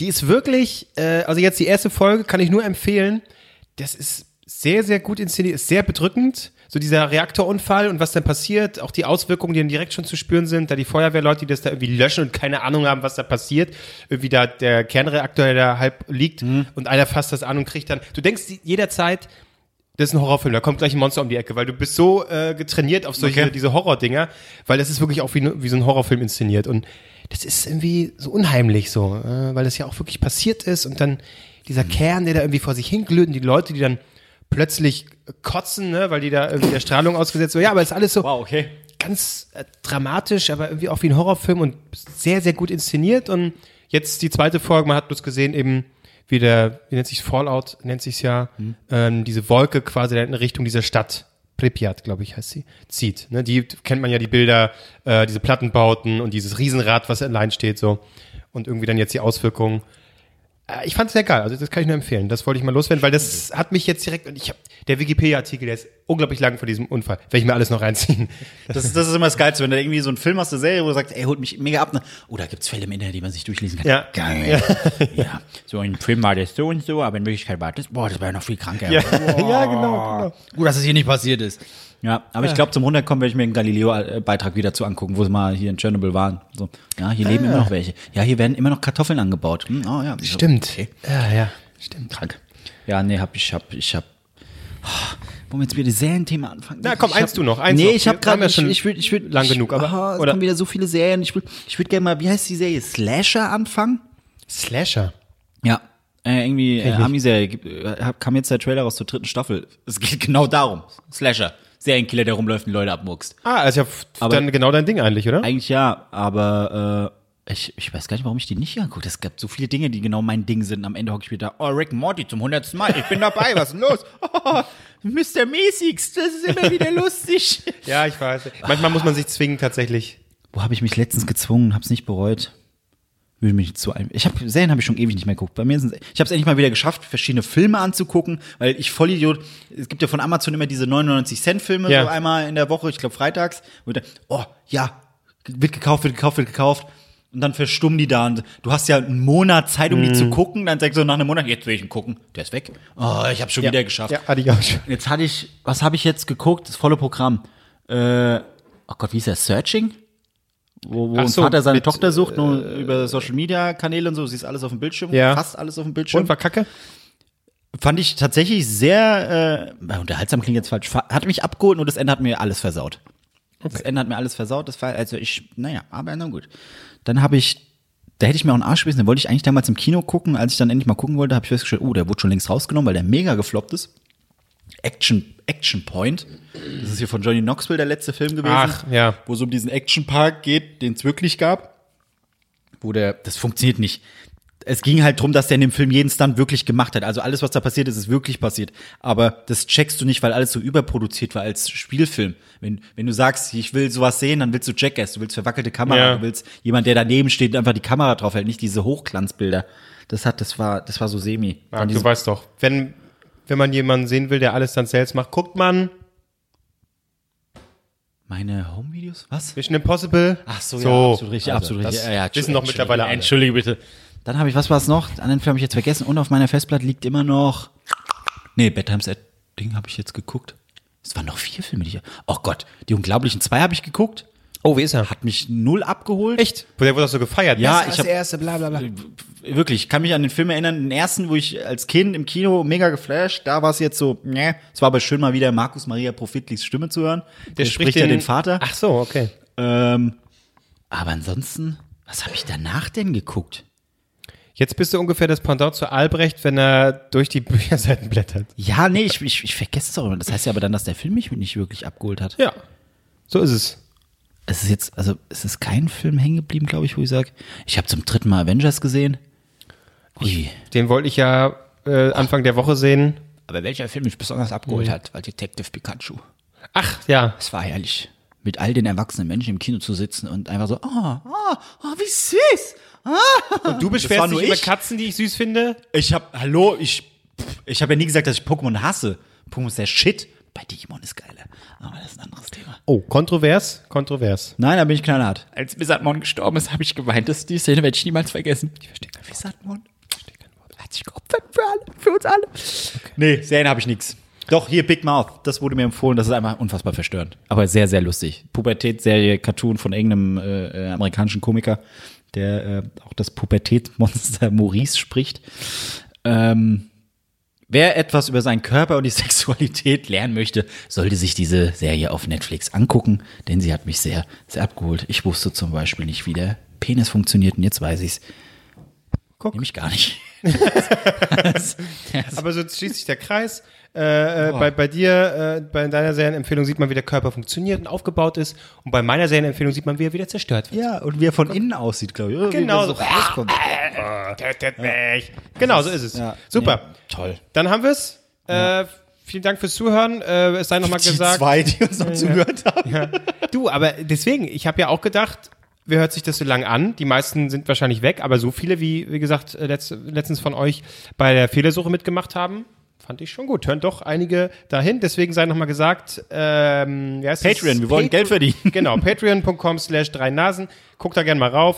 Die ist wirklich, äh, also jetzt die erste Folge kann ich nur empfehlen. Das ist sehr, sehr gut inszeniert, ist sehr bedrückend. So dieser Reaktorunfall und was dann passiert, auch die Auswirkungen, die dann direkt schon zu spüren sind, da die Feuerwehrleute, die das da irgendwie löschen und keine Ahnung haben, was da passiert, irgendwie da der Kernreaktor, der da halb liegt und einer fasst das an und kriegt dann, du denkst jederzeit, das ist ein Horrorfilm, da kommt gleich ein Monster um die Ecke, weil du bist so äh, getrainiert auf solche Okay. diese Horror-Dinger, weil das ist wirklich auch wie, ne- wie so ein Horrorfilm inszeniert und das ist irgendwie so unheimlich so, äh, weil das ja auch wirklich passiert ist und dann Mhm. dieser Kern, der da irgendwie vor sich hinglüht und die Leute, die dann plötzlich kotzen, ne, weil die da irgendwie der Strahlung ausgesetzt sind. Ja, aber es ist alles so Wow, okay. ganz äh, dramatisch, aber irgendwie auch wie ein Horrorfilm und sehr, sehr gut inszeniert. Und jetzt die zweite Folge, man hat bloß gesehen, eben wie der, wie nennt sich Fallout, nennt sich's ja, ähm, diese Wolke quasi in Richtung dieser Stadt. Pripyat, glaube ich, heißt sie, zieht. Ne, die kennt man ja die Bilder, äh, diese Plattenbauten und dieses Riesenrad, was allein steht, so. Und irgendwie dann jetzt die Auswirkungen. Äh, ich fand's sehr geil, also das kann ich nur empfehlen. Das wollte ich mal loswerden, weil das hat mich jetzt direkt, und ich habe, der Wikipedia-Artikel, der ist unglaublich lang von diesem Unfall. Werde ich mir alles noch reinziehen. Das, ist- das ist immer das Geilste, wenn du irgendwie so einen Film hast, eine Serie, wo du sagst, ey, holt mich mega ab. ne? Oh, da gibt's Fälle im Internet, die man sich durchlesen kann. Ja. Geil. Ja. So ein Film war das so und so, aber in Wirklichkeit war das, boah, das war ja noch viel kranker. Ja, ja genau, genau. Gut, dass es hier nicht passiert ist. Ja, aber ich glaube, zum runterkommen werde ich mir den Galileo-Beitrag wieder zu angucken, wo sie mal hier in Chernobyl waren. So, ja, hier leben immer noch welche. Ja, hier werden immer noch Kartoffeln angebaut. Hm, oh, ja. So, Stimmt. Okay. Ja, ja. Stimmt. Krank. Ja, nee, hab ich, hab, ich hab. Oh, Wollen wir jetzt wieder Serienthema anfangen? Na, komm, ich hab, eins du noch, eins nee, noch. ich Wir hab gerade haben ja ich, schon ich würd, ich würd, lang ich, genug, aber- Oh, es oder? kommen wieder so viele Serien. Ich würde ich würd gerne mal, wie heißt die Serie? Slasher anfangen? Slasher. Ja. Äh, irgendwie, äh, Ami-Serie. gibt- äh, hab- Kam jetzt der Trailer raus zur dritten Staffel. Es geht genau darum. Slasher. Serienkiller, der rumläuft und die Leute abmuckst. Ah, also ja f- Aber- dann genau dein Ding eigentlich, oder? Eigentlich ja, aber äh, ich, ich weiß gar nicht, warum ich die nicht angucke. Es gab so viele Dinge, die genau mein Ding sind. Am Ende hocke ich wieder da, oh, Rick and Morty zum hundertsten Mal, ich bin dabei, was ist denn los? Oh, Mr. Mäßigs, das ist immer wieder lustig. Ja, ich weiß. Manchmal muss man sich zwingen tatsächlich. Wo habe ich mich letztens gezwungen, habe es nicht bereut. Würde mich nicht zu ein. Ich habe Serien habe ich schon ewig nicht mehr geguckt. Bei mir sind ich habe es endlich mal wieder geschafft, verschiedene Filme anzugucken, weil ich Vollidiot. Es gibt ja von Amazon immer diese 99 Cent Filme Ja. so einmal in der Woche, ich glaube freitags. Wo ich denk, oh ja, wird gekauft, wird gekauft, wird gekauft. Und dann verstummen die da. Und du hast ja einen Monat Zeit, um die Mhm. zu gucken. Dann sagst du nach einem Monat, jetzt will ich ihn gucken. Der ist weg. Oh, ich habe schon wieder geschafft. Ja, hatte ich auch schon. Jetzt hatte ich, was habe ich jetzt geguckt? Das volle Programm. Äh, oh Gott, wie ist das? Searching? Wo, wo Ach ein so, Vater seine mit, äh, Tochter sucht, nur über Social Media Kanäle und so, siehst alles auf dem Bildschirm, Ja. fast alles auf dem Bildschirm. Und war kacke? Fand ich tatsächlich sehr, äh, unterhaltsam klingt jetzt falsch, fa- hat mich abgeholt, nur das Ende hat mir alles versaut. Das Ende hat mir alles versaut, das war, also ich, naja, aber na gut. Dann habe ich, da hätte ich mir auch einen Arsch wissen, den wollte ich eigentlich damals im Kino gucken, als ich dann endlich mal gucken wollte, habe ich festgestellt, oh, der wurde schon längst rausgenommen, weil der mega gefloppt ist. Action, Action Point. Das ist hier von Johnny Knoxville der letzte Film gewesen. Ach, ja. Wo es um diesen Action Park geht, den es wirklich gab. Wo der, das funktioniert nicht. Es ging halt drum, dass der in dem Film jeden Stunt wirklich gemacht hat. Also alles, was da passiert ist, ist wirklich passiert. Aber das checkst du nicht, weil alles so überproduziert war als Spielfilm. Wenn, wenn du sagst, ich will sowas sehen, dann willst du Jackass, du willst verwackelte Kamera, Ja. du willst jemand, der daneben steht und einfach die Kamera draufhält, nicht diese Hochglanzbilder. Das hat, das war, das war so semi. Ja, Von du diesem- weißt doch, wenn Wenn man jemanden sehen will, der alles dann selbst macht, guckt man Meine Home-Videos? Was? Mission Impossible. Ach so, So. ja, absolut richtig, Also, absolut richtig. Ja, ja, wissen doch Entschuldigung, mittlerweile alle. Entschuldige bitte. Dann habe ich, was war es noch? An den Film habe ich jetzt vergessen und auf meiner Festplatte liegt immer noch. Nee, Bedtime's at Ding habe ich jetzt geguckt. Es waren noch vier Filme, die ich. Oh Gott, die Unglaublichen zwei habe ich geguckt. Oh, wie ist er? Hat mich null abgeholt. Echt? Der wurde auch so gefeiert. ne? Ja, das ich war hab- das erste, bla bla bla. Wirklich, ich kann mich an den Film erinnern. Den ersten, wo ich als Kind im Kino mega geflasht, da war es jetzt so, ne. Es war aber schön mal wieder Markus Maria Profitlis Stimme zu hören. Der, spricht ja den Vater. Ach so, okay. Ähm, aber ansonsten, was habe ich danach denn geguckt? Jetzt bist du ungefähr das Pendant zu Albrecht, wenn er durch die Bücherseiten blättert. Ja, nee, ich, ich, ich vergesse es auch immer. Das heißt ja aber dann, dass der Film mich nicht wirklich abgeholt hat. Ja. So ist es. Es ist jetzt, also es ist kein Film hängen geblieben, glaube ich, wo ich sage, ich habe zum dritten Mal Avengers gesehen. Ui. Den wollte ich ja äh, Anfang der Woche sehen. Aber welcher Film mich besonders abgeholt hat, war Detective Pikachu. Ach, ja. Es war herrlich, mit all den erwachsenen Menschen im Kino zu sitzen und einfach so, ah, ah, ah, wie süß. Und du war beschwerst nur dich über ich. Katzen, die ich süß finde? Ich habe, hallo, ich, pff, ich habe ja nie gesagt, dass ich Pokémon hasse. Pokémon ist der Shit. Bei Digimon ist geiler. Aber das ist ein anderes Thema. Oh, kontrovers? Kontrovers. Nein, da bin ich knallhart. Als Wizardmon gestorben ist, habe ich geweint. Das ist die Szene, werde ich niemals vergessen. Ich verstehe kein Wizardmon. Hat sich geopfert für alle, für uns alle. Nee, Serien habe ich nichts. Doch, hier Big Mouth. Das wurde mir empfohlen. Das ist einfach unfassbar verstörend. Aber sehr, sehr lustig. Pubertätsserie, Cartoon von irgendeinem äh, äh, amerikanischen Komiker, der äh, auch das Pubertätmonster Maurice spricht. Ähm, wer etwas über seinen Körper und die Sexualität lernen möchte, sollte sich diese Serie auf Netflix angucken, denn sie hat mich sehr, sehr abgeholt. Ich wusste zum Beispiel nicht, wie der Penis funktioniert und jetzt weiß ich's. Guck. Nämlich gar nicht. Aber so schließt sich der Kreis. Äh, äh, bei, bei dir, äh, bei deiner Serienempfehlung sieht man, wie der Körper funktioniert und aufgebaut ist. Und bei meiner Serienempfehlung sieht man, wie er wieder zerstört wird. Ja, und wie er von innen aussieht, glaube ich. Genau so. rauskommt. Tötet mich. Genau, so ist es. Super. Toll. Dann haben wir es. Äh, vielen Dank fürs Zuhören. Äh, es sei nochmal Die gesagt. zwei, die uns noch zugehört haben. Du, aber deswegen, ich habe ja auch gedacht, wer hört sich das so lang an? Die meisten sind wahrscheinlich weg, aber so viele, wie, wie gesagt, äh, letzt, letztens von euch bei der Fehlersuche mitgemacht haben, fand ich schon gut. Hören doch einige dahin. Deswegen sei nochmal gesagt, ähm, wie heißt Patreon, es? wir wollen Pat- Geld verdienen. Genau, patreon.com slash drei Nasen. Guckt da gerne mal rauf.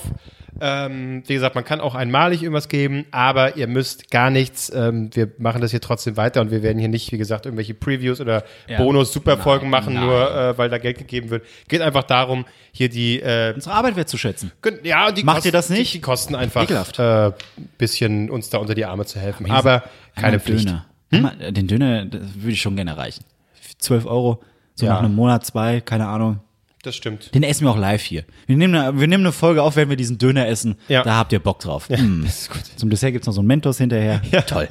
Ähm, wie gesagt, man kann auch einmalig irgendwas geben, aber ihr müsst gar nichts. Ähm, wir machen das hier trotzdem weiter und wir werden hier nicht, wie gesagt, irgendwelche Previews oder Bonus-Superfolgen machen, nur äh, weil da Geld gegeben wird. Geht einfach darum, hier die äh, Unsere Arbeit wertzuschätzen. Gün- Ja, und die Macht Kosten- ihr das nicht? Die, die Kosten einfach Ekelhaft. ein äh, bisschen uns da unter die Arme zu helfen. Aber keine Einmal einen Pflicht. Döner. Einmal, äh, Den Döner das würde ich schon gerne erreichen. 12 Euro, so Ja. nach einem Monat, zwei, keine Ahnung. Das stimmt. Den essen wir auch live hier. Wir nehmen eine, wir nehmen eine Folge auf, wenn wir diesen Döner essen. Ja. Da habt ihr Bock drauf. Mm. Zum Dessert gibt es noch so einen Mentos hinterher. Toll.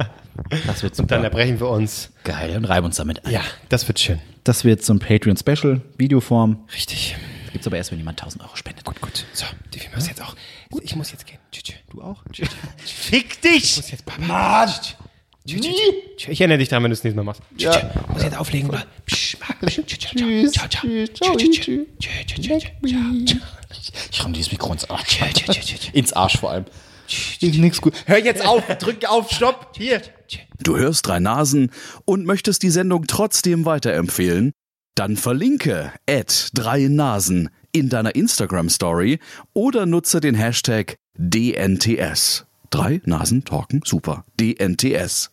Das wird Dann super. erbrechen wir uns. Geil. Und reiben uns damit ein. Ja, das wird schön. Das wird so ein Patreon-Special, Videoform. Richtig. Gibt es aber erst, wenn jemand 1000 Euro spendet. Gut, gut. So, die Firma ist jetzt auch. Ich muss jetzt gehen. Tschüss, tschüss. Du auch? Fick dich! Muss jetzt Baba. Tschüss, tschüss, tschüss. Ich erinnere dich daran, wenn du es nächstes Mal machst. Tschüss, tschüss. Muss jetzt auflegen. oder? Psch, mach. Tschüss, tschüss, tschüss. Tschüss, tschüss, tschüss. Tschüss, tschüss, tschüss, tschüss, tschüss. Ich ramme dieses Mikro ins Arsch. ins Arsch vor allem. Nix gut. Hör jetzt auf, drück auf, stopp, hier. Du hörst drei Nasen und möchtest die Sendung trotzdem weiterempfehlen? Dann verlinke at drei Nasen in deiner Instagram Story oder nutze den Hashtag DNTS. Drei Nasen talken super. DNTS.